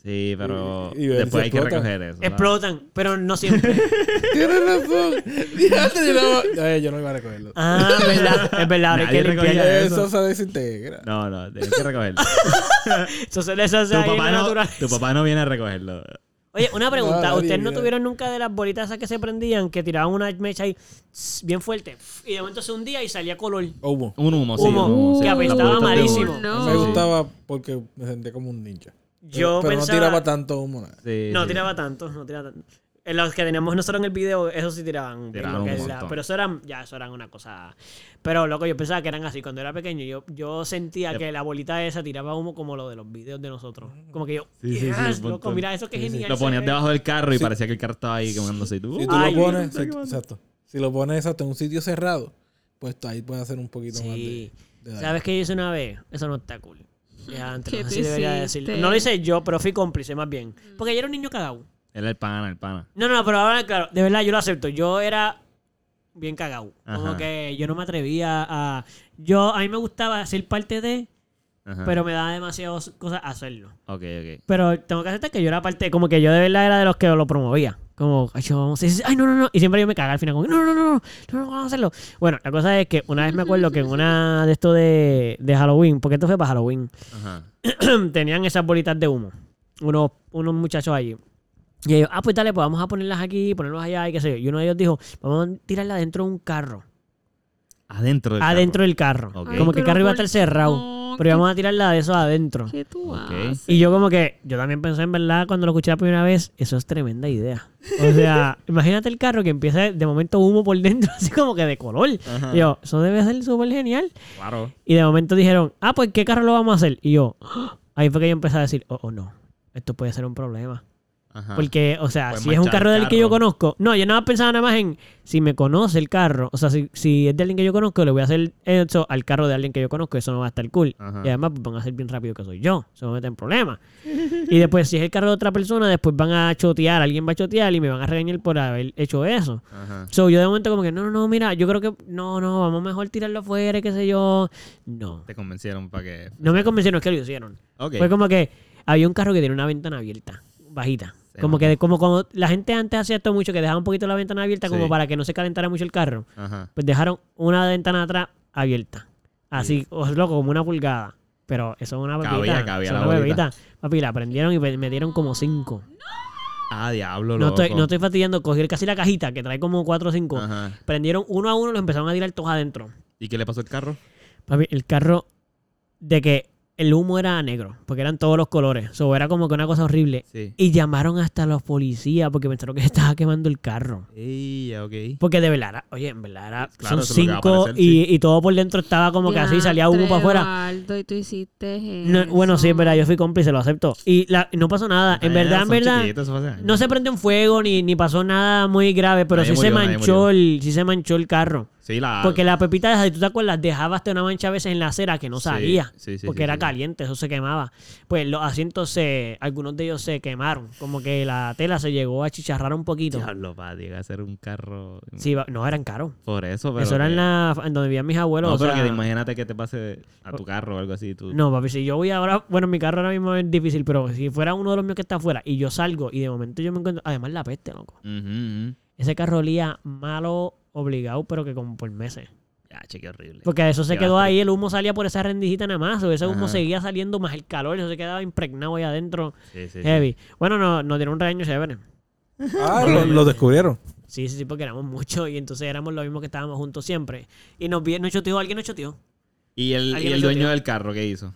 S1: Sí, pero
S3: Y- y ver si
S1: después hay que
S3: explota.
S1: recoger eso. ¿sabes?
S4: explotan, pero no siempre.
S3: Tienes razón. Dígate, yo no- Ay, yo no iba a recogerlo.
S4: ah, verdad, es verdad, ahora hay
S1: Nadie
S4: que limpiar
S1: recogía
S4: eso.
S3: Eso se desintegra.
S1: No, no, tienes que recogerlo.
S4: Eso se les hace
S1: tu,
S4: ahí en la
S1: papá no,
S4: naturaleza.
S1: tu papá no viene a recogerlo.
S4: Oye, una pregunta.
S3: nadie,
S4: ¿Ustedes no
S3: mira.
S4: tuvieron nunca de las bolitas esas que se prendían, que tiraban una mecha ahí tss, bien fuerte? Y de momento se hundía y salía color.
S3: Humo.
S1: Un humo, sí.
S4: Humo,
S1: un humo, sí.
S4: que
S1: Las bolitas
S4: apestaba
S1: de humo.
S4: malísimo.
S2: No.
S3: Me gustaba porque me sentía como un ninja.
S4: Yo
S3: pero
S4: pensaba-
S3: no tiraba tanto humo. nada.
S1: Sí,
S4: No
S1: sí.
S4: tiraba tanto, no tiraba tanto. En los que teníamos nosotros en el video, eso sí tiraban. bien
S1: Tiraban
S4: lo que
S1: un
S4: es la-
S1: montón.
S4: pero eso eran, ya, eso eran una cosa. Pero loco, yo pensaba que eran así. Cuando era pequeño, yo, yo sentía
S1: Yep.
S4: que la bolita esa tiraba humo como lo de los videos de nosotros. Como que yo,
S1: Sí, sí, sí,
S4: "Yes,
S1: un
S4: loco,
S1: montón.
S4: mira eso que
S1: Sí, sí.
S4: genial.
S1: Lo
S4: se
S1: ponías
S4: ve".
S1: debajo del carro y
S3: Sí.
S1: parecía que el carro estaba ahí quemándose. Y tú,
S3: Si tú
S4: Ay,
S3: lo pones,
S1: está
S3: si-
S1: quemando.
S3: exacto. Si lo pones exacto en un sitio cerrado, pues tú ahí puedes hacer un poquito más
S4: Sí.
S3: de, de daño.
S4: ¿Sabes qué hice una vez? Eso no está cool. Ya, antes,
S2: ¿Qué
S4: no sé
S2: tú
S4: si debería
S2: hiciste?
S4: decirlo. No lo hice yo, pero fui cómplice más bien. Porque yo era un niño cagado.
S1: Era el pana, el pana.
S4: No, no, pero ahora, claro, de verdad yo lo acepto. Yo era bien cagado. Como
S1: Ajá.
S4: que yo no me atrevía a. Yo, a mí me gustaba ser parte de,
S1: Ajá.
S4: pero me daba demasiadas cosas hacerlo.
S1: Ok, ok.
S4: Pero tengo que aceptar que yo era parte, como que yo de verdad era de los que lo promovía. Como, ay, yo vamos a hacer- ay, no, no, no. Y siempre yo me cagaba al final, como, no, no, no, no, no, no, vamos a hacerlo. Bueno, la cosa es que una vez me acuerdo que en una de esto de, de Halloween, porque esto fue para Halloween,
S1: Ajá.
S4: tenían esas bolitas de humo. Unos, unos muchachos allí. Y ellos, ah, pues dale, pues vamos a ponerlas aquí, ponerlas allá y qué sé yo. Y uno de ellos dijo, vamos a tirarla dentro de un carro.
S1: Adentro del
S4: adentro del carro.
S1: Ok.
S4: Como que el
S2: Pero
S4: carro iba a
S2: ¿por
S4: estar cerrado.
S2: no?
S4: pero íbamos a tirarla de eso adentro.
S2: ¿Qué tú
S1: Ok.
S2: haces?
S4: Y yo como que, yo también pensé en verdad cuando lo escuché la primera vez, eso es tremenda idea. O sea, imagínate el carro que empieza de momento humo por dentro, así como que de color.
S1: Ajá.
S4: Y yo, eso debe ser súper genial.
S1: carro. Claro.
S4: Y de momento dijeron, ah, pues ¿qué carro lo vamos a hacer? Y yo, ¡ah! ahí fue que yo empecé a decir, oh, oh no, esto puede ser un problema.
S1: Ajá.
S4: Porque, o sea,
S1: Puedes
S4: si es un
S1: manchar Ah, el
S4: carro del que
S1: carro.
S4: yo conozco, no, yo nada más pensaba nada más en si me conoce el carro, o sea, si, si es de alguien que yo conozco, le voy a hacer eso al carro de alguien que yo conozco, eso no va a estar cool.
S1: Ajá.
S4: Y además, pues van a hacer bien rápido que soy yo, eso me mete en problemas. y después, si es el carro de otra persona, después van a chotear, alguien va a chotear y me van a regañar por haber hecho eso.
S1: Ajá.
S4: So, yo de momento como que, no, no, no, mira, yo creo que, no, no, vamos mejor tirarlo afuera, y qué sé yo. No,
S1: Te convencieron para que.
S4: no me convencieron, es que lo hicieron.
S1: Ok.
S4: Fue como que había un carro que tenía una ventana abierta, bajita.
S1: Se
S4: como que
S1: mamó.
S4: de- como, como la gente antes hacía esto mucho, que dejaba un poquito la ventana abierta como
S1: Sí.
S4: para que no se calentara mucho el carro.
S1: Ajá.
S4: Pues dejaron una ventana atrás abierta. Así, o loco, como una pulgada. Pero eso es una bebita.
S1: Mm. Cabía, cabía
S4: eso
S1: la
S4: es una
S1: bolita.
S4: bebita. Papi, la prendieron y pues, me dieron como cinco.
S1: Ah, diablo,
S4: No
S1: loco.
S4: estoy, no estoy fastidiando, cogí casi la cajita que trae como cuatro o cinco.
S1: Ajá.
S4: Prendieron uno a uno y los empezaron a tirar todos adentro.
S1: ¿Y qué le pasó al carro?
S4: Papi, el carro de que el humo era negro, porque eran todos los colores. So, era como que una cosa horrible.
S1: Sí.
S4: Y llamaron hasta los policías porque pensaron que se estaba quemando el carro.
S1: Ey, ya, ok.
S4: Porque de verdad, era- oye, en verdad era-
S1: Claro,
S4: son
S1: eso es lo que va a
S4: cinco
S1: aparecer,
S4: y, y todo por dentro estaba como que así, salía humo para afuera.
S2: Eduardo, y tú hiciste
S4: No,
S2: eso.
S4: bueno, sí, es verdad, yo fui cómplice, lo acepto. Y la- no pasó nada, en
S1: Ah,
S4: verdad, en
S1: son
S4: verdad.
S1: chiquitos, eso hace
S4: No
S1: años.
S4: se prendió en fuego ni, ni pasó nada muy grave, pero
S1: Nadie
S4: sí se
S1: murió, nadie
S4: manchó
S1: murió.
S4: el, sí se manchó el carro.
S1: Sí, la.
S4: Porque la pepita, esa, si tú te acuerdas, dejaba hasta una mancha a veces en la acera que no
S1: Sí,
S4: salía.
S1: sí, sí,
S4: porque
S1: sí,
S4: era
S1: sí.
S4: caliente, eso se quemaba. Pues los asientos, se, algunos de ellos se quemaron. Como que la tela se llegó a chicharrar un poquito.
S1: Diablo, pa, llega a ser un carro.
S4: Sí, va- no, eran caros.
S1: Por eso, pero.
S4: eso era
S1: que-
S4: en, la, en donde vivían mis abuelos.
S1: No,
S4: o
S1: pero
S4: sea-
S1: que te imagínate que te pase a tu carro o algo así. Tú...
S4: No, papi, si yo voy ahora, bueno, mi carro ahora mismo es difícil, pero si fuera uno de los míos que está afuera y yo salgo y de momento yo me encuentro, además la peste, loco.
S1: Ujú, ujú.
S4: Ese carro olía malo, obligado, pero que como por meses.
S1: Ya, che, qué horrible.
S4: Porque eso se
S1: Qué
S4: quedó
S1: asco.
S4: ahí, el humo salía por esa rendijita nada más, o ese humo
S1: Ajá.
S4: seguía saliendo más el calor, eso se quedaba impregnado ahí adentro,
S1: Sí, sí, sí.
S4: heavy. Bueno, no, nos dieron un regaño chévere.
S3: Ah, lo, lo descubrieron.
S4: Sí, sí, sí, porque éramos muchos y entonces éramos los mismos que estábamos juntos siempre. Y nos, vi- nos choteó, alguien nos choteó.
S1: ¿Y el,
S4: Alguien
S1: y
S4: le
S1: el dueño
S4: choteó.
S1: del carro qué hizo?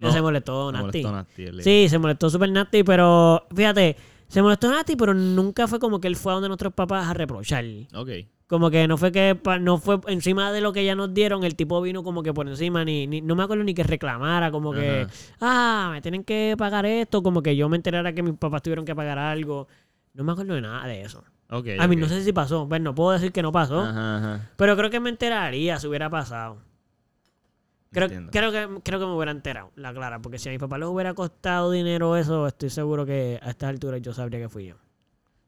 S4: No, se molestó,
S1: se
S4: Nati.
S1: molestó Nasty, el-
S4: Sí, se molestó super Nasty, pero fíjate, se molestó Nasty, pero nunca fue como que él fue a donde nuestros papás a reprochar.
S1: Ok.
S4: Como que no fue que pa- no fue encima de lo que ya nos dieron, el tipo vino como que por encima, ni, ni- no me acuerdo ni que reclamara, como que,
S1: Ajá.
S4: ah, me tienen que pagar esto, como que yo me enterara que mis papás tuvieron que pagar algo. No me acuerdo de nada de eso.
S1: Ok.
S4: A mí
S1: Eh, ok.
S4: no sé si pasó, bueno, no puedo decir que no pasó,
S1: Ajá, ajá.
S4: pero creo que me enteraría si hubiera pasado. Creo,
S1: Entiendo.
S4: creo, que, creo que me hubiera enterado, la clara, porque si a mis papás les hubiera costado dinero eso, estoy seguro que a estas alturas yo sabría que fui yo.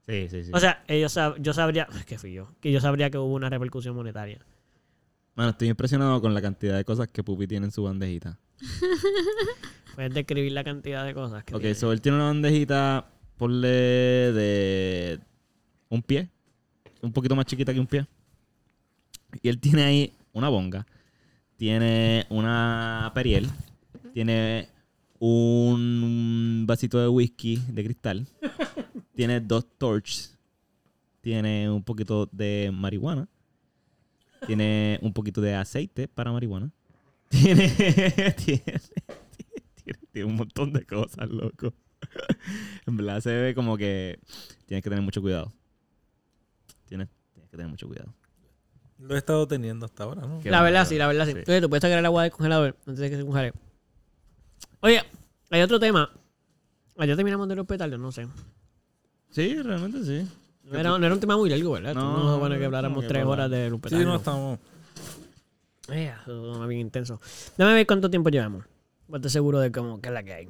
S1: Sí, sí, sí.
S4: O sea, ellos sab- yo sabría que fui yo, que yo sabría que hubo una repercusión monetaria.
S1: Mano, estoy impresionado con la cantidad de cosas que Pupi tiene en su bandejita.
S4: Puedes describir la cantidad de cosas que...
S1: Ok,
S4: tiene.
S1: so él tiene una bandejita, ponle de un pie, un poquito más chiquita que un pie. Y él tiene ahí una bonga, tiene una periel, tiene un vasito de whisky de cristal, tiene dos torches, tiene un poquito de marihuana, tiene un poquito de aceite para marihuana, tiene, tiene, tiene, tiene un montón de cosas, loco. En verdad se ve como que tienes que tener mucho cuidado. Tienes, tienes que tener mucho cuidado.
S3: Lo he estado teniendo hasta ahora, ¿no?
S1: Qué
S4: La verdad,
S1: bárbaro.
S4: sí, la verdad, sí.
S1: Sí.
S4: Oye, tú puedes sacar el agua del congelador antes de que se congele. Oye, hay otro tema. Allá terminamos de los pétalos, no sé.
S1: Sí, realmente sí.
S4: No era, no era un tema muy largo, ¿verdad?
S1: No,
S4: No, no es bueno que
S1: no,
S4: habláramos
S1: que
S4: tres
S1: para-
S4: horas de los
S3: Sí,
S4: pétalos.
S3: no estamos.
S4: Eh, eso suena bien intenso. Dame ver cuánto tiempo llevamos. Para estar seguro de cómo qué es la que hay.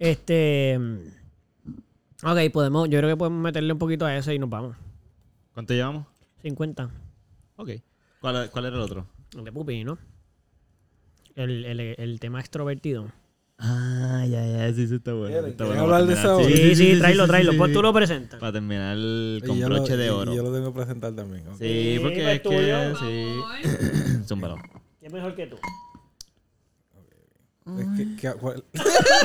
S4: Este. mm, Ok, podemos. Yo creo que podemos meterle un poquito a eso y nos vamos.
S1: ¿Cuánto llevamos?
S4: 50.
S1: Ok. ¿Cuál, cuál era el otro?
S4: El de Pupi, ¿no? El, el, el tema extrovertido.
S1: Ah, ya, ya, sí, sí, está bueno.
S3: Quieren,
S1: Está
S3: quieren
S1: bueno.
S3: hablar
S1: para terminar,
S3: de esa Sí,
S4: Sí, sí,
S1: sí,
S4: tráelo,
S1: sí,
S4: tráelo.
S1: sí,
S4: Pues
S1: sí.
S4: tú lo presentas.
S1: Para terminar con
S3: y yo
S1: broche
S3: lo, y-
S1: de oro.
S3: Y yo lo tengo que presentar también. ok.
S1: Sí,
S4: Sí,
S1: porque
S4: pues,
S1: es que
S4: tuyo.
S1: sí. Zúmbalo.
S4: ¿Qué mejor que tú?
S3: Es que- que- cuál-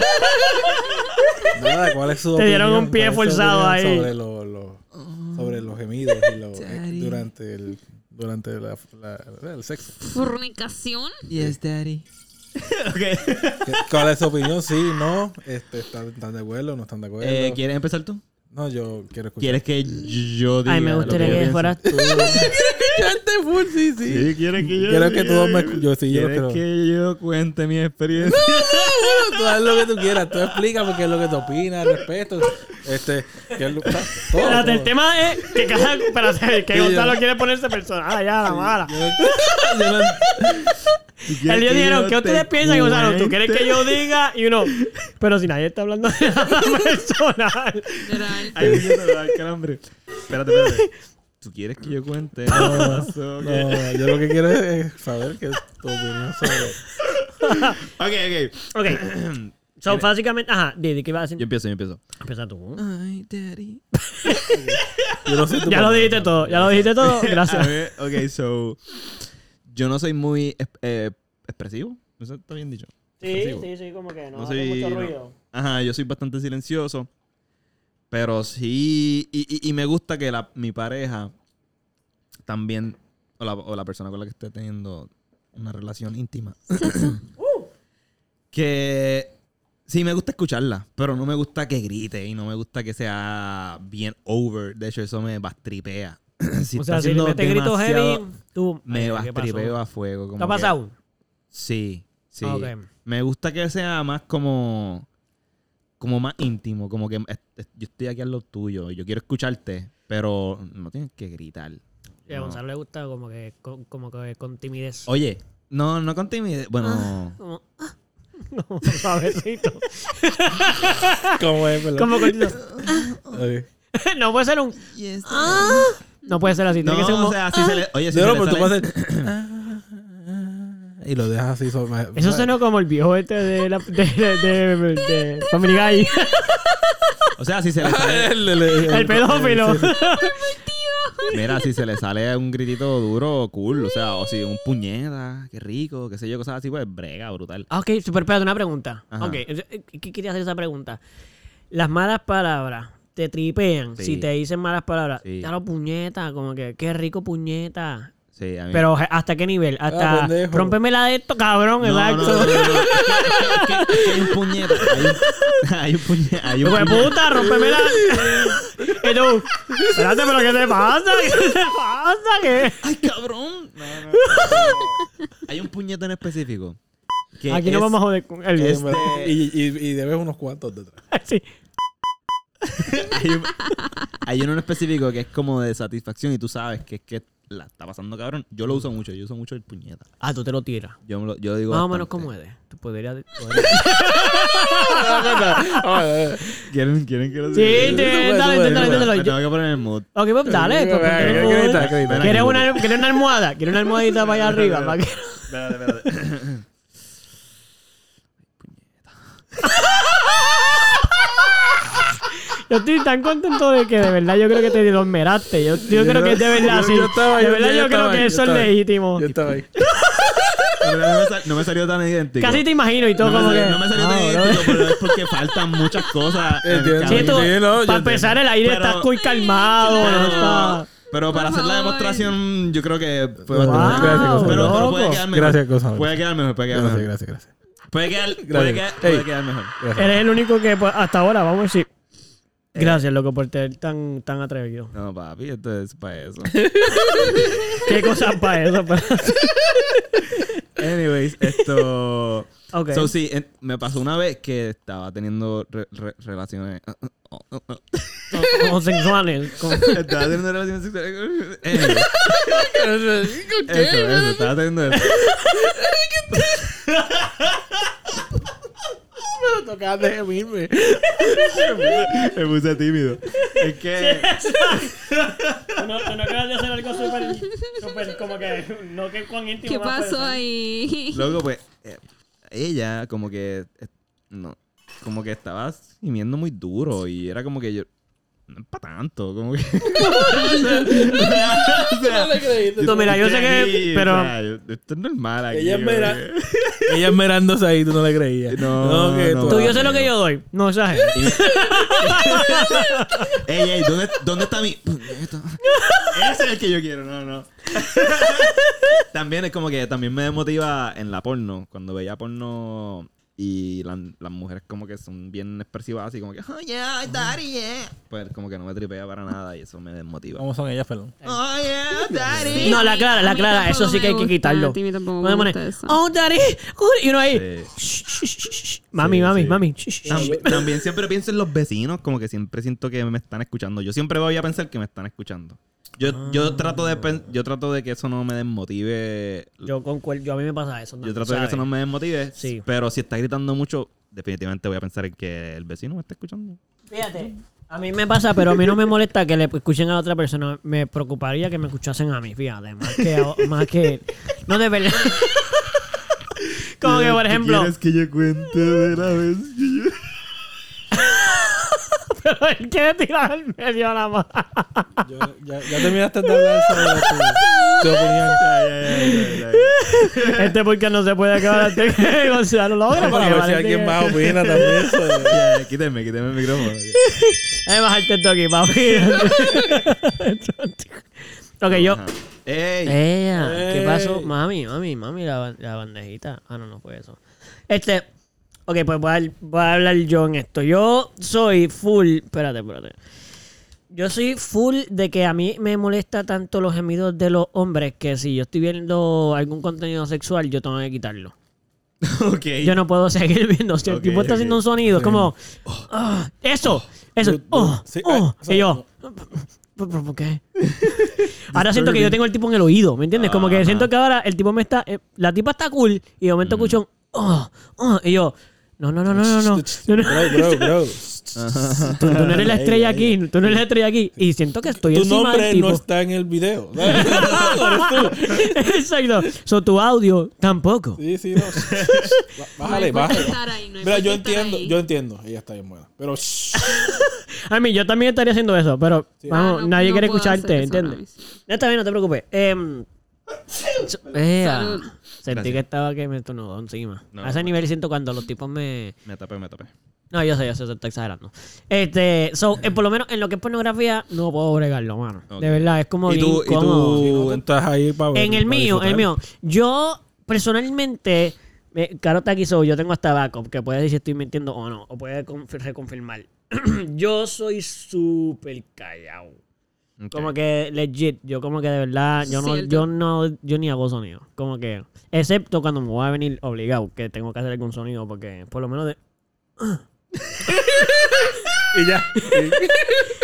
S3: Nada, ¿cuál es su
S4: Te dieron
S3: opinión?
S4: un pie
S3: ¿Cuál es su
S4: forzado
S3: opinión
S4: ahí.
S3: Sobre, lo- lo- sobre los gemidos y lo- eh, durante, el, durante la- la- el sexo.
S2: Fornicación.
S1: Yes, daddy.
S3: ¿Qué- ¿Cuál es su opinión? Sí, no. Este, ¿están, están de acuerdo? ¿No están de acuerdo?
S1: Eh, ¿Quieres empezar tú?
S3: No, yo quiero escuchar.
S1: ¿Quieres que yo diga?
S4: Ay, me
S1: lo
S4: gustaría
S1: yo
S4: que
S1: pienso?
S4: fueras tú.
S3: sí, sí.
S1: Sí, ¿quieres que yo
S3: Quiero que tú
S1: diga?
S3: me escu- yo sí, yo
S1: ¿Quieres
S3: creo.
S1: que yo cuente mi experiencia?
S3: Tú haz lo que tú quieras. Tú explica porque es lo que tú opinas al respecto. Este, que es lo- todo,
S4: Espérate, el
S3: todo.
S4: tema es que cada. Espérate, que
S3: Sí,
S4: Gonzalo
S3: yo-
S4: quiere ponerse personal. Ah, ya, la mala.
S3: Yo no-
S4: El día dijeron, ¿qué ustedes piensan, Gonzalo? ¿Tú quieres
S1: quieres
S4: que yo diga? Y uno, pero si nadie está hablando de nada personal.
S2: Literal.
S1: Ay, me te da calambre. Espérate, espérate. ¿Tú quieres que yo cuente? No,
S3: No, yo lo que quiero es saber qué es tu opinión sobre.
S1: Ok, ok.
S4: Ok. So, básicamente, ajá, Didi, ¿qué ibas a decir?
S1: Yo Ah, empiezo, yo empiezo.
S4: Empieza tú.
S1: Ay, daddy.
S3: Yo no soy tu
S4: Ya lo
S3: papá.
S4: dijiste todo, ya lo dijiste todo.
S1: A
S4: Gracias.
S1: ver, ok, so. Yo no soy muy exp- eh, expresivo. Eso está bien dicho. Expresivo.
S4: sí, como que
S1: No soy- no. Ajá, yo soy bastante silencioso. Pero sí. Y, y- y me gusta que la, mi pareja también. O la, o la persona con la que esté teniendo una relación íntima. que. Sí, me gusta escucharla, pero no me gusta que grite y no me gusta que sea bien over. De hecho, eso me bastripea. si
S4: O
S1: está
S4: sea, si le
S1: haciendo
S4: metes gritos
S1: demasiado-
S4: heavy, tú.
S1: me
S4: Ay, ¿qué pasó?
S1: bastripeo a fuego. como
S4: ¿Te ha
S1: que-
S4: pasado?
S1: Sí, sí.
S4: Ah, ok.
S1: Me gusta que sea más como. Como más íntimo, como que es- es- yo estoy aquí a lo tuyo, yo quiero escucharte, pero no tienes que gritar.
S4: Y a
S1: No.
S4: Gonzalo le gusta como que con, como que con timidez.
S1: Oye, no, no con timidez. Bueno,
S4: Como, ah, como suavecito.
S3: ¿Cómo es, perdón?
S4: como cortito.
S3: Ok.
S4: No puede ser un. ah, No puede ser así. Tiene
S1: no,
S4: que ser como.
S1: o sea, si se le. Oye, si
S3: Yo
S1: se
S3: no,
S1: le
S3: pero tú
S1: sale-
S3: vas a hacer- Y lo dejas así sobre.
S4: Eso sonó como el viejo este de, la, de, de, de- de Family Guy.
S1: O sea, si se le sale.
S3: El, el- el-
S4: El pedófilo.
S1: Mira, si se le sale un gritito duro, cool. O sea, o si un puñeta, qué rico, qué sé yo, cosas así, pues brega, brutal.
S4: Ah, ok, super, espérate, una pregunta.
S1: Ajá.
S4: Ok, eh, ¿qué quería hacer esa pregunta? Las malas palabras te tripean
S1: Sí.
S4: si te dicen malas palabras.
S1: Sí.
S4: Ya lo puñeta, como que qué rico puñeta.
S1: Sí, a mí.
S4: Pero je- ¿hasta qué nivel? Hasta
S3: pendejo.
S4: rompeme la de esto, cabrón,
S1: No, no, no,
S4: exacto.
S1: no, no, no. Es que- es que- es que Hay un puñeta. Hay un puñeta. Hay un
S4: Hijo de
S1: puñeta.
S4: puta, rompeme la. y tú, espérate, pero ¿qué te pasa? ¿Qué te pasa? ¿Qué?
S1: ¡Ay, cabrón! No, no. Hay un puñeta en específico. que
S4: Aquí no
S1: es-
S4: vamos a joder con el
S1: es-
S3: Y, y, y debes unos cuantos detrás.
S4: Sí.
S1: hay, un- hay uno en específico que es como de satisfacción y tú sabes que es que la está pasando cabrón. Yo lo uso mucho, yo uso mucho el puñeta.
S4: Ah, tú te lo tiras.
S1: Yo, me lo, yo digo.
S4: Más o menos
S1: bastante.
S4: como es. Tú podrías.
S1: ¿Quieren, quieren que lo
S4: Sí,
S1: diga?
S4: sí, dale,
S1: Bueno,
S4: dale, dale, dale.
S1: Me tengo que poner en el mood.
S4: Ok, pues dale.
S3: Eh,
S4: pues,
S3: Venga,
S4: ponte en el
S3: venga,
S4: mood.
S3: grita, grita.
S4: ¿Quieres una, ¿Quieres una almohada? ¿Quieres una almohadita para allá arriba? para que-
S1: Espérate, espérate.
S4: Yo estoy tan contento de que de verdad yo creo que te desmeraste. Yo, yo creo que es de verdad,
S3: Yo-
S4: sí.
S3: yo estaba ahí,
S4: de verdad
S3: yo
S4: yo, creo
S3: estaba
S4: que
S3: ahí,
S4: eso
S3: yo
S4: es
S3: estaba ahí.
S4: legítimo.
S3: Yo estaba ahí.
S1: Pero No me, sal- no me salió tan idéntico.
S4: Casi te imagino y todo
S1: no, me
S4: como
S1: salió-
S4: que...
S1: no me salió tan
S4: Ah, bro.
S1: idéntico, pero es porque faltan muchas cosas. en el
S3: Entiendo.
S1: camino.
S4: Sí, tú,
S3: Sí, no, yo
S4: para
S3: entiendo.
S4: empezar el aire
S1: Pero-
S4: estás muy calmado, no está...
S1: Pero para
S2: Por
S1: hacer la
S2: favor.
S1: demostración, yo creo que fue
S3: Wow,
S1: bastante.
S3: gracias,
S1: pero,
S3: Gonzalo.
S1: pero puede
S4: loco.
S1: quedar mejor.
S3: Gracias, Gonzalo.
S1: Puede quedar mejor, puede quedar
S3: Gracias,
S1: mejor.
S3: gracias, gracias.
S1: Puede quedar, puede
S3: Gracias.
S1: quedar, puede
S3: Ey.
S1: quedar mejor.
S3: gracias.
S4: Eres el único que pues, hasta ahora, vamos a decir... Gracias, loco, por ser tan, tan atrevido.
S1: No, papi, esto es para eso.
S4: ¿Qué cosas para eso? pues. pa?
S1: Anyways, esto.
S4: Ok.
S1: So, sí, en- me pasó una vez que estaba teniendo re- re- relaciones. uh, oh.
S4: Con- con sexuales. con-
S1: Estaba teniendo relaciones sexuales. Anyway, eso, eso, estaba teniendo eso.
S5: Tocaba de gemirme.
S1: Me puse tímido. Es que.
S4: No, no acabas de hacer algo súper, súper como que, no que cuán íntimo.
S2: ¿Qué
S4: va a
S2: pasó
S4: ser.
S2: ahí?
S1: Luego, pues, eh, ella como que, eh, no, como que estaba gimiendo muy duro y era como que yo, no es para tanto, como que... O sea,
S3: le creíste?
S4: No, mira, yo sé que-
S1: aquí,
S4: pero-
S1: o sea, yo- esto es normal aquí.
S3: Ella es
S1: como
S3: mera-
S1: que-
S3: Ella mirándose ahí, tú no le creías.
S1: No,
S3: que
S1: no.
S4: Tú, yo sé lo que yo doy. No, ¿sabes?
S1: Ey, ey, ¿dónde, ¿dónde está mi...? Puñeta. Ese es el que yo quiero, no, no. también es como que también me desmotiva en la porno. Cuando veía porno y la- las mujeres como que son bien expresivas así como que... Oh, yeah, daddy, yeah. Pues como que no me tripea para nada y eso me desmotiva.
S3: ¿Cómo son ellas, perdón?
S1: Oh, yeah, daddy.
S2: Sí,
S4: No,
S2: a
S4: la
S2: mí-
S4: clara,
S2: a
S4: la
S2: mí
S4: clara. Eso
S2: tampoco
S4: sí que hay
S2: me
S4: que
S2: gusta,
S4: quitarlo.
S2: a ti tampoco
S4: Vamos a
S2: me
S4: poner,
S2: gusta eso.
S4: oh, daddy. oh", y uno ahí. shh, shh, shh, shh. Mami,
S1: Sí,
S4: mami,
S1: sí.
S4: mami. shh, shh, shh.
S1: También, también siempre pienso en los vecinos, como que siempre siento que me están escuchando. Yo siempre voy a pensar que me están escuchando. Yo, yo
S4: Ah.
S1: trato de pen- yo trato de que eso no me desmotive. Yo,
S4: Yo con cual, yo a mí me pasa eso. ¿no?
S1: trato de que
S4: ¿Sabes?
S1: eso no me desmotive.
S4: Sí.
S1: Pero si está gritando mucho, definitivamente voy a pensar en que el vecino me está escuchando.
S4: Fíjate, a mí me pasa, pero a mí no me molesta que le escuchen a otra persona. Me preocuparía que me escuchasen a mí, fíjate. Más que. a- más que no, de verdad. Como que, por ejemplo.
S1: que yo cuente de la vez que yo...
S4: Pero él quiere tirar al medio la mano.
S3: Yo- ya, ya terminaste de hablar sobre tu, tu opinión.
S4: Este porque no se puede acabar hasta que Gonzalo logra.
S3: Para
S4: porque
S3: ver si
S4: Valentín
S3: alguien
S4: es-
S3: más opina también sobre...
S1: Quíteme, quíteme el micrófono.
S4: Eh, bajarte esto aquí, papi. ok, yo.
S1: ¡Ey!
S4: Eh. Ella, ¿qué
S3: Ey.
S4: pasó? Mami, mami, mami, la, ba- la bandejita. Ah, no, no fue eso. Este, ok, pues voy a, voy a hablar yo en esto. Yo soy full, espérate, espérate. Yo soy full de que a mí me molesta tanto los gemidos de los hombres que si yo estoy viendo algún contenido sexual, yo tengo que quitarlo.
S1: Ok.
S4: Yo no puedo seguir viendo. Si el
S1: Ok,
S4: tipo está
S1: ok.
S4: haciendo un sonido, es como.
S3: Oh.
S4: "Ah, eso, eso.
S3: Du- du-
S4: oh,
S3: sí,
S4: oh",
S3: ah,
S4: y yo. "¿Por- por- por qué? ahora siento que yo tengo el tipo en el oído, ¿me entiendes? Como que
S1: Ajá.
S4: siento que ahora el tipo me está. eh, la tipa está cool y de
S3: Mm.
S4: momento escucho un. "Oh, oh", y yo. No, no, no, no, no. no. Yo no-
S3: Bro, bro, bro.
S4: Tú no eres la
S3: Ey,
S4: estrella
S3: ey,
S4: aquí, tú no eres la estrella aquí. Y siento que estoy
S3: Tu
S4: encima del
S3: nombre no
S4: tipo.
S3: está en el video. Eres tú.
S4: Exacto. So, tu audio tampoco.
S3: Sí, sí, no. Bájale,
S2: No hay por qué
S3: bájale.
S2: estar ahí, no hay
S3: Mira,
S2: por qué
S3: yo
S2: estar
S3: entiendo,
S2: ahí.
S3: yo entiendo. Ella está bien buena. Pero shh,
S4: A mí, yo también estaría haciendo eso, pero vamos,
S2: Ah, no,
S4: nadie
S2: no
S4: quiere
S2: puedo
S4: escucharte,
S2: hacer eso ahora
S4: ¿entiendes? No, está bien, no te preocupes. Em, so- ea,
S2: Salud.
S4: sentí que estaba que me estornudó encima.
S1: No,
S4: a ese nivel siento cuando los tipos me...
S1: Me tapé, me tapé.
S4: No, yo sé, yo sé, te estoy exagerando. Este, so, eh, por lo menos en lo que es pornografía, no puedo bregarlo, mano.
S1: Ok.
S4: De verdad, es como
S1: ¿Y
S4: bien
S1: tú, y
S4: incómodo.
S1: tú,
S3: estás ahí para ver,
S4: En el
S3: para
S4: mío, en
S3: disfrutar.
S4: el mío. Yo, personalmente, me, Caro está aquí, so, yo tengo hasta backup, que puede decir si estoy mintiendo o no, o puede confi- reconfirmar. yo soy súper callado.
S1: Ok.
S4: Como que legit, yo como que de verdad, yo no,
S2: Cierto.
S4: yo no, yo ni hago sonido. Como que, excepto cuando me voy a venir obligado, que tengo que hacer algún sonido, porque por lo menos de.
S3: Y ya.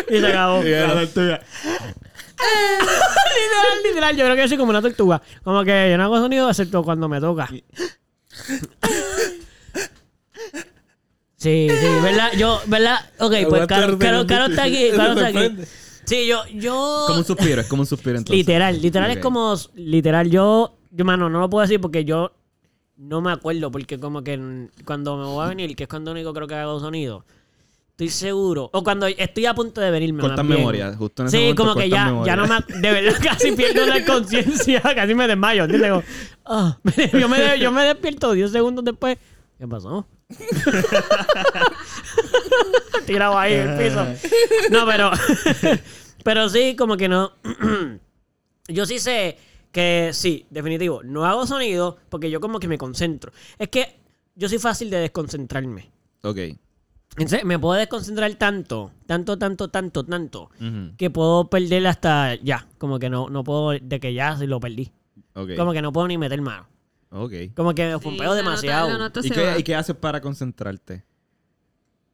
S4: Y se acabó.
S3: Y ya.
S4: literal, literal, yo creo que yo soy como una tortuga. Como que yo no hago sonido excepto cuando me toca. Sí, sí, ¿verdad? Yo, ¿verdad? Ok, pues Caro, Caro, Caro está aquí, Caro está aquí. Sí, yo, yo...
S1: Como un suspiro, es como un suspiro entonces.
S4: Literal, literal
S1: Ok.
S4: es como. Literal, yo. Yo, mano, no lo puedo decir porque yo no me acuerdo. Porque, como que en- cuando me voy a venir, que es cuando único creo que hago sonido, estoy seguro. O cuando estoy a punto de venirme. más
S1: Cortas
S4: bien.
S1: memoria, justo en ese
S4: Sí,
S1: momento
S4: como que
S1: cortas
S4: ya,
S1: memoria.
S4: ya no me. ac- De verdad, casi pierdo la conciencia. Casi me desmayo. ¿entiendes? Como, ah, yo, me, de- yo me despierto 10 segundos después. ¿Qué pasó? Tirado ahí en el piso. No, pero. pero sí, como que no. Yo sí sé que sí, definitivo. No hago sonido porque yo como que me concentro. Es que yo soy fácil de desconcentrarme.
S1: Ok.
S4: En serio, me puedo desconcentrar tanto, tanto, tanto, tanto, tanto,
S1: Ujú,
S4: que puedo perder hasta ya. Como que no, no puedo, de que ya lo perdí.
S1: Ok.
S4: Como que no puedo ni meter mano.
S1: Ok.
S4: Como que me
S2: Sí,
S4: pompeo
S2: la
S4: demasiado.
S2: nota- la nota
S1: ¿Y
S2: se
S1: qué,
S2: va.
S1: ¿Y qué haces para concentrarte?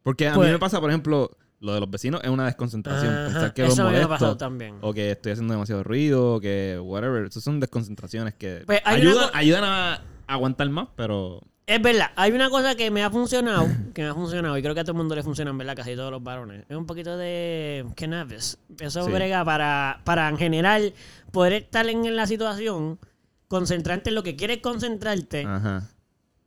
S1: Porque a
S4: Pues-
S1: mí me pasa, por ejemplo, lo de los vecinos es una desconcentración.
S4: Ajá,
S1: Ah, Pensar que los
S4: eso a mí me ha
S1: molesto.
S4: pasado también.
S1: O que estoy haciendo demasiado ruido, o que whatever. Esas son desconcentraciones que
S4: Pues hay una
S1: ayudan,
S4: co-
S1: ayudan a aguantar más, pero...
S4: Es verdad, hay una cosa que me ha funcionado, que me ha funcionado, y creo que a todo el mundo le funciona, en verdad, casi todos los varones. Es un poquito de cannabis. Eso
S1: Sí.
S4: brega para, para, en general, poder estar en la situación, concentrarte en lo que quieres concentrarte,
S1: Ajá.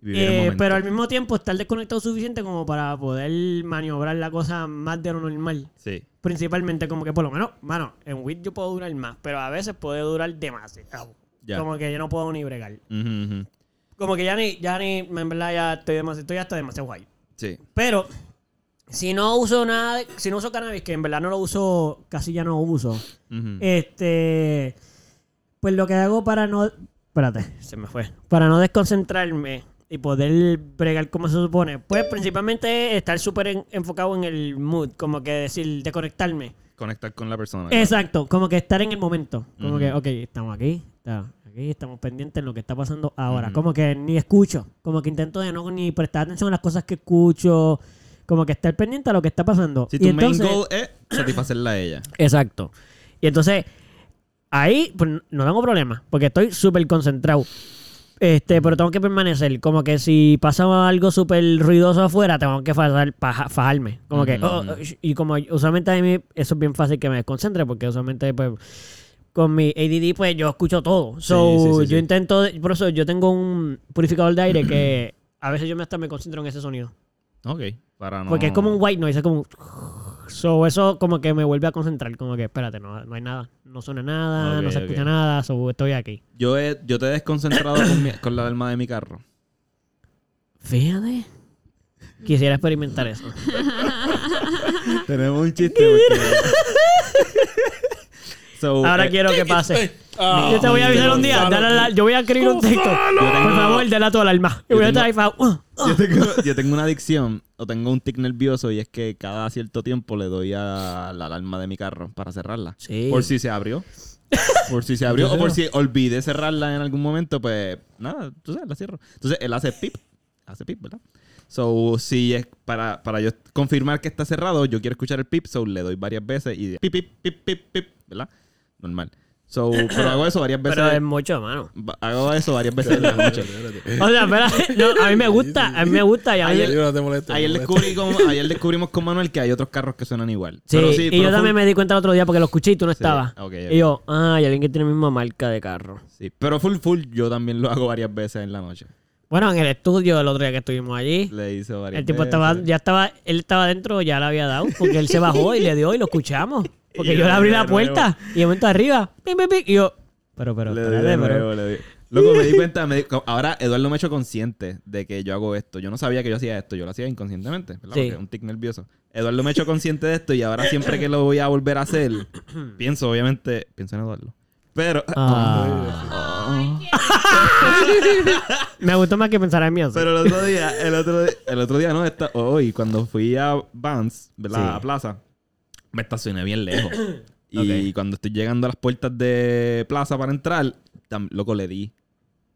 S1: Vivir el
S4: eh,
S1: momento.
S4: pero al mismo tiempo estar desconectado suficiente como para poder maniobrar la cosa más de lo normal.
S1: Sí.
S4: Principalmente como que por lo menos, mano, en WIT yo puedo durar más, pero a veces puede durar demasiado.
S1: Ya.
S4: Como que yo no puedo ni bregar.
S1: Ujú, ujú.
S4: Como que ya ni, ya ni, en verdad ya estoy demasiado, estoy hasta demasiado guay.
S1: Sí.
S4: Pero si no uso nada, de- si no uso cannabis, que en verdad no lo uso, casi ya no uso.
S1: Ujú.
S4: Eh, Este, pues lo que hago para no, espérate, se me fue, para no desconcentrarme y poder bregar como se supone, pues principalmente estar súper en- enfocado en el mood, como que decir, desconectarme.
S1: Conectar con la persona.
S4: Exacto, como que estar en el momento. Como
S1: Ujú.
S4: que, ok, estamos aquí, estamos aquí, estamos pendientes en lo que está pasando ahora.
S1: Ujú.
S4: Como que ni escucho, como que intento de no ni prestar atención a las cosas que escucho, como que estar pendiente a lo que está pasando.
S1: Si
S4: Y
S1: tu
S4: entonces-
S1: main goal es satisfacerla a ella.
S4: Exacto. Y entonces, ahí pues, no tengo problema, porque estoy súper concentrado. Este, pero tengo que permanecer. Como que si pasa algo súper ruidoso afuera, tengo que fajar- paja- fajarme. Como que.
S1: Ujú.
S4: oh, oh, sh- y como usualmente a mí eso es bien fácil que me desconcentre, porque usualmente, pues. Con mi ADD, pues yo escucho todo. So,
S1: sí, sí, sí.
S4: yo intento. Por eso yo tengo un purificador de aire que a veces yo me hasta me concentro en ese sonido.
S1: Ok. Para no...
S4: Porque es como un white noise, es como un... So, eso como que me vuelve a concentrar, como que espérate, no, no hay nada, no suena nada,
S1: Ok,
S4: no se
S1: ok.
S4: escucha nada, so, estoy aquí.
S1: Yo, he- yo te he desconcentrado con, mi- con la alma de mi carro.
S4: Fíjate. Quisiera experimentar eso.
S1: Tenemos un chiste. porque- So,
S4: Ahora
S1: eh,
S4: quiero que pase.
S3: Ah,
S4: yo te voy a avisar
S1: Gonzalo,
S4: un día, dale a la- yo voy a escribir un texto. Por favor, dale a toda la alma. Y
S1: Yo
S4: voy a
S1: tengo-
S4: estar ahí, fa- uh,
S1: yo, tengo, yo tengo una adicción o tengo un tic nervioso y es que cada cierto tiempo le doy a la alarma de mi carro para cerrarla.
S4: Sí.
S1: Por si se abrió. Por si se abrió o por si olvidé cerrarla en algún momento, pues nada, tú sabes, la cierro. Entonces él hace pip. Hace pip, ¿verdad? So, si es para, para yo confirmar que está cerrado, yo quiero escuchar el pip, so le doy varias veces y pip, pip, pip, pip, pip, ¿verdad? Normal. So, pero hago eso varias veces.
S4: pero es mucho, mano.
S1: Va- Hago eso varias veces en la noche.
S4: O sea, espérate, no, a mí me gusta, a mí me gusta. Y a mí-
S3: Ayer, yo no te molesto.
S1: Ayer,
S3: no te
S1: descubrí con, ayer descubrimos con Manuel que hay otros carros que suenan igual.
S4: Sí,
S1: Pero
S4: y
S1: pero
S4: yo
S1: fue-
S4: también me di cuenta el otro día porque lo escuché y tú no
S1: Sí,
S4: estabas.
S1: ok, ok.
S4: Y yo, ah, hay alguien que tiene la misma marca de carro.
S1: sí, pero full full yo también lo hago varias veces en la noche.
S4: Bueno, en el estudio el otro día que estuvimos allí,
S1: Le hice varias
S4: el tipo
S1: veces.
S4: estaba, ya estaba, él estaba dentro, ya la había dado, porque él se bajó y le dio y lo escuchamos. Porque
S1: Y
S4: yo le
S1: le
S4: abrí
S1: di de
S4: la puerta y de momento arriba, pim, pim, pim, y yo, pero, pero,
S1: Le di
S4: espérate,
S1: de
S4: pero-
S1: nuevo, le di. Loco, me di cuenta. me di- ahora Eduardo me ha hecho consciente de que yo hago esto. Yo no sabía que yo hacía esto. Yo lo hacía inconscientemente. ¿verdad?
S4: Sí.
S1: Porque es un tic nervioso. Eduardo me ha hecho consciente de esto y ahora siempre que lo voy a volver a hacer, pienso, obviamente, pienso en Eduardo. Pero,
S4: Ah. Me gustó más que pensar en mí. así.
S1: Pero el otro día, el otro, el otro día, no, esta- hoy, cuando fui a Vans, ¿verdad? A Plaza, me estacioné bien lejos. y cuando estoy llegando a las puertas de Plaza para entrar, tam- loco, le di.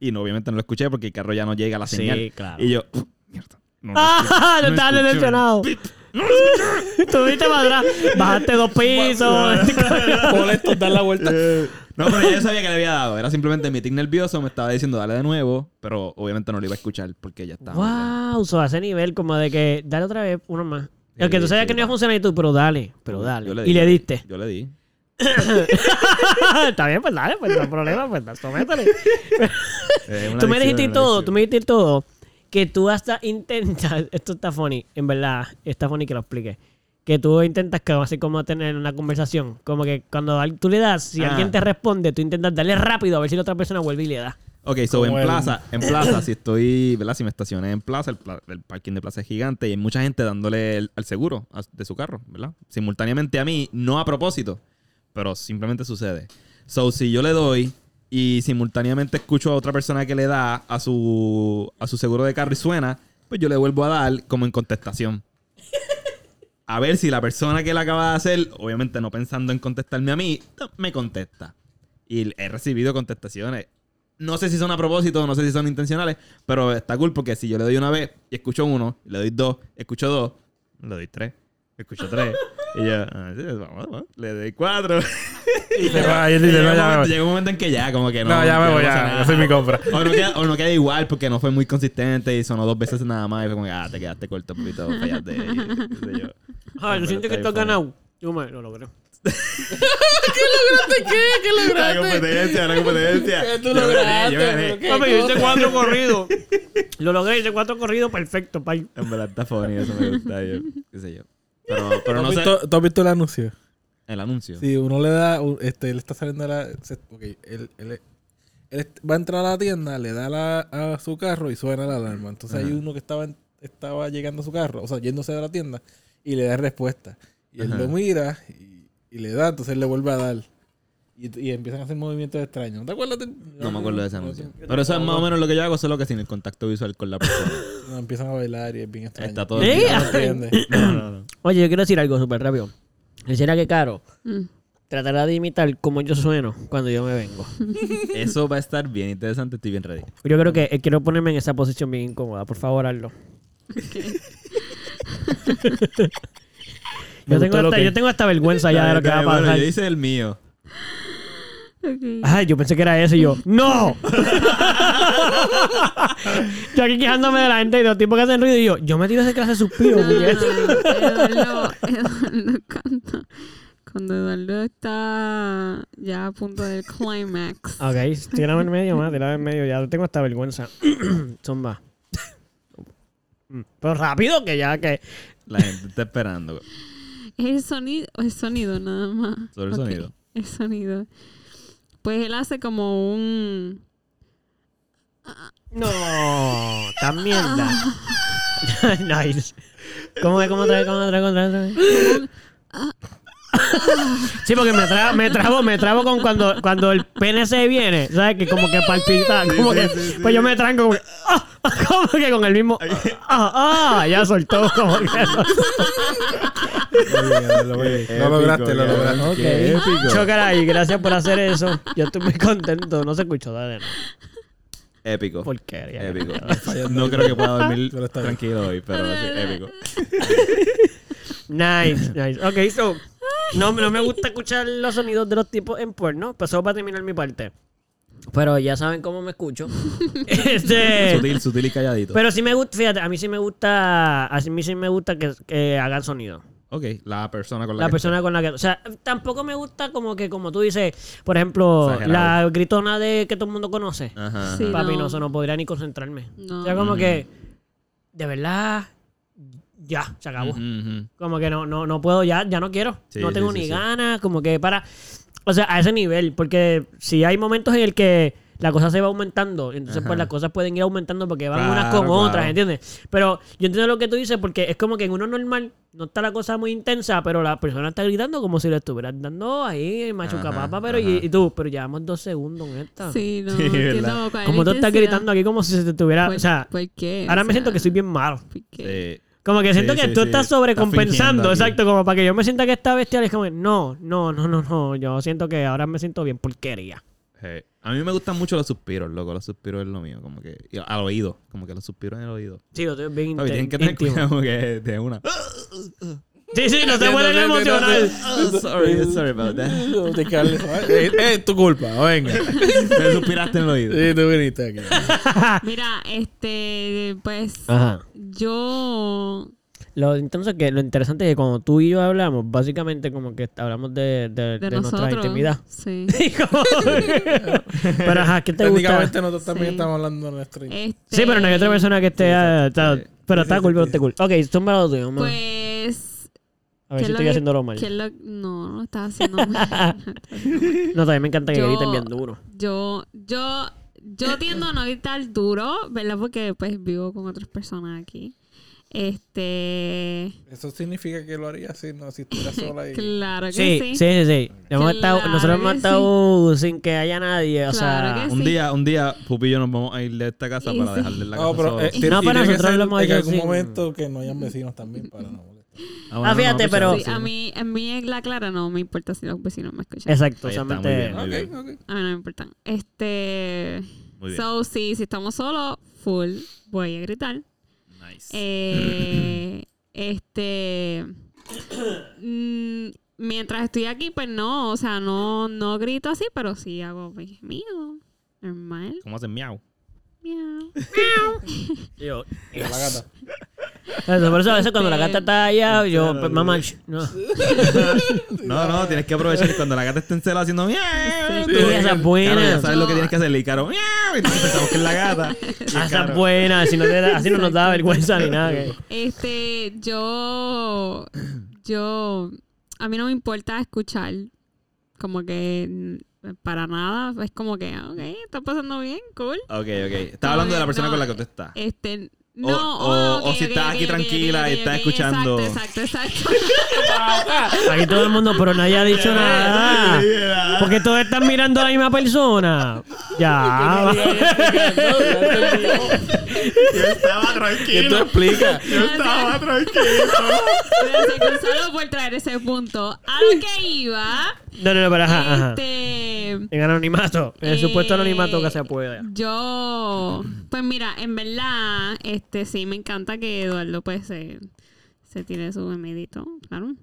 S1: Y no, obviamente no lo escuché porque el carro ya no llega a la
S4: Sí,
S1: señal.
S4: claro.
S1: Y yo, mierda. No, lo escuché.
S4: ¡Ah!
S1: No
S4: Yo estaba
S1: escuché.
S4: decepcionado. Tú viste para atrás, bajaste dos pisos.
S3: molesto. Molesto, dar la vuelta.
S1: no, pero ya yo sabía que le había dado. Era simplemente mi tic nervioso, me estaba diciendo dale de nuevo, pero obviamente no lo iba a escuchar porque ya estaba. muy lejos.
S4: wow, so, a ese nivel como de que dale otra vez uno más.
S1: Sí,
S4: Aunque tú sabías
S1: sí,
S4: que no iba a
S1: va.
S4: funcionar y tú, pero dale, pero
S1: Yo-
S4: dale.
S1: yo
S4: y
S1: di,
S4: le diste.
S1: Yo le di.
S4: Está bien, pues dale, pues no hay problema, pues da- sométele.
S1: Eh, una
S4: Tú me
S1: adicción,
S4: dijiste y
S1: una
S4: todo,
S1: adicción.
S4: tú me dijiste y todo que tú hasta intentas, esto está funny, en verdad, está funny que lo explique. Que tú intentas que así como tener una conversación, como que cuando al- tú le das, si
S1: Ah.
S4: alguien te responde, tú intentas darle rápido a ver si la otra persona vuelve y le da.
S1: Ok, so en
S3: Como el-
S1: plaza, en plaza, si estoy, ¿verdad? Si me estacioné en plaza, el, pla- el parking de plaza es gigante y hay mucha gente dándole el- al seguro a- de su carro, ¿verdad? Simultáneamente a mí, no a propósito, pero simplemente sucede. So, si yo le doy y simultáneamente escucho a otra persona que le da a su, a su seguro de carro y suena, pues yo le vuelvo a dar como en contestación. a ver si la persona que la acaba de hacer, obviamente no pensando en contestarme a mí, me contesta. Y he recibido contestaciones. No sé si son a propósito, no sé si son intencionales, pero está cool porque si yo le doy una vez y escucho uno, le doy dos, escucho dos, le doy tres, escucho tres. Y yo, ah, sí, vamos, vamos, le doy cuatro.
S3: Y te va, y te
S1: Llega
S3: va,
S1: un
S3: ya
S1: momento-
S3: me voy.
S1: llega un momento en que ya, como que no.
S3: No, ya me
S1: que
S3: voy,
S1: pasa
S3: ya.
S1: nada.
S3: Yo soy mi compra.
S1: O no, queda, o no queda igual porque no fue muy consistente y sonó dos veces nada más. Y fue como, ah, te quedaste corto, poquito, fallaste. y- qué sé yo.
S4: Ah, yo
S1: Pero
S4: siento que
S1: está
S4: esto
S1: bien
S4: has ganado. Yo me lo logré.
S1: funny. La competencia, la competencia.
S3: ¿Qué tú
S1: Yo gané,
S3: lograste?
S1: yo gané.
S3: ¿Pero qué?
S4: Papi, yo hice cuatro corridos. Lo logré, hice cuatro corridos, perfecto, pay.
S1: En verdad está funny, eso me gusta. Yo, qué sé yo. Pero, pero
S3: ¿Tú
S1: no
S3: has
S1: sé.
S3: visto- ¿Tú has visto el anuncio?
S1: El anuncio.
S3: Si uno le da, un- este, él está saliendo la. se- ok, él, él- él va a entrar a la tienda, le da la, a su carro y suena la alarma. Entonces hay
S1: Ajá.
S3: uno que estaba, en- estaba llegando a su carro, o sea, yéndose de la tienda, y le da respuesta. Y él
S1: Ajá.
S3: lo mira y, y le da, entonces él le vuelve a dar. Y, y empiezan a hacer movimientos extraños. ¿No te acuerdas? de-
S1: No me acuerdo de ese anuncio. Pero eso es más o menos lo que yo hago, solo que sin el contacto visual con la persona.
S3: No, empiezan a bailar y es bien extraño.
S1: Está todo.
S4: ¿Eh?
S3: No entiendes.
S1: No, no, no.
S4: Oye, yo quiero decir algo súper rápido. Quisiera que Caro
S2: Mm.
S4: tratará de imitar cómo yo sueno cuando yo me vengo.
S1: Eso va a estar bien interesante. Estoy bien ready.
S4: Yo creo que eh, quiero ponerme en esa posición bien incómoda. Por favor, hazlo.
S5: Me
S4: yo, tengo
S5: gustó lo
S4: hasta,
S5: que-
S4: yo tengo hasta vergüenza ya de lo que va a
S1: Bueno,
S4: pasar.
S1: Yo hice el mío.
S2: Ok.
S4: Ay, yo pensé que era eso y yo, ¡No! yo aquí quejándome de la gente y de los tipos que hacen ruido y yo, yo me tiro ese clase de suspiro.
S2: No, no,
S4: puñeta.
S2: no, Eduardo, Eduardo cuando, cuando Eduardo está ya a punto del climax.
S1: Ah.
S4: Ok, tirame en medio más, tirame en medio. Ya tengo hasta vergüenza. Zumba. Mm, Pero rápido, que ya que.
S1: La gente está esperando.
S2: Es el sonido, el sonido nada más.
S1: Solo el
S2: Ok,
S1: sonido.
S2: El sonido. Pues él hace como un.
S4: No, tan mierda. nice. ¿Cómo es? ¿Cómo trae? ¿Cómo trae? ¿Cómo trae? Sí, porque me, tra- me trabo, me trabo con cuando, cuando el pene se viene, ¿sabes? Que como que palpita, como que, pues yo me tranco como que, ah, como que con el mismo, ah, ah, ya soltó, como que,
S3: Muy bien, lo, muy bien. Lo lograste, lo lograste.
S1: Qué épico.
S4: Chócala ahí, gracias por hacer eso, yo estoy muy contento, no se escuchó, dale, no.
S1: Épico.
S4: porquería.
S1: Épico. No creo que pueda dormir
S3: Pero está bien.
S1: tranquilo hoy, pero sí, épico.
S4: Nice, nice. Ok, so. No, no me gusta escuchar los sonidos de los tipos en porno, pero solo para terminar mi parte. Pero ya saben cómo me escucho.
S3: Eh,
S4: este,
S1: Sutil, sutil y calladito.
S4: pero sí me gusta, fíjate, a mí sí me gusta, a mí sí me gusta que, que hagan sonido.
S1: ok, la persona con la,
S4: La
S1: que
S4: persona con la que, o sea, tampoco me gusta como que como tú dices, por ejemplo,
S1: Exagerado. Ah.
S4: la gritona de que todo el mundo conoce.
S1: esté. Ajá.
S2: Sí.
S4: Papi,
S2: no.
S4: no, eso no podría ni concentrarme.
S2: No.
S4: O sea,
S1: Mm.
S4: como que de verdad ya, se acabó.
S1: Ujú, ujú.
S4: Como que no, no, no puedo, ya, ya no quiero.
S1: Sí,
S4: no tengo
S1: sí, sí,
S4: ni
S1: sí.
S4: ganas, como que para. O sea, a ese nivel, porque si hay momentos en el que la cosa se va aumentando, entonces pues
S1: Ajá.
S4: las cosas pueden ir aumentando porque van
S1: Claro,
S4: unas con
S1: claro.
S4: otras, ¿entiendes? Pero yo entiendo lo que tú dices, porque es como que en uno normal no está la cosa muy intensa, pero la persona está gritando como si le estuvieran dando ahí machuca
S1: Ajá,
S4: papa, pero y,
S1: ajá.
S4: y tú, pero llevamos dos segundos en esta.
S2: Sí, no.
S1: Sí,
S2: que
S1: ¿verdad?
S2: no, ¿cuál es la
S4: Como tú estás
S2: intensidad?
S4: gritando aquí como si se te estuviera,
S2: ¿Por,
S4: Ah, o sea,
S2: ¿por qué?
S4: ahora
S2: O
S4: me siento
S2: sea,
S4: que soy bien malo.
S2: ¿por qué?
S1: Sí.
S4: Como que siento
S1: Sí,
S4: que
S1: sí,
S4: tú
S1: sí.
S4: estás
S1: Está
S4: sobrecompensando,
S1: fingiendo aquí.
S4: exacto, como para que yo me sienta que esta bestia es como, no, no, no, no, no, yo siento que ahora me siento bien porquería.
S1: Sí. A mí me gustan mucho los suspiros, loco. Los suspiros es lo mío, como que y al oído, como que los suspiros en el oído.
S4: Sí, yo estoy bien
S1: Papi, tienen
S4: inten-
S1: que tener
S4: íntimo.
S1: cuidado que de una.
S4: Sí, sí, no te
S3: Sí,
S4: pueden
S3: no, sí,
S4: emocionar.
S3: no, sí.
S1: Oh, sorry, sorry about that.
S3: Te calles. Eh, eh, Es tu culpa, venga.
S1: Me suspiraste en el oído.
S3: Sí, tú viniste aquí.
S4: Ah.
S2: Mira, este, pues
S4: Ajá.
S2: yo
S4: Lo, entonces que lo interesante es que cuando tú y yo hablamos, básicamente como que hablamos de, de-
S2: de,
S4: de
S2: nosotros.
S4: nuestra intimidad.
S2: Sí.
S4: Y como- pero ajá, ¿qué te gusta?
S3: Técnicamente nosotros también
S2: Sí.
S3: estamos hablando de nuestro
S2: Este,
S4: Sí, pero no hay otra persona que esté... ah, está- pero está cool, pero está cool. Ok, son malos tuyos, mamá.
S2: Pues
S4: A ver
S2: ¿qué
S4: si
S2: es lo
S4: estoy
S2: que-
S4: haciéndolo mal.
S2: ¿qué es lo- no, no estás haciendo mal.
S4: No, también me encanta que
S2: Yo-
S4: griten bien duro.
S2: Yo, yo, yo tiendo a no gritar duro, ¿verdad? Porque pues vivo con otras personas aquí. Este,
S3: Eso significa que lo haría si no, si estuviera sola y...
S2: claro que
S4: Sí,
S2: sí.
S4: sí, sí, sí. Hemos estado-
S2: Claro
S4: nosotros hemos
S2: que
S4: estado sin que haya nadie, o
S2: Claro
S4: sea...
S2: que
S1: Un
S2: sí.
S1: día, un día, Pupi y yo nos vamos a ir de esta casa
S2: Y
S1: para
S2: sí.
S1: dejarle la casa.
S3: No, pero
S1: solos.
S3: eh, tiene-
S4: No, pero
S3: tiene que
S4: nosotros
S3: ser
S4: lo hemos
S3: en
S4: hecho
S3: algún
S4: sin-
S3: momento que no hayan vecinos también para no molestar.
S1: bueno, no,
S4: fíjate,
S1: pues,
S4: pero-
S1: sí.
S2: Sí, a mí, a mí en la clara no me importa si los vecinos me escuchan.
S4: Exacto,
S1: Ahí está, muy
S4: solamente-
S1: bien, muy bien.
S3: Ok, ok.
S2: A mí no me importan. Este.
S1: Muy bien.
S2: So, sí, si estamos solos, full, voy a gritar.
S1: Nice.
S2: Eh, este. mm, mientras estoy aquí, pues no, o sea, no, no grito así, pero sí hago pues, mío. Normal.
S1: ¿Cómo hacen miau?
S2: Miau.
S3: Como
S4: Yo,
S3: la gata.
S4: Eso, por eso a veces cuando la
S2: Este,
S4: gata está allá, yo,
S1: Claro,
S4: pues, mamá, sh- no.
S1: No, no, tienes que aprovechar cuando la gata esté en celo haciendo miau.
S4: Sí, esa es buena.
S1: Claro, ya sabes lo que tienes que hacerle. Y Caro, miau. Y nosotros pensamos que es la gata.
S4: Ah, esa es buena, así no, te da- así no nos da vergüenza ni nada. que-
S2: Este, yo, yo, a mí no me importa escuchar, como que mm, para nada, es como que, ok, está pasando bien, cool.
S1: Ok, ok. Estaba hablando de la persona
S2: No,
S1: con la que tú estás.
S2: Este,
S1: O-
S2: no, oh,
S1: o-
S2: ok,
S1: o si
S2: ok,
S1: estás
S2: ok,
S1: aquí
S2: ok,
S1: tranquila
S2: ok,
S1: y
S2: ok,
S1: estás
S2: ok,
S1: escuchando.
S2: Exacto, exacto,
S4: Aquí todo el mundo, pero nadie ha dicho nada. Porque todos están mirando a la misma persona. Ya.
S1: Yo estaba
S3: ¿Qué tú
S1: tranquilo.
S3: explicas?
S1: Yo estaba tranquilo.
S2: exacto. Gracias, Gonzalo, por traer ese punto. A lo que iba,
S4: No, no, no, pero ajá, ajá.
S2: este...
S4: En anonimato, en el supuesto
S2: Eh,
S4: anonimato que se pueda.
S2: Yo, pues mira, en verdad, este sí me encanta que Eduardo pues se, se tire su gemidito, claro.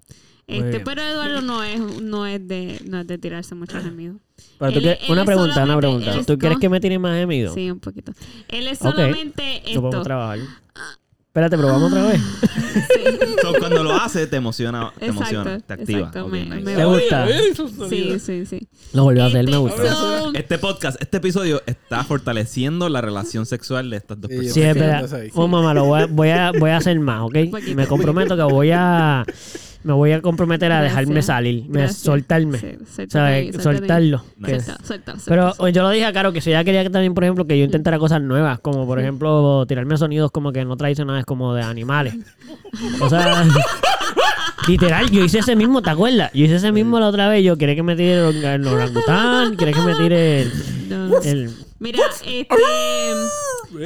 S2: Este,
S4: bien.
S2: pero Eduardo no es, no es de, no es de tirarse muchos gemidos.
S4: Pero tú
S2: él-
S4: quieres-
S2: él
S4: una
S2: es
S4: pregunta, una
S2: solamente-
S4: pregunta.
S2: él es
S4: ¿Tú quieres
S2: todo-
S4: que me tire más gemido?
S2: Sí, un poquito. Él es
S4: Ok.
S2: solamente
S4: Lo
S2: esto. Ah.
S4: podemos trabajar. Espérate, probamos otra vez.
S1: So, cuando lo hace, te emociona, te
S2: Exacto,
S1: emociona, te activa.
S2: exacto,
S1: Ok,
S2: me-
S1: nice.
S2: me-
S4: ¿Te gusta?
S2: Sí, sí, sí.
S4: Lo volví a hacer, me
S2: Este,
S4: gusta.
S2: so-
S1: Este podcast, este episodio está fortaleciendo la relación sexual de estas dos
S3: Sí,
S1: personas.
S4: Sí, es verdad.
S3: Entonces ahí.
S4: Oh, mamá, lo voy a, voy, a, voy a hacer más, ¿ok?
S2: poquito.
S4: Me comprometo que voy a... Me voy a comprometer a
S2: Gracias.
S4: dejarme salir, me-
S2: Gracias.
S4: soltarme.
S2: Sí, suéltate ahí,
S4: ¿Sabes?
S2: suéltate ahí.
S4: Soltarlo.
S1: Nice.
S4: que-
S2: Suelta, suelta,
S4: Pero
S2: suelta.
S4: o yo lo dije a Caro que si ella quería que también, por ejemplo, que yo intentara cosas nuevas, como por ejemplo tirarme sonidos como que no tradicionales, como de animales. O sea, literal, yo hice ese mismo, ¿te acuerdas? Yo hice ese mismo la otra vez. Yo quería que me tire el orang- el orangután, quería que me tire el.
S2: No, no.
S4: el-
S2: Mira, este...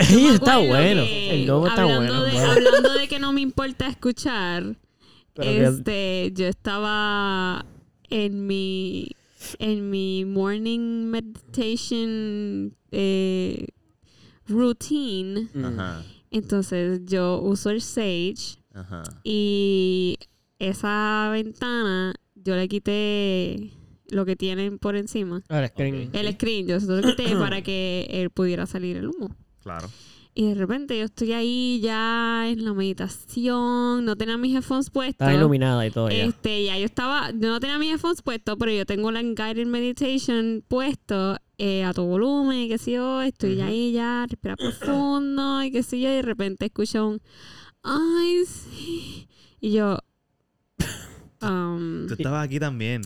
S4: Sí, está
S2: acuerdo
S4: bueno.
S2: que
S4: El lobo está
S2: hablando
S4: bueno.
S2: de-
S4: bueno.
S2: Hablando de que no me importa escuchar,
S4: Pero que-
S2: este, yo estaba en mi en mi morning meditation eh, routine.
S1: Ajá,
S2: Entonces yo uso el Sage
S1: ajá.
S2: y esa ventana yo le quité lo que tienen por encima.
S4: Ahora, screen.
S2: El screen, yo se lo quité para que él pudiera salir el humo.
S1: Claro.
S2: Y de repente yo estoy ahí ya en la meditación, no tenía mis headphones puestos.
S4: Estaba iluminada y todo ya.
S2: Este, ya yo estaba, yo no tenía mis headphones puestos, pero yo tengo la guided meditation puesto eh, a tu volumen, y qué sé yo, estoy ya ahí ya, respira profundo, y qué sé yo, y de repente escucho un ay sí. Y yo um,
S1: Tú estabas aquí también.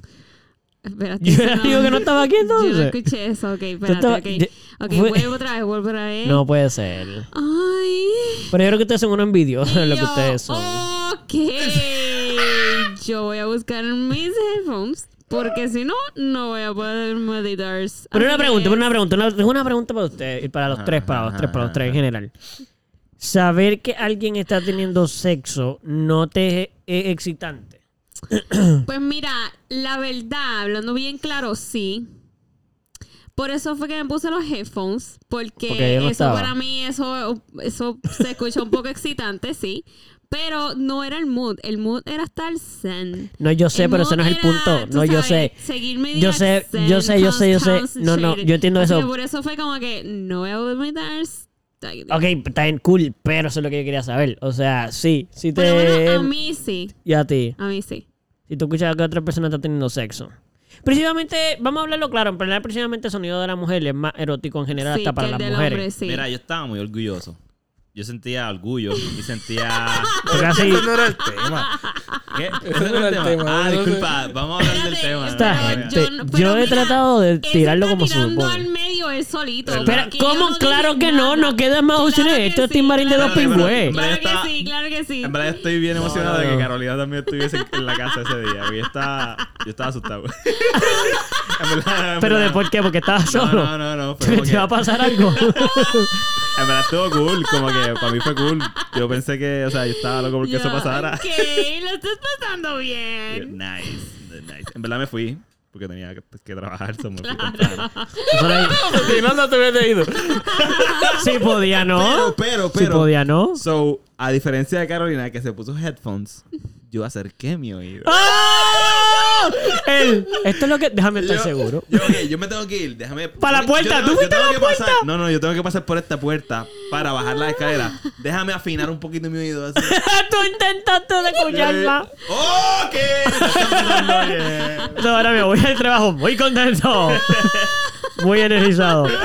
S2: espérate,
S4: Yo
S2: eso
S4: era el único que no estaba aquí
S2: Yo no
S4: entonces.
S2: escuché eso, ok,
S4: Tú estabas-
S2: espérate, ok. Ok,
S4: fue-
S2: vuelvo otra vez, vuelvo otra vez.
S4: No puede ser.
S2: Ay.
S4: Pero yo creo que ustedes son unos envidiosos de lo que
S2: yo,
S4: ustedes son.
S2: oh, Ok. Yo voy a buscar mis headphones. Porque si no, no voy a poder meditar.
S4: Pero una
S2: Así
S4: pregunta,
S2: que-
S4: pero una pregunta, una, tengo una pregunta para usted y para los
S1: Ajá,
S4: tres, para los
S1: ajá,
S4: tres, para los
S1: ajá,
S4: tres en
S1: ajá.
S4: general. Saber que alguien está teniendo sexo no te es, es excitante.
S2: Pues mira, la verdad, hablando bien claro, sí. Por eso fue que me puse los headphones. Porque,
S4: Porque yo no
S2: eso
S4: estaba.
S2: para mí, eso, eso se escucha un poco excitante, sí. Pero no era el mood. El mood era estar zen.
S4: No, yo sé,
S2: El
S4: pero
S2: mood
S4: ese no es el
S2: era,
S4: punto.
S2: tú
S4: No, yo
S2: sabes,
S4: sé.
S2: seguir mi
S4: Yo sé,
S2: dirección,
S4: yo sé, yo sé, yo sé. No, no,
S2: concentrated.
S4: yo entiendo
S2: Así
S4: eso.
S2: que Por eso fue como que no voy a vomitar.
S4: Ok, está bien cool, pero eso es lo que yo quería saber. O sea, sí, si
S2: Por lo menos
S4: te...
S2: a mí sí.
S4: Y a ti.
S2: A mí sí.
S4: Si tú escuchas que otra persona está teniendo sexo. Precisamente, vamos a hablarlo claro, en realidad precisamente el sonido de la mujer es más erótico en general
S2: sí,
S4: hasta para
S2: que el
S4: las
S2: del
S4: mujeres.
S2: hombre, sí.
S1: Mira, yo estaba muy orgulloso. Yo sentía orgullo y sentía.
S4: Porque así...
S3: Ese no era el tema.
S1: ¿Qué? Ese
S3: no era el tema,
S1: Ah,
S3: no sé.
S1: disculpa, vamos a hablar del
S2: Espérate,
S1: tema.
S4: Esta
S2: pero
S4: gente,
S2: no-
S4: yo he tratado de
S2: él se
S4: tirarlo
S2: está
S4: como se
S2: tirando
S4: supone.
S2: al medio él solito.
S1: Pero,
S4: Pero,
S2: porque ellos
S4: ¿cómo?
S2: no
S4: Claro
S2: dicen
S4: que no,
S2: nada.
S4: no queda más
S2: Claro
S4: opciones.
S2: que
S4: Esto es
S2: sí,
S4: timbarín de
S2: claro
S4: dos
S2: que sí.
S4: pingües.
S1: En
S2: Claro
S1: verdad
S2: que sí, claro que sí.
S1: En verdad estoy bien emocionado
S4: no,
S1: de
S4: no.
S1: que Carolina también estuviese en la casa ese día. porque Yo estaba, yo estaba asustado. En verdad, en
S4: Pero
S1: verdad.
S4: de por qué, porque estabas solo.
S1: No, no, no. no, pero
S4: Te-
S1: como
S4: Te va a
S1: que-
S4: pasar algo.
S1: en verdad estuvo cool. Como que para mí fue cool. Yo pensé que, o sea, yo estaba loco porque eso
S2: Ya,
S1: pasara.
S2: Ok, lo estás pasando
S1: Y yo,
S2: bien.
S1: Nice, nice. En verdad me fui. Porque tenía que, que trabajar, so me fui temprano.
S4: Eso era-
S3: Si no, no te hubiera ido.
S4: Sí podía, ¿no?
S1: Pero, pero,
S4: Oh, Sí
S1: pero.
S4: podía, ¿no?
S1: So, a diferencia de Carolina, que se puso headphones, yo acerqué mi oído.
S4: ¡Ah! El- esto es lo que... Déjame estar
S1: Yo-
S4: seguro.
S1: Yo, ok, yo me tengo que ir, déjame.
S4: Pa' la
S1: yo
S4: puerta,
S1: tengo-
S4: ¿tú
S1: yo
S4: fuiste a
S1: tengo
S4: la
S1: que
S4: puerta?
S1: pasar- No, no, yo tengo que pasar por esta puerta para bajar la escalera. Déjame afinar un poquito mi oído así.
S4: Tú intentaste de escucharla.
S1: ¡Ok! me está pasando bien.
S4: No, ahora me voy al trabajo muy contento. Muy energizado.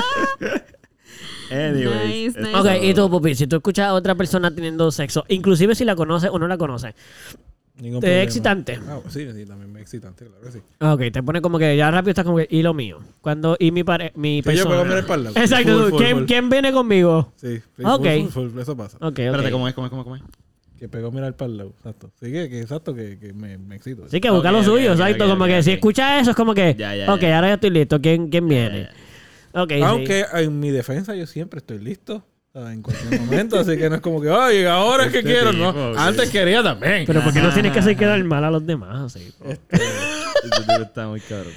S1: Anyways.
S2: Nice,
S1: esto-
S2: nice.
S4: Ok, y tú, Pupi, si tú escuchas a otra persona teniendo sexo, inclusive si la conoces o no la conoces,
S3: Ningún
S4: Te
S3: problema.
S4: excitante.
S3: Ah, sí, sí, también me excitante, claro que sí.
S4: ok, te pone como que ya rápido estás como que, y lo mío. Cuando, y mi, pare, mi
S3: Sí, yo puedo mirar
S4: persona.
S3: para el lado.
S4: Exacto,
S3: Full,
S4: tú,
S3: full,
S4: ¿quién,
S3: full.
S4: quién viene conmigo?
S3: Sí, sí,
S4: Ok.
S3: full, full, full, eso pasa.
S4: Ok, ok.
S1: Espérate, ¿cómo es? ¿Cómo es? ¿Cómo es? ¿Cómo es?
S3: Que pegó mirar para el lado, exacto. Sí, que, que exacto, que, que me, me excito.
S4: Así que busca
S1: Ok,
S4: lo
S1: ok,
S4: suyo,
S1: ok,
S4: exacto.
S1: ok,
S4: como
S1: ok,
S4: que si
S1: ok.
S4: escuchas eso, es como que,
S1: Ya, ya,
S4: ok,
S1: ya.
S4: ahora ya estoy listo, ¿quién, quién viene? Ok, sí.
S3: Aunque en mi defensa yo siempre estoy listo. o sea, En cualquier momento, así que no es como que, ay, ahora es que
S1: Este
S3: quiero, ¿no?
S1: tipo,
S3: Antes quería también.
S4: Pero porque no tienes que hacer quedar mal a los demás, así.
S1: Este tipo está muy cabrón.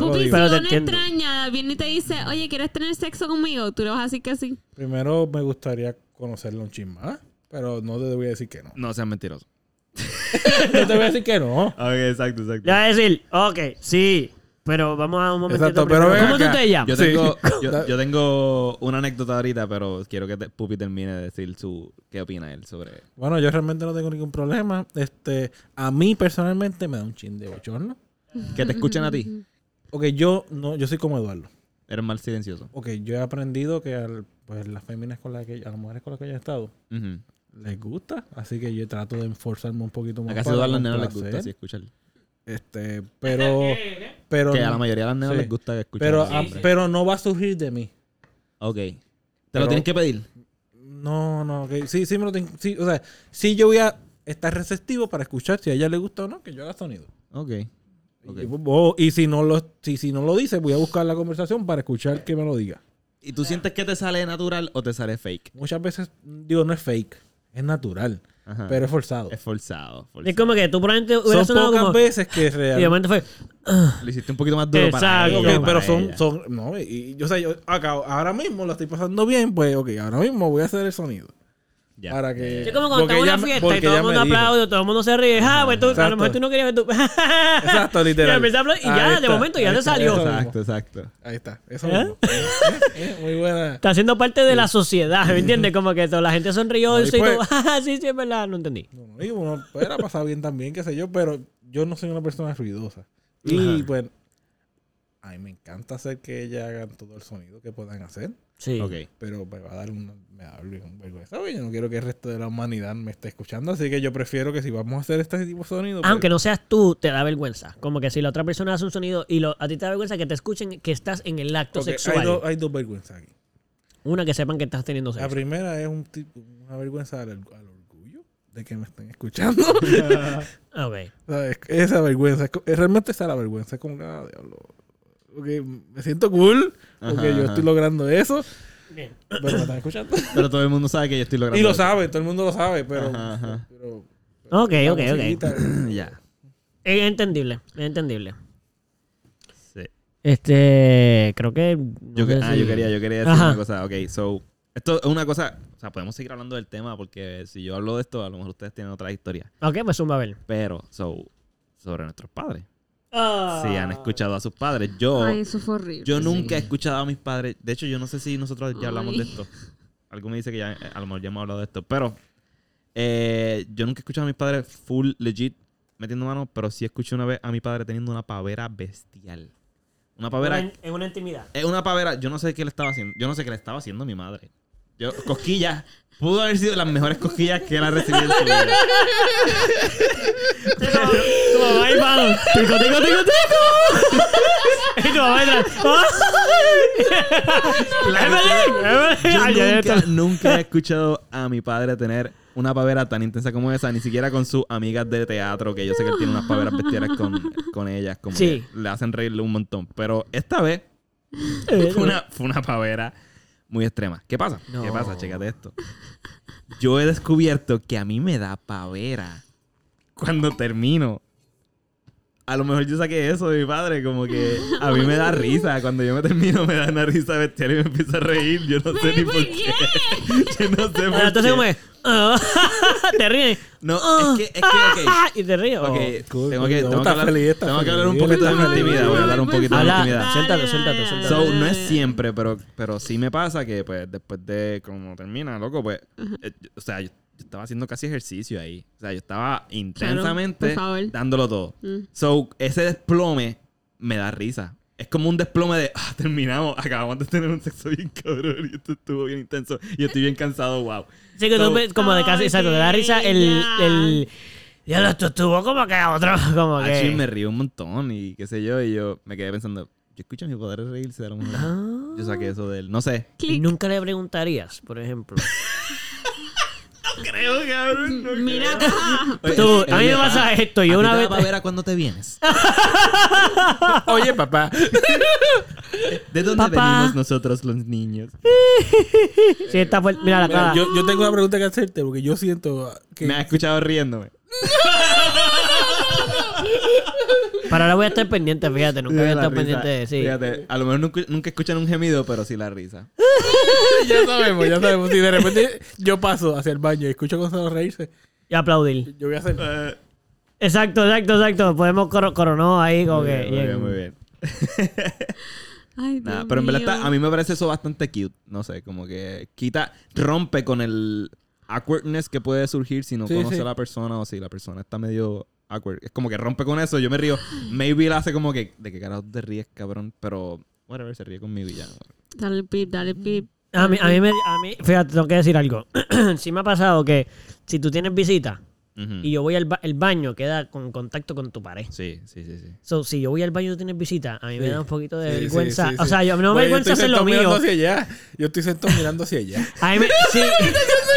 S2: Pupi, si
S4: Pero
S2: una
S4: te entiendo.
S2: extraña viene y te dice, oye, ¿quieres tener sexo conmigo? Tú le vas a decir que sí.
S3: Primero me gustaría conocerlo un chin más, pero no te voy a decir que no.
S1: No seas mentiroso.
S3: No te voy a decir que no.
S1: Ok, exacto, exacto.
S4: Ya decir, ok, sí, pero vamos a un momentito.
S3: Exacto,
S4: primero.
S3: pero ven
S4: ¿Cómo tú
S3: acá.
S4: te llamas?
S1: Yo
S3: Sí.
S1: tengo, yo, yo tengo una anécdota ahorita, pero quiero que te- Pupi termine de decir su qué opina él sobre.
S3: Bueno, yo realmente no tengo ningún problema. Este, a mí personalmente me da un chin de bochorno.
S1: Que te escuchen a ti.
S3: Ok, yo no, yo soy como Eduardo.
S1: Eres mal silencioso.
S3: Ok, yo he aprendido que al- pues, las féminas con las que, a las mujeres con las que yo he estado
S1: Ujú.
S3: les gusta, así que yo trato de enforzarme un poquito más.
S1: A casi
S3: para
S1: todas las nenas les
S3: complacer.
S1: gusta así escuchar.
S3: Este, pero, pero,
S1: Que a
S3: no-
S1: la mayoría de las nenas
S3: Sí.
S1: les gusta escuchar.
S3: pero,
S1: ese
S3: ah,
S1: hombre.
S3: pero no va a surgir de mí.
S1: Ok. Te
S3: Pero-
S1: lo tienes que pedir.
S3: No, no, ok. sí, sí me lo tengo, sí, o sea, sí yo voy a estar receptivo para escuchar si a ella le gusta o no que yo haga sonido.
S1: Ok. Ok.
S3: Y, oh, y si no lo, si, si no lo dice, voy a buscar la conversación para escuchar que me lo diga.
S1: ¿Y tú sientes que te sale natural o te sale fake?
S3: Muchas veces, digo, no es fake, es natural,
S1: Ajá.
S3: pero es forzado.
S1: es forzado.
S4: Es
S1: forzado.
S4: como que tú probablemente
S3: Son
S4: hubieras sonado
S3: pocas
S4: como...
S3: veces que es
S4: Y
S3: real.
S4: de momento fue...
S1: Lo hiciste un poquito más duro para
S4: Exacto,
S1: ella.
S3: Ok,
S1: para
S3: pero son,
S1: ella.
S3: son, no, y- y yo, o sea, yo acá, ahora mismo lo estoy pasando bien, pues, ok, ahora mismo voy a hacer el sonido.
S1: Ya.
S3: Para que.
S4: Es como cuando estás en
S3: ella
S4: una
S3: me-
S4: fiesta y
S3: porque
S4: todo el
S3: ella me
S4: mundo
S3: dijo.
S4: aplaude, todo el mundo se ríe. Ah, pues tú, a
S3: Exacto.
S4: lo mejor tú no querías ver tú.
S3: Exacto, literal.
S4: Y empecé a aplaudir y ya,
S3: Ahí
S4: de
S3: está,
S4: momento, ya
S3: ahí
S4: te
S3: está,
S4: salió.
S3: eso mismo.
S1: Exacto, exacto.
S3: Ahí está, eso
S4: ¿Eh?
S3: mismo. Eh, eh, muy buena.
S4: Está siendo parte de la sociedad, ¿me entiendes? Como que toda la gente sonrió
S3: Ahí
S4: y tú,
S3: fue.
S4: "Ah, sí, sí, es verdad, no entendí.
S3: No, no, y uno era pasado bien también, qué sé yo, pero yo no soy una persona ruidosa. Y
S1: Ajá.
S3: pues, a mí me encanta hacer que ellas hagan todo el sonido que puedan hacer,
S4: Sí.
S1: Ok.
S3: pero me va a dar un, me va a dar un vergüenza. güey, Yo no quiero que el resto de la humanidad me esté escuchando, así que yo prefiero que si vamos a hacer este tipo de sonido. pues,
S4: Aunque no seas tú, te da vergüenza. Como que si la otra persona hace un sonido y lo- a ti te da vergüenza que te escuchen que estás en el acto
S3: ok,
S4: sexual.
S3: Hay, dos- hay dos vergüenzas aquí.
S4: Una que sepan que estás teniendo
S3: La
S4: sexo.
S3: primera es un tipo, una vergüenza al, al orgullo de que me estén escuchando.
S4: Ok.
S3: ¿Sabes? Esa vergüenza. Ah, es co- es Realmente esa la vergüenza. Es como que, ah, diablo. ok, me siento cool porque
S1: Ajá,
S3: yo
S1: ajá.
S3: estoy logrando eso.
S4: Bien.
S3: Pero me están escuchando.
S1: Pero todo el mundo sabe que yo estoy logrando.
S3: y lo
S1: eso.
S3: sabe, todo el mundo lo sabe, pero.
S1: Ajá, ajá.
S3: pero-
S4: Ok,
S3: la
S4: ok, ok.
S3: musiquita,
S1: ya.
S4: Es entendible, es entendible.
S1: Sí.
S4: Este, creo que... no
S1: Yo, que-
S4: sé
S1: ah,
S4: si-
S1: yo quería, yo quería decir
S4: Ajá.
S1: una cosa. Ok, so. Esto es una cosa. O sea, podemos seguir hablando del tema porque si yo hablo de esto, a lo mejor ustedes tienen otra historia.
S4: Ok, pues zumba a ver.
S1: Pero, so. Sobre nuestros padres. Si
S4: Ah.
S1: han escuchado a sus padres. Yo.
S2: Ay, eso fue horrible.
S1: Yo nunca he escuchado a mis padres. De hecho, yo no sé si nosotros ya hablamos
S2: Ay.
S1: de esto. Algo me dice que ya, eh, a lo mejor ya hemos hablado de esto. Pero eh, yo nunca he escuchado a mis padres full legit metiendo mano, pero sí escuché una vez a mi padre teniendo una pavera bestial. Una pavera.
S4: En, en una intimidad.
S1: Es una pavera. Yo no sé qué le estaba haciendo. Yo no sé qué le estaba haciendo a mi madre. Yo, cosquillas. Pudo haber sido las mejores cosquillas que él ha recibido en su vida.
S4: Tu mamá y mano. Tico, tico, tico, tico. Y tu mamá entra. ¡Ah! Evelyn, Evelyn.
S1: Yo
S4: Ay, ya
S1: nunca,
S4: está.
S1: nunca he escuchado a mi padre tener una pavera tan intensa como esa, ni siquiera con sus amigas de teatro, que yo sé que él tiene unas paveras bestiales con, con ellas, como
S4: Sí.
S1: que le hacen reírle un montón. Pero esta vez fue una, fue una pavera muy extrema. ¿Qué pasa? ¿Qué
S4: No.
S1: pasa? Chécate esto. Yo he descubierto que a mí me da pavera cuando termino. A lo mejor yo saqué eso de mi padre, como que a mí me da risa. Cuando yo me termino me da una risa bestial y me empiezo a reír. Yo no sé ni por qué. Yo no sé por
S4: Ah, Entonces,
S1: qué.
S4: como es. Ah, Te ríes.
S1: No, es que, es que, ok.
S4: Y te ríes. oh.
S1: Ok,
S4: o-
S3: Ah. Oh,
S1: tengo que,
S3: cool, cool.
S1: tengo que
S3: Está
S1: hablar,
S3: feliz, está
S1: tengo que
S3: feliz.
S1: hablar un poquito de mi intimidad. Voy a hablar un poquito de mi
S4: Habla.
S1: intimidad.
S4: Suéltalo, suéltalo, suéltalo.
S1: So, no es siempre, pero, pero sí me pasa que pues después de como termina, loco, pues, eh, yo- o sea, yo, yo estaba haciendo casi ejercicio ahí. O sea, yo estaba intensamente
S2: por favor.
S1: dándolo todo.
S2: Mm.
S1: So, ese desplome me da risa. Es como un desplome de, ah, terminamos, acabamos de tener un sexo bien cabrón y esto estuvo bien intenso y estoy bien cansado, wow.
S4: Sí, que tú
S1: So-
S4: ves como de casi. Exacto, te da risa el.
S2: Ok, ya.
S4: el ya lo esto estuvo como que a otro. Como
S1: Actually, me
S4: que.
S1: río un montón y qué sé yo, y yo me quedé pensando, yo escucho a mi poder reírse de lo mejor.
S4: Ah.
S1: Yo saqué eso de él, no sé.
S4: Y
S2: Clic.
S4: nunca le preguntarías, por ejemplo.
S1: Creo, cabrón,
S2: Mira acá.
S4: Tú, a mí me pasa esto. Yo una vez.
S1: ver "Ah, a cuándo te vienes.
S3: Oye, papá.
S1: ¿De dónde
S4: Papá.
S1: venimos nosotros los niños?
S4: Sí, está fuerte. Mira la
S3: Mira,
S4: cara.
S3: yo, yo tengo una pregunta que hacerte porque yo siento que.
S1: Me has escuchado riéndome.
S4: Para ahora voy a estar pendiente, fíjate. Nunca
S1: De
S4: había
S1: la
S4: estado
S1: risa.
S4: pendiente de sí.
S1: Fíjate, a lo mejor nunca, nunca escuchan un gemido, pero sí la risa.
S3: ya sabemos, ya sabemos. Si de repente yo paso hacia el baño y escucho a Gonzalo reírse,
S4: Y aplaudir.
S3: yo voy a hacer.
S1: Eh,
S4: Exacto, exacto, exacto. Podemos coro coronó ahí como
S1: muy
S4: que.
S1: bien, muy
S4: bien.
S1: bien, muy bien.
S2: Ay, Dios
S1: Nada, pero en verdad
S2: mío.
S1: está- a mí me parece eso bastante cute. No sé, como que quita, rompe con el awkwardness que puede surgir si no
S3: Sí,
S1: conoce
S3: sí.
S1: a la persona o si la persona está medio awkward. Es como que rompe con eso. Yo me río. Maybe la hace como que, ¿de qué carajo te ríes, cabrón? Pero, whatever, se ríe conmigo y ya.
S2: Dale el pip, dale el pip.
S4: A mí, a mí me, a mí, fíjate, tengo que decir algo. sí me ha pasado que si tú tienes visita
S1: Ujú.
S4: y yo voy al ba- el baño, queda con contacto con tu pared.
S1: Sí, sí, sí, sí.
S4: So, si yo voy al baño y tú tienes visita, a mí me
S3: Sí.
S4: da un poquito
S3: Sí,
S4: de
S3: sí,
S4: Eh, vergüenza.
S3: sí,
S4: O
S3: sí.
S4: sea, yo,
S3: Güey,
S4: no me
S3: yo
S4: vergüenza
S3: estoy
S4: hacer lo
S3: sentado
S4: mío.
S3: mirando hacia allá. Yo estoy sentado mirando hacia allá.
S4: A mí me, sí,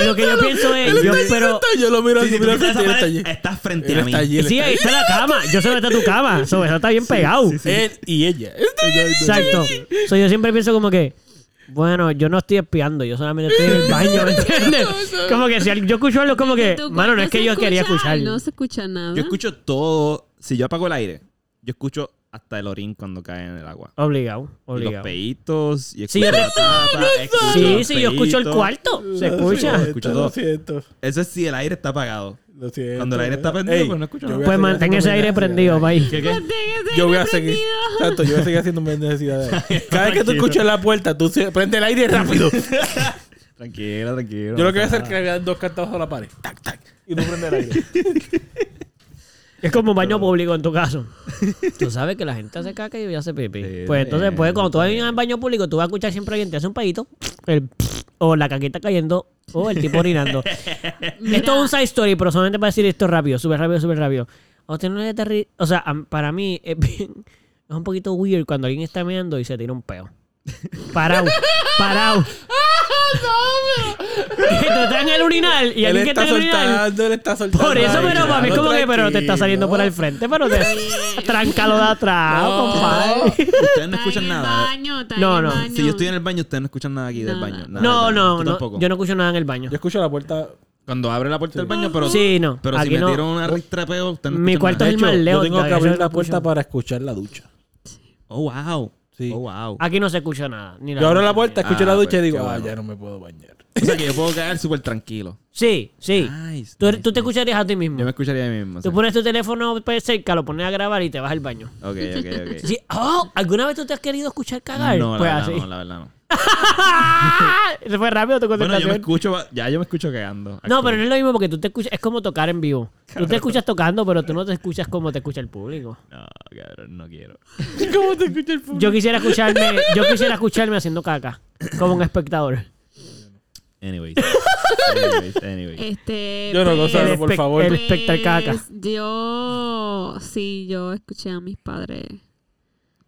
S4: lo que yo pienso es, yo espero...
S3: Sentado, yo lo miro
S1: Sí,
S3: así,
S1: si tú
S3: mira
S1: quitas
S3: hacia
S1: esa
S3: allá,
S1: pared,
S3: él está allí.
S1: estás frente
S3: Él
S1: a mí.
S3: está allí. él
S4: Sí,
S3: está
S4: ahí está la cama. Yo sé dónde está tu cama. So, eso está bien pegado.
S3: allí. Él y ella.
S4: Exacto. So, yo siempre pienso como que, bueno, yo no estoy espiando, yo solamente estoy en el baño, ¿me entiendes? Como que si al- yo escucho algo como que,
S2: Tu
S4: mano, no es
S2: cuarto
S4: que
S2: se
S4: yo quería
S2: escucha,
S4: escuchar.
S2: No se escucha nada.
S1: Yo escucho todo. Si yo apago el aire, yo escucho hasta el orín cuando cae en el agua.
S4: Obligado,
S1: Y los
S4: obligado.
S1: peitos. Y
S4: Sí,
S1: escucho
S4: yo te-
S1: la tapa, escucho
S4: Sí,
S1: los
S4: sí, yo escucho el
S1: peitos.
S4: cuarto. Se escucha.
S1: escucho
S3: Lo
S1: todo.
S3: siento.
S1: Eso es si el aire está apagado.
S3: Lo siento.
S1: Cuando el aire está prendido, pues no escucho nada.
S4: Pues mantén ese aire prendido, país.
S3: Yo voy a seguir. Exacto, yo voy a seguir haciendo mis necesidades. Cada vez que tú escuches la puerta, tú se- prende el aire rápido.
S1: Tranquila, tranquila.
S3: Yo lo que voy a hacer es que le voy a dar dos cantazos a la pared. Tac, tac. Y tú prende el aire.
S4: Es como un baño público en tu caso. Tú sabes que la gente hace caca y ya hace
S1: Sí,
S4: pipí. Pues entonces,
S1: bien,
S4: pues cuando tú vas
S1: bien.
S4: en el baño público, tú vas a escuchar siempre a alguien te hace un pedito, el o la caquita cayendo, o el tipo orinando. Esto es un side story, pero solamente para decir esto rápido, súper rápido, súper rápido. O sea, no le aterri- o sea, am- para mí es, bien- es un poquito weird cuando alguien está meando y se tira un peo. Parado, parado. Que tú estás en el urinal
S3: él
S4: y alguien que está
S3: está
S4: en el urinal.
S3: soltando, él está soltando.
S4: Por eso, pero para mí es como que, pero te está saliendo por el
S3: el
S4: frente, pero te trancalo de atrás,
S3: No.
S4: compadre.
S1: Ustedes no escuchan nada.
S4: No,
S2: No,
S4: no.
S2: no.
S1: Si yo estoy en el baño, ustedes no escuchan nada aquí del
S2: Nada.
S1: baño. nada
S4: No,
S1: del baño.
S4: no,
S1: Tú
S4: no.
S1: tampoco.
S4: Yo no escucho nada en el baño.
S3: Yo escucho la puerta.
S1: Cuando abre la puerta del baño, pero.
S4: Sí, no.
S1: Pero si
S4: Aquí
S1: me
S4: no.
S1: dieron una ristrapeo, ustedes no
S4: Mi
S1: escuchan
S4: cuarto
S1: nada.
S4: es
S3: De
S4: el
S3: hecho,
S4: más lejos,
S3: yo tengo que
S4: todavía
S3: abrir
S4: yo no
S3: la
S4: escucho.
S3: puerta para escuchar la ducha.
S1: Oh, wow.
S3: Sí.
S1: Oh, wow.
S4: Aquí no se escucha nada. ni
S3: Yo abro la puerta,
S1: mía.
S3: escucho la
S1: Ah,
S3: ducha
S1: pues,
S3: y digo,
S1: qué
S3: ah,
S1: bueno.
S3: ya no me puedo bañar.
S1: O sea que yo puedo caer súper tranquilo.
S4: Sí, sí.
S1: Nice,
S4: Tú,
S1: nice,
S4: tú
S1: nice.
S4: te escucharías a ti mismo.
S1: Yo me escucharía a mí mismo.
S4: Tú
S1: sí.
S4: pones tu teléfono pues, cerca, lo pones a grabar y te vas al baño.
S1: Ok, ok, ok.
S4: Sí. Oh, ¿Alguna vez tú te has querido escuchar cagar?
S1: No, la
S4: pues
S1: verdad
S4: así.
S1: no, la verdad no.
S4: Se fue rápido tu
S1: Bueno, yo me
S4: concentración.
S1: escucho, ya yo me escucho cagando.
S4: no, pero no es lo mismo porque tú te escuchas. Es como tocar en vivo. Tú te escuchas tocando, pero tú no te escuchas como te escucha el público.
S1: No, cabrón, no quiero.
S3: ¿Cómo te escucha el público?
S4: Yo quisiera escucharme, yo quisiera escucharme haciendo caca, como un espectador.
S1: Anyways. anyways, anyways.
S2: Este,
S3: Yo no,
S2: pues,
S3: Gonzalo, por
S4: espe-
S3: favor.
S4: el espectar caca.
S2: pues, Yo sí, yo escuché a mis padres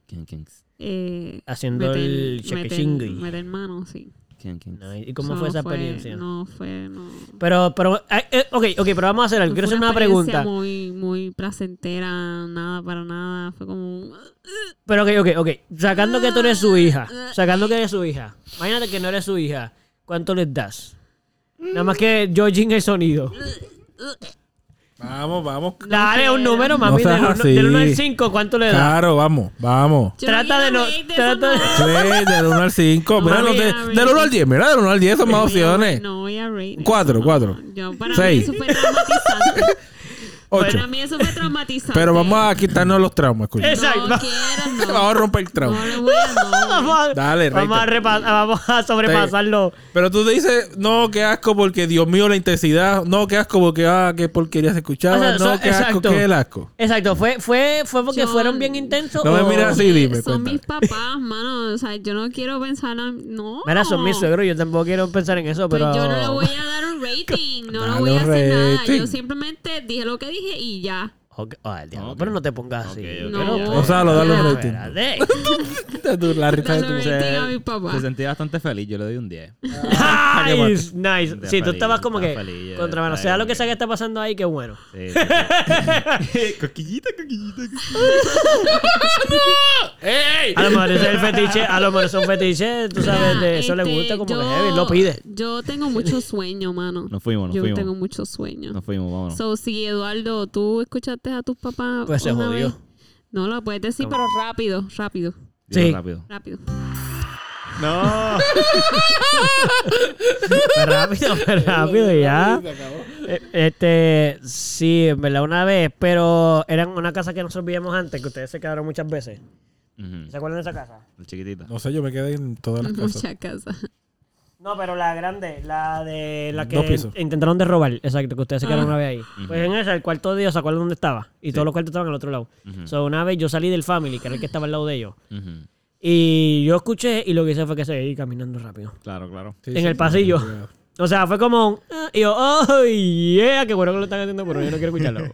S1: King Kings.
S2: eh,
S4: Haciendo el cheque
S2: meter, meter mano, sí.
S1: ¿Quién, quién?
S4: ¿Y cómo
S2: So,
S4: fue esa
S2: no
S4: experiencia?
S2: No fue, no.
S4: Pero, pero, ay, eh, ok, ok, pero vamos a hacer algo.
S2: no
S4: Quiero
S2: fue
S4: hacer una
S2: experiencia
S4: pregunta.
S2: Muy, muy placentera, nada para nada. Fue como. "Ah,
S4: Pero, ok, ok, ok. Sacando que tú eres su hija.
S2: ah.
S4: Sacando que eres su hija. Imagínate que no eres su hija. ¿Cuánto les das? Nada más que yo jingle el sonido.
S3: Vamos, vamos.
S4: Dale un número, mami.
S3: seas
S4: del uno-
S3: así.
S4: del 1 al 5, ¿cuánto le das?
S3: Claro, vamos, vamos.
S2: Yo
S4: Trata de no.
S2: quiero
S4: Trata
S2: rate
S4: de.
S2: eso,
S3: Tres, del 1 al 5. Mira,
S2: Mami,
S3: los de-
S2: mami.
S3: del 1 al 10. Mira, del 1 al 10 son más
S2: no voy a-
S3: opciones.
S2: No voy a rate eso,
S3: Cuatro,
S2: no.
S3: cuatro.
S2: Yo, para
S3: Seis.
S2: mí eso fue traumatizante.
S3: 8.
S2: para mí eso fue traumatizante.
S3: Pero vamos a quitarnos los traumas, escucha.
S4: Es- Exacto.
S2: No quieras, no.
S3: Vamos a romper el trauma.
S2: No le voy a- no.
S4: Vamos a-
S3: Dale,
S4: vamos a,
S3: Reiter.
S4: repas- vamos a sobrepasarlo.
S3: Pero tú dices, no, qué asco porque, Dios mío, la intensidad. No, qué asco porque, ah, qué porquería se escuchaba.
S4: O sea,
S3: no,
S4: so-
S3: qué asco,
S4: exacto.
S3: qué el asco.
S4: Exacto, fue, fue, fue porque
S2: Yo-
S4: fueron bien intensos.
S3: No me
S4: o-
S3: mires así, dime.
S2: Son
S3: cuéntame.
S2: mis papás, mano. O sea, yo no quiero pensar. a- No.
S4: Mira, son mis suegros, yo tampoco quiero pensar en eso,
S2: Pues
S4: pero.
S2: yo no le voy a dar un rating. No
S3: Dale
S2: le voy a
S3: un
S2: hacer nada.
S3: rating.
S2: Yo simplemente dije lo que dije y ya.
S4: Ok, ay, diablo,
S1: Ok.
S4: Pero no te pongas así.
S1: Ok, ok,
S4: pero,
S2: ya.
S4: pues,
S3: Gonzalo, dale un
S4: espérate.
S3: Tú, La risa de
S2: Dale
S3: tu
S2: un rating a mi papá.
S1: Se sentía bastante feliz, yo le doy un 10.
S4: Nice, nice.
S1: Está
S4: Sí, tú
S1: feliz,
S4: estabas como
S1: está
S4: que
S1: feliz, ya
S4: contra mano.
S1: está
S4: Sea lo
S1: bien.
S4: que sea que está pasando ahí, qué bueno.
S1: Sí, sí, sí. coquillita, coquillita, coquillita.
S4: A lo mejor ese es el fetiche, a lo mejor es un fetiche, tú sabes, de eso le
S2: Este,
S4: gusta como
S2: yo-
S4: que heavy, lo pide.
S2: Yo tengo mucho sueño, mano.
S1: Nos fuimos, nos
S2: yo
S1: fuimos.
S2: tengo mucho sueño.
S1: Nos fuimos, vámonos.
S2: So, si Eduardo, tú escuchaste a tus papás.
S4: Pues se
S2: una
S4: jodió.
S2: vez, No lo puedes decir, pero rápido, rápido,
S1: Dilo
S4: Sí.
S1: rápido.
S2: rápido.
S4: No. rápido, pero rápido ya. Eh, Este, sí, en verdad, una vez, pero eran una casa que nos olvidamos antes, que ustedes se quedaron muchas veces.
S1: Ujú.
S4: ¿Se acuerdan de esa casa?
S1: La chiquitita.
S3: No sé, yo me quedé en todas las casas.
S2: Mucha casa.
S4: No, pero la grande, la de la que
S3: Dos pisos.
S4: intentaron de robar, exacto, que ustedes se quedaron
S2: Ah.
S4: una vez ahí. Pues en esa, el cuarto de ellos, ¿se acuerdan dónde estaba? Y todos los cuartos estaban al otro lado.
S1: Ujú.
S4: So, una vez yo salí del family, que era el que estaba al lado de ellos,
S1: Ujú.
S4: y yo escuché y lo que hice fue que seguí caminando rápido.
S1: Claro, claro.
S3: Sí,
S4: en
S3: sí.
S4: el pasillo. O sea, fue como un, "Ah", y yo, ¡oh, yeah! Qué bueno que lo están haciendo, pero yo no quiero escucharlo.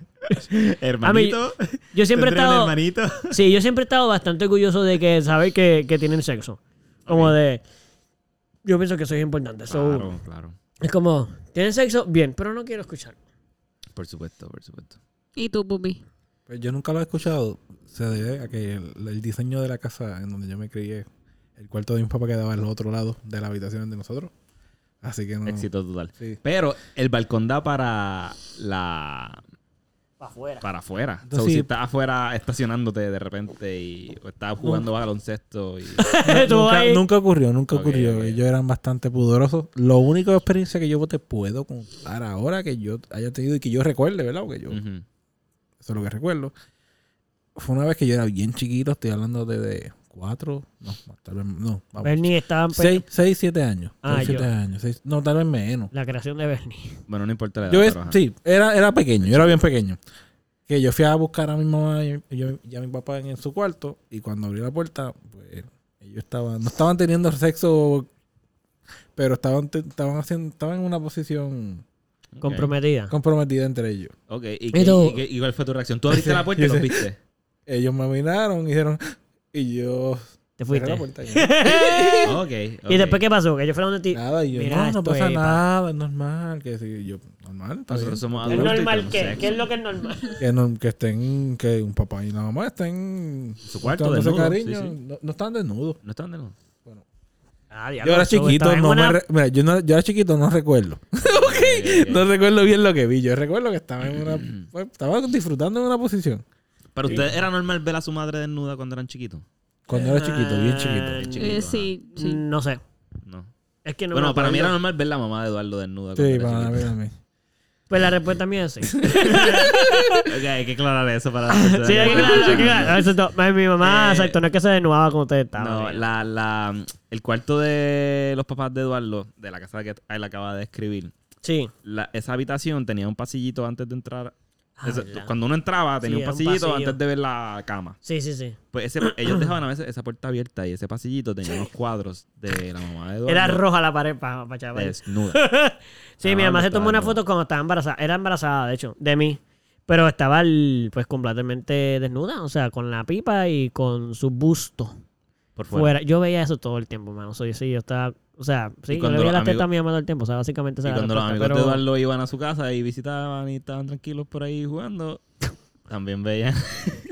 S1: Hermanito.
S4: yo siempre he
S1: ¿Tendré un
S4: estado-
S1: Hermanito.
S4: Sí, yo siempre he estado bastante orgulloso de que saber que, que tienen sexo. Como de. Yo pienso que eso es importante. So,
S1: Claro, claro.
S4: Es como, ¿tienen sexo? Bien, pero no quiero escucharlo.
S1: Por supuesto, por supuesto.
S2: ¿Y tú, pupi?
S3: Pues yo nunca lo he escuchado. Se debe a que el, el diseño de la casa en donde yo me crié, el cuarto de mi papá quedaba al otro lado de la habitación de nosotros. Así que no.
S1: Éxito total.
S3: Sí.
S1: Pero el balcón da para la
S4: Para afuera.
S1: para afuera.
S3: Entonces,
S1: So, si
S3: sí.
S1: estás afuera estacionándote de repente y o estás jugando baloncesto y
S4: Tú
S3: Nunca,
S4: ahí-
S3: nunca ocurrió, nunca
S1: Ok,
S3: ocurrió.
S1: ok.
S3: Ellos eran bastante pudorosos. Lo único de experiencia que yo te puedo contar ahora que yo haya tenido y que yo recuerde, ¿verdad? Porque yo, eso
S1: Ujú.
S3: es lo que recuerdo. Fue una vez que yo era bien chiquito, estoy hablando de, de cuatro, no, tal vez, no, vamos.
S4: Bernie estaban pe-
S3: Seis, seis, siete años.
S4: Ah,
S3: Seis,
S4: yo.
S3: siete años. seis- no, tal vez menos.
S4: La creación de Bernie.
S1: bueno, no importa la edad.
S3: Yo es-
S1: pero, ajá.
S3: sí, era, era pequeño, yo era bien pequeño. Que yo fui a buscar a mi mamá y, y yo- y a mi papá en, en su cuarto. Y cuando abrí la puerta, pues ellos estaban, no estaban teniendo sexo, pero estaban, te- estaban haciendo, estaban en una posición
S1: Ok.
S4: Comprometida.
S3: comprometida entre ellos.
S1: Ok, ¿Y, qué-
S4: Pero-
S1: y qué- y cuál fue tu reacción? Tú abriste la puerta y
S3: Yo
S1: los
S3: sé.
S1: viste.
S3: Ellos me miraron y dijeron, y yo
S4: Te
S3: cerré
S4: fuiste.
S3: la puerta. y yo-
S1: Ok.
S4: ¿Y
S1: ok.
S4: después qué pasó? Que yo fuera donde ti.
S3: nada, y yo,
S4: Mira,
S3: no,
S4: esto
S3: no pasa
S4: es-
S3: nada, es normal. Que sí, yo, normal, está bien.
S1: Nosotros somos
S4: ¿Es
S1: adultos. y
S4: normal
S1: tenemos
S4: qué?
S1: sexo.
S4: ¿Qué es lo que es normal?
S3: que, no- que estén, que un papá y una mamá estén
S1: su cuarto,
S3: dándose
S1: desnudos,
S3: cariño,
S1: sí, sí.
S3: No, no están desnudos.
S1: No están de nuevo.
S4: Ah, diablo,
S3: Yo era
S4: so,
S3: chiquito,
S4: estaba en
S3: no
S4: una-
S3: me re- mira, yo, no- yo era chiquito, no recuerdo.
S1: Ok, ok.
S3: No recuerdo bien lo que vi. Yo recuerdo que estaba en una, pues, estaba disfrutando en una posición.
S1: Pero usted era normal ver a su madre desnuda cuando eran chiquitos.
S3: Cuando era chiquito, bien
S4: Eh,
S3: chiquito.
S1: Chiquito,
S2: Eh, sí, sí.
S4: No sé.
S1: No.
S4: Es que no
S1: bueno,
S4: me
S1: para mí era
S4: acuerdo.
S1: normal ver la mamá de Eduardo desnuda.
S3: Sí,
S1: cuando
S3: para
S1: era
S3: mí
S1: chiquito.
S3: también.
S4: Pues la respuesta mía es sí. sí,
S1: Ok, hay que aclarar eso para.
S4: hay que aclarar, hay que aclarar. Exacto. Ay, Mi mamá, exacto, no es que se desnudaba como ustedes estaban.
S1: Eh, No,
S4: mira.
S1: la, la, el cuarto de los papás de Eduardo, de la casa que él acaba de describir,
S4: Sí.
S1: la- esa habitación tenía un pasillito antes de entrar.
S4: Ah,
S1: Eso-
S4: ¿verdad?
S1: cuando uno entraba, tenía un
S4: era un
S1: pasillito
S4: pasillo.
S1: antes de ver la cama.
S4: Sí, sí, sí.
S1: Pues ese- ellos dejaban a veces esa puerta abierta y ese pasillito tenía unos cuadros de la mamá de Eduardo.
S4: Era roja la pared para chaval.
S1: Eh, Desnuda.
S4: Sí,
S1: Ah,
S4: mi mamá
S1: no
S4: se tomó una
S1: estaba, no.
S4: foto cuando estaba embarazada. Era embarazada, de hecho, de mí. Pero estaba el- pues completamente desnuda, o sea, con la pipa y con su busto.
S1: Por fuera.
S4: fuera. Yo veía eso todo el tiempo, mano. Soy, sí, yo estaba. O sea, sí, yo
S1: cuando
S4: le veía
S1: los
S4: la
S1: amigos-
S4: teta a mi mamá todo el tiempo. O sea, básicamente esa
S1: Y
S4: era la
S1: cuando los amigos
S4: respuesta,
S1: de
S4: pero-
S1: Eduardo iban a su casa y visitaban y estaban tranquilos por ahí jugando, también veían.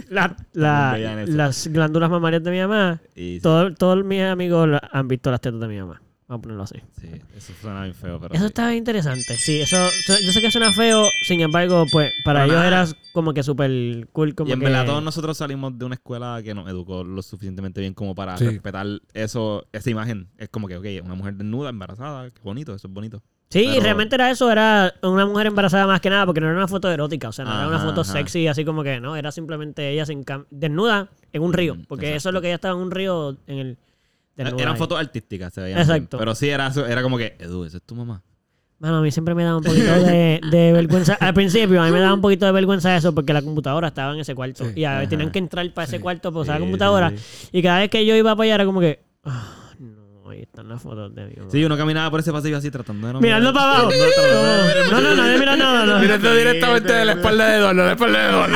S4: la- la-
S1: veían eso.
S4: las glándulas mamarias de mi mamá,
S1: Y sí,
S4: todo- todos mis amigos la- han visto las tetas de mi mamá. Vamos a ponerlo así.
S1: sí, eso suena bien feo, pero.
S4: Eso
S1: sí.
S4: está bien interesante. Sí, eso. Yo sé que suena feo, sin embargo, pues para
S1: Pero
S4: ellos
S1: nada.
S4: era como que súper cool. Como
S1: y en
S4: que-
S1: verdad todos nosotros salimos de una escuela que nos educó lo suficientemente bien como para
S3: Sí.
S1: respetar eso, esa imagen. Es como que, ok, una mujer desnuda, embarazada, qué bonito, eso es bonito.
S4: Sí,
S1: Pero-
S4: realmente era eso, era una mujer embarazada más que nada, porque no era una foto erótica, o sea, no era una
S1: Ajá,
S4: foto
S1: ajá.
S4: sexy, así como que no, era simplemente ella sin cam- desnuda en un río,
S1: Mm,
S4: porque eso
S1: exacto.
S4: es lo que ella estaba en un río en el desnuda
S1: Eh, Eran
S4: ahí.
S1: fotos artísticas, se veían.
S4: Exacto.
S1: bien, pero sí, era, eso- era como que, Edu, esa es tu mamá.
S4: Mano, a mí siempre me daba un poquito de, de vergüenza. Al principio, a mí me daba un poquito de vergüenza eso, porque la computadora estaba en ese cuarto.
S3: Sí,
S4: y a veces
S1: ajá.
S4: tenían que entrar para ese
S3: Sí,
S4: cuarto para usar
S1: Sí,
S4: la computadora.
S1: sí,
S4: Y cada vez que yo iba para allá era como que, "Ah, no, ahí están las fotos de mi mamá".
S1: Sí, uno caminaba por ese pasillo así tratando de no
S4: Mirando
S1: mirar.
S4: para abajo. No, no, no, no, mira, no, no.
S3: Mirando directamente de la espalda de Eduardo, de la espalda de Eduardo.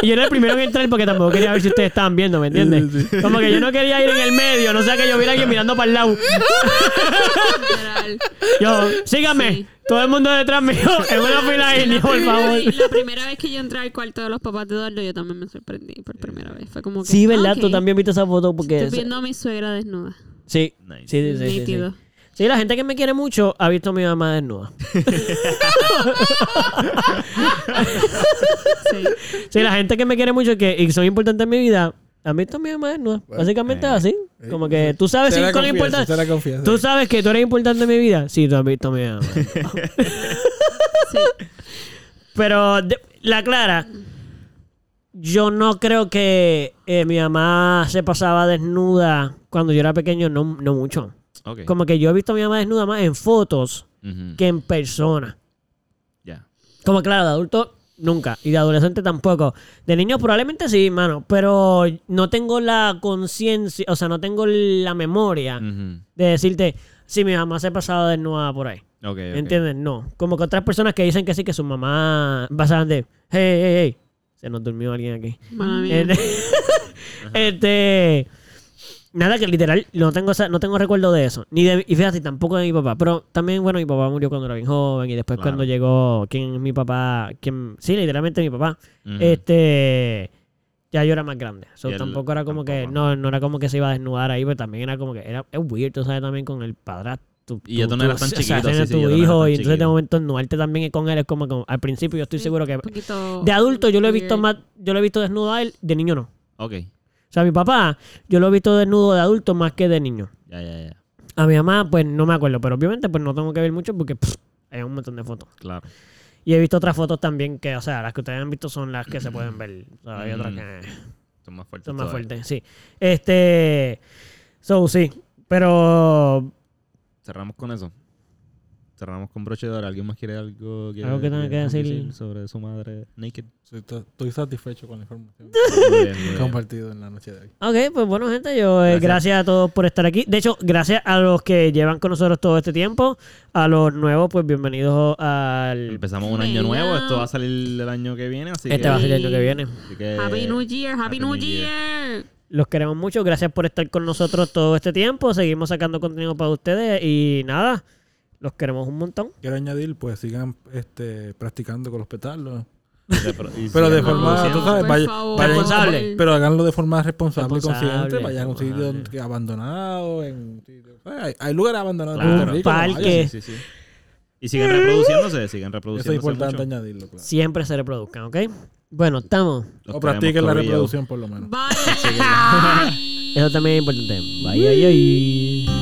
S4: Y yo era el primero en entrar porque tampoco quería ver si ustedes estaban viendo, ¿me entiendes? Como que yo no quería ir en el medio, no sea que yo viera a alguien mirando para el lado.
S2: Literal.
S4: Yo, síganme.
S2: Sí.
S4: Todo el mundo detrás mío, en una fila ahí, por favor.
S2: La primera vez que yo entré al cuarto de los papás de Eduardo, yo también me sorprendí por primera vez. Fue como que.
S4: Sí,
S2: ah,
S4: ¿verdad?
S2: ok.
S4: Tú también viste esa foto porque...
S2: Estoy viendo a mi suegra desnuda.
S4: Sí.
S1: Nice.
S4: Sí, sí, sí, sí, sí.
S2: Nítido.
S4: Sí, la gente que me quiere mucho ha visto a mi mamá desnuda.
S2: Sí.
S4: Sí, la gente que me quiere mucho que, y son importantes en mi vida han visto a mi mamá desnuda. Básicamente es así. Como que tú sabes si
S3: Te la
S4: tú eres
S3: confieso, te la
S4: importante.
S3: confieso.
S4: Tú sabes que tú eres importante en mi vida. Sí, tú has visto a mi mamá.
S2: Sí.
S4: Pero de- la clara, yo no creo que eh, mi mamá se pasaba desnuda cuando yo era pequeño, no, no mucho.
S1: Ok.
S4: Como que yo he visto a mi mamá desnuda más en fotos
S1: Ujú.
S4: que en persona.
S1: Ya.
S4: Como claro, de adulto nunca. Y de adolescente tampoco. De niño probablemente sí, mano. Pero no tengo la conciencia, o sea, no tengo la memoria
S1: Ujú.
S4: de decirte si mi mamá se pasaba desnuda por ahí.
S1: Ok, ok.
S4: ¿Entiendes? No. Como que otras personas que dicen que sí, que su mamá pasaban de, hey, hey, hey, se nos durmió alguien aquí.
S2: Mala mía.
S4: Este- este. Nada, que literal, no tengo, esa- no tengo recuerdo de eso. Ni de, y fíjate, tampoco de mi papá. Pero también, bueno, mi papá murió cuando era bien joven. Y después
S1: Claro.
S4: cuando llegó, ¿quién es mi papá? ¿Quién? Sí, literalmente mi papá.
S1: Ujú.
S4: Este. Ya yo era más grande. So,
S1: Y él
S4: tampoco era como que.
S1: tampoco.
S4: No, no era como que se iba a desnudar ahí, pero también era como que. Era, es weird, tú sabes, también con el padrastro. tú-
S1: Y ya tú no eras tan
S4: o sea,
S1: chiquito,
S4: tener
S1: sí, sí,
S4: tu
S1: ya tú no eras
S4: hijo,
S1: tan
S4: y entonces de
S1: chiquito.
S4: momento desnudarte también con él es como, como. Al principio yo estoy seguro que.
S2: Un poquito
S4: De adulto yo lo he visto
S2: weird.
S4: más. Yo lo he visto desnudo a él, de niño no.
S1: Ok.
S4: O sea, mi papá, yo lo he visto desnudo de adulto más que de niño.
S1: Ya, ya, ya.
S4: A mi mamá, pues no me acuerdo, pero obviamente pues no tengo que ver mucho porque pff, hay un montón de fotos.
S1: Claro.
S4: Y he visto otras fotos también que, o sea, las que ustedes han visto son las que se pueden ver. O sea, hay otras
S1: Mm.
S4: que
S1: Son más fuertes.
S4: son más
S1: todavía.
S4: fuertes, sí. Este, so sí, pero
S1: Cerramos con eso. Cerramos con broche de oro. ¿Alguien más quiere algo que,
S4: Algo que tenga que decir.
S1: sobre su madre naked?
S3: Sí, to- Estoy satisfecho con la información
S1: Muy bien, muy bien.
S3: compartida en la noche de hoy.
S4: Ok, pues bueno, gente, yo eh, gracias.
S1: Gracias.
S4: a todos por estar aquí. De hecho, gracias a los que llevan con nosotros todo este tiempo. A los nuevos, pues bienvenidos al...
S1: Empezamos un año nuevo. Esto va a salir el año que viene. Así
S4: Este
S1: que,
S4: va a ser el año que viene.
S1: así que-
S2: Happy New Year, Eh, Happy,
S1: Happy
S2: New,
S1: New
S2: Year.
S4: Los queremos mucho. Gracias por estar con nosotros todo este tiempo. Seguimos sacando contenido para ustedes y nada, los queremos un montón.
S3: Quiero añadir, pues sigan este, practicando con los petalos.
S1: y- y-
S3: Pero de
S1: y-
S3: forma,
S1: y-
S3: tú sabes,
S2: por
S3: vaya-
S2: favor.
S3: vayan-
S4: Responsable.
S3: Pero háganlo de forma responsable,
S4: Responsable,
S3: y consciente. Vayan a un sitio
S1: responsable.
S3: que abandonado. En, un sitio- hay, hay lugares abandonados. en
S1: Claro.
S3: Puerto Rico,
S4: Un parque.
S3: vayan.
S1: Sí, sí, sí. Y siguen reproduciéndose, siguen
S3: Eso es
S1: reproduciéndose.
S3: importante
S1: mucho.
S3: añadirlo, claro.
S4: Siempre se reproduzcan, ¿ok? Bueno, estamos.
S1: Los queremos,
S3: o practiquen la
S1: Corillo.
S3: reproducción, por lo menos.
S2: Bye.
S4: Eso también es importante. Bye, bye, bye.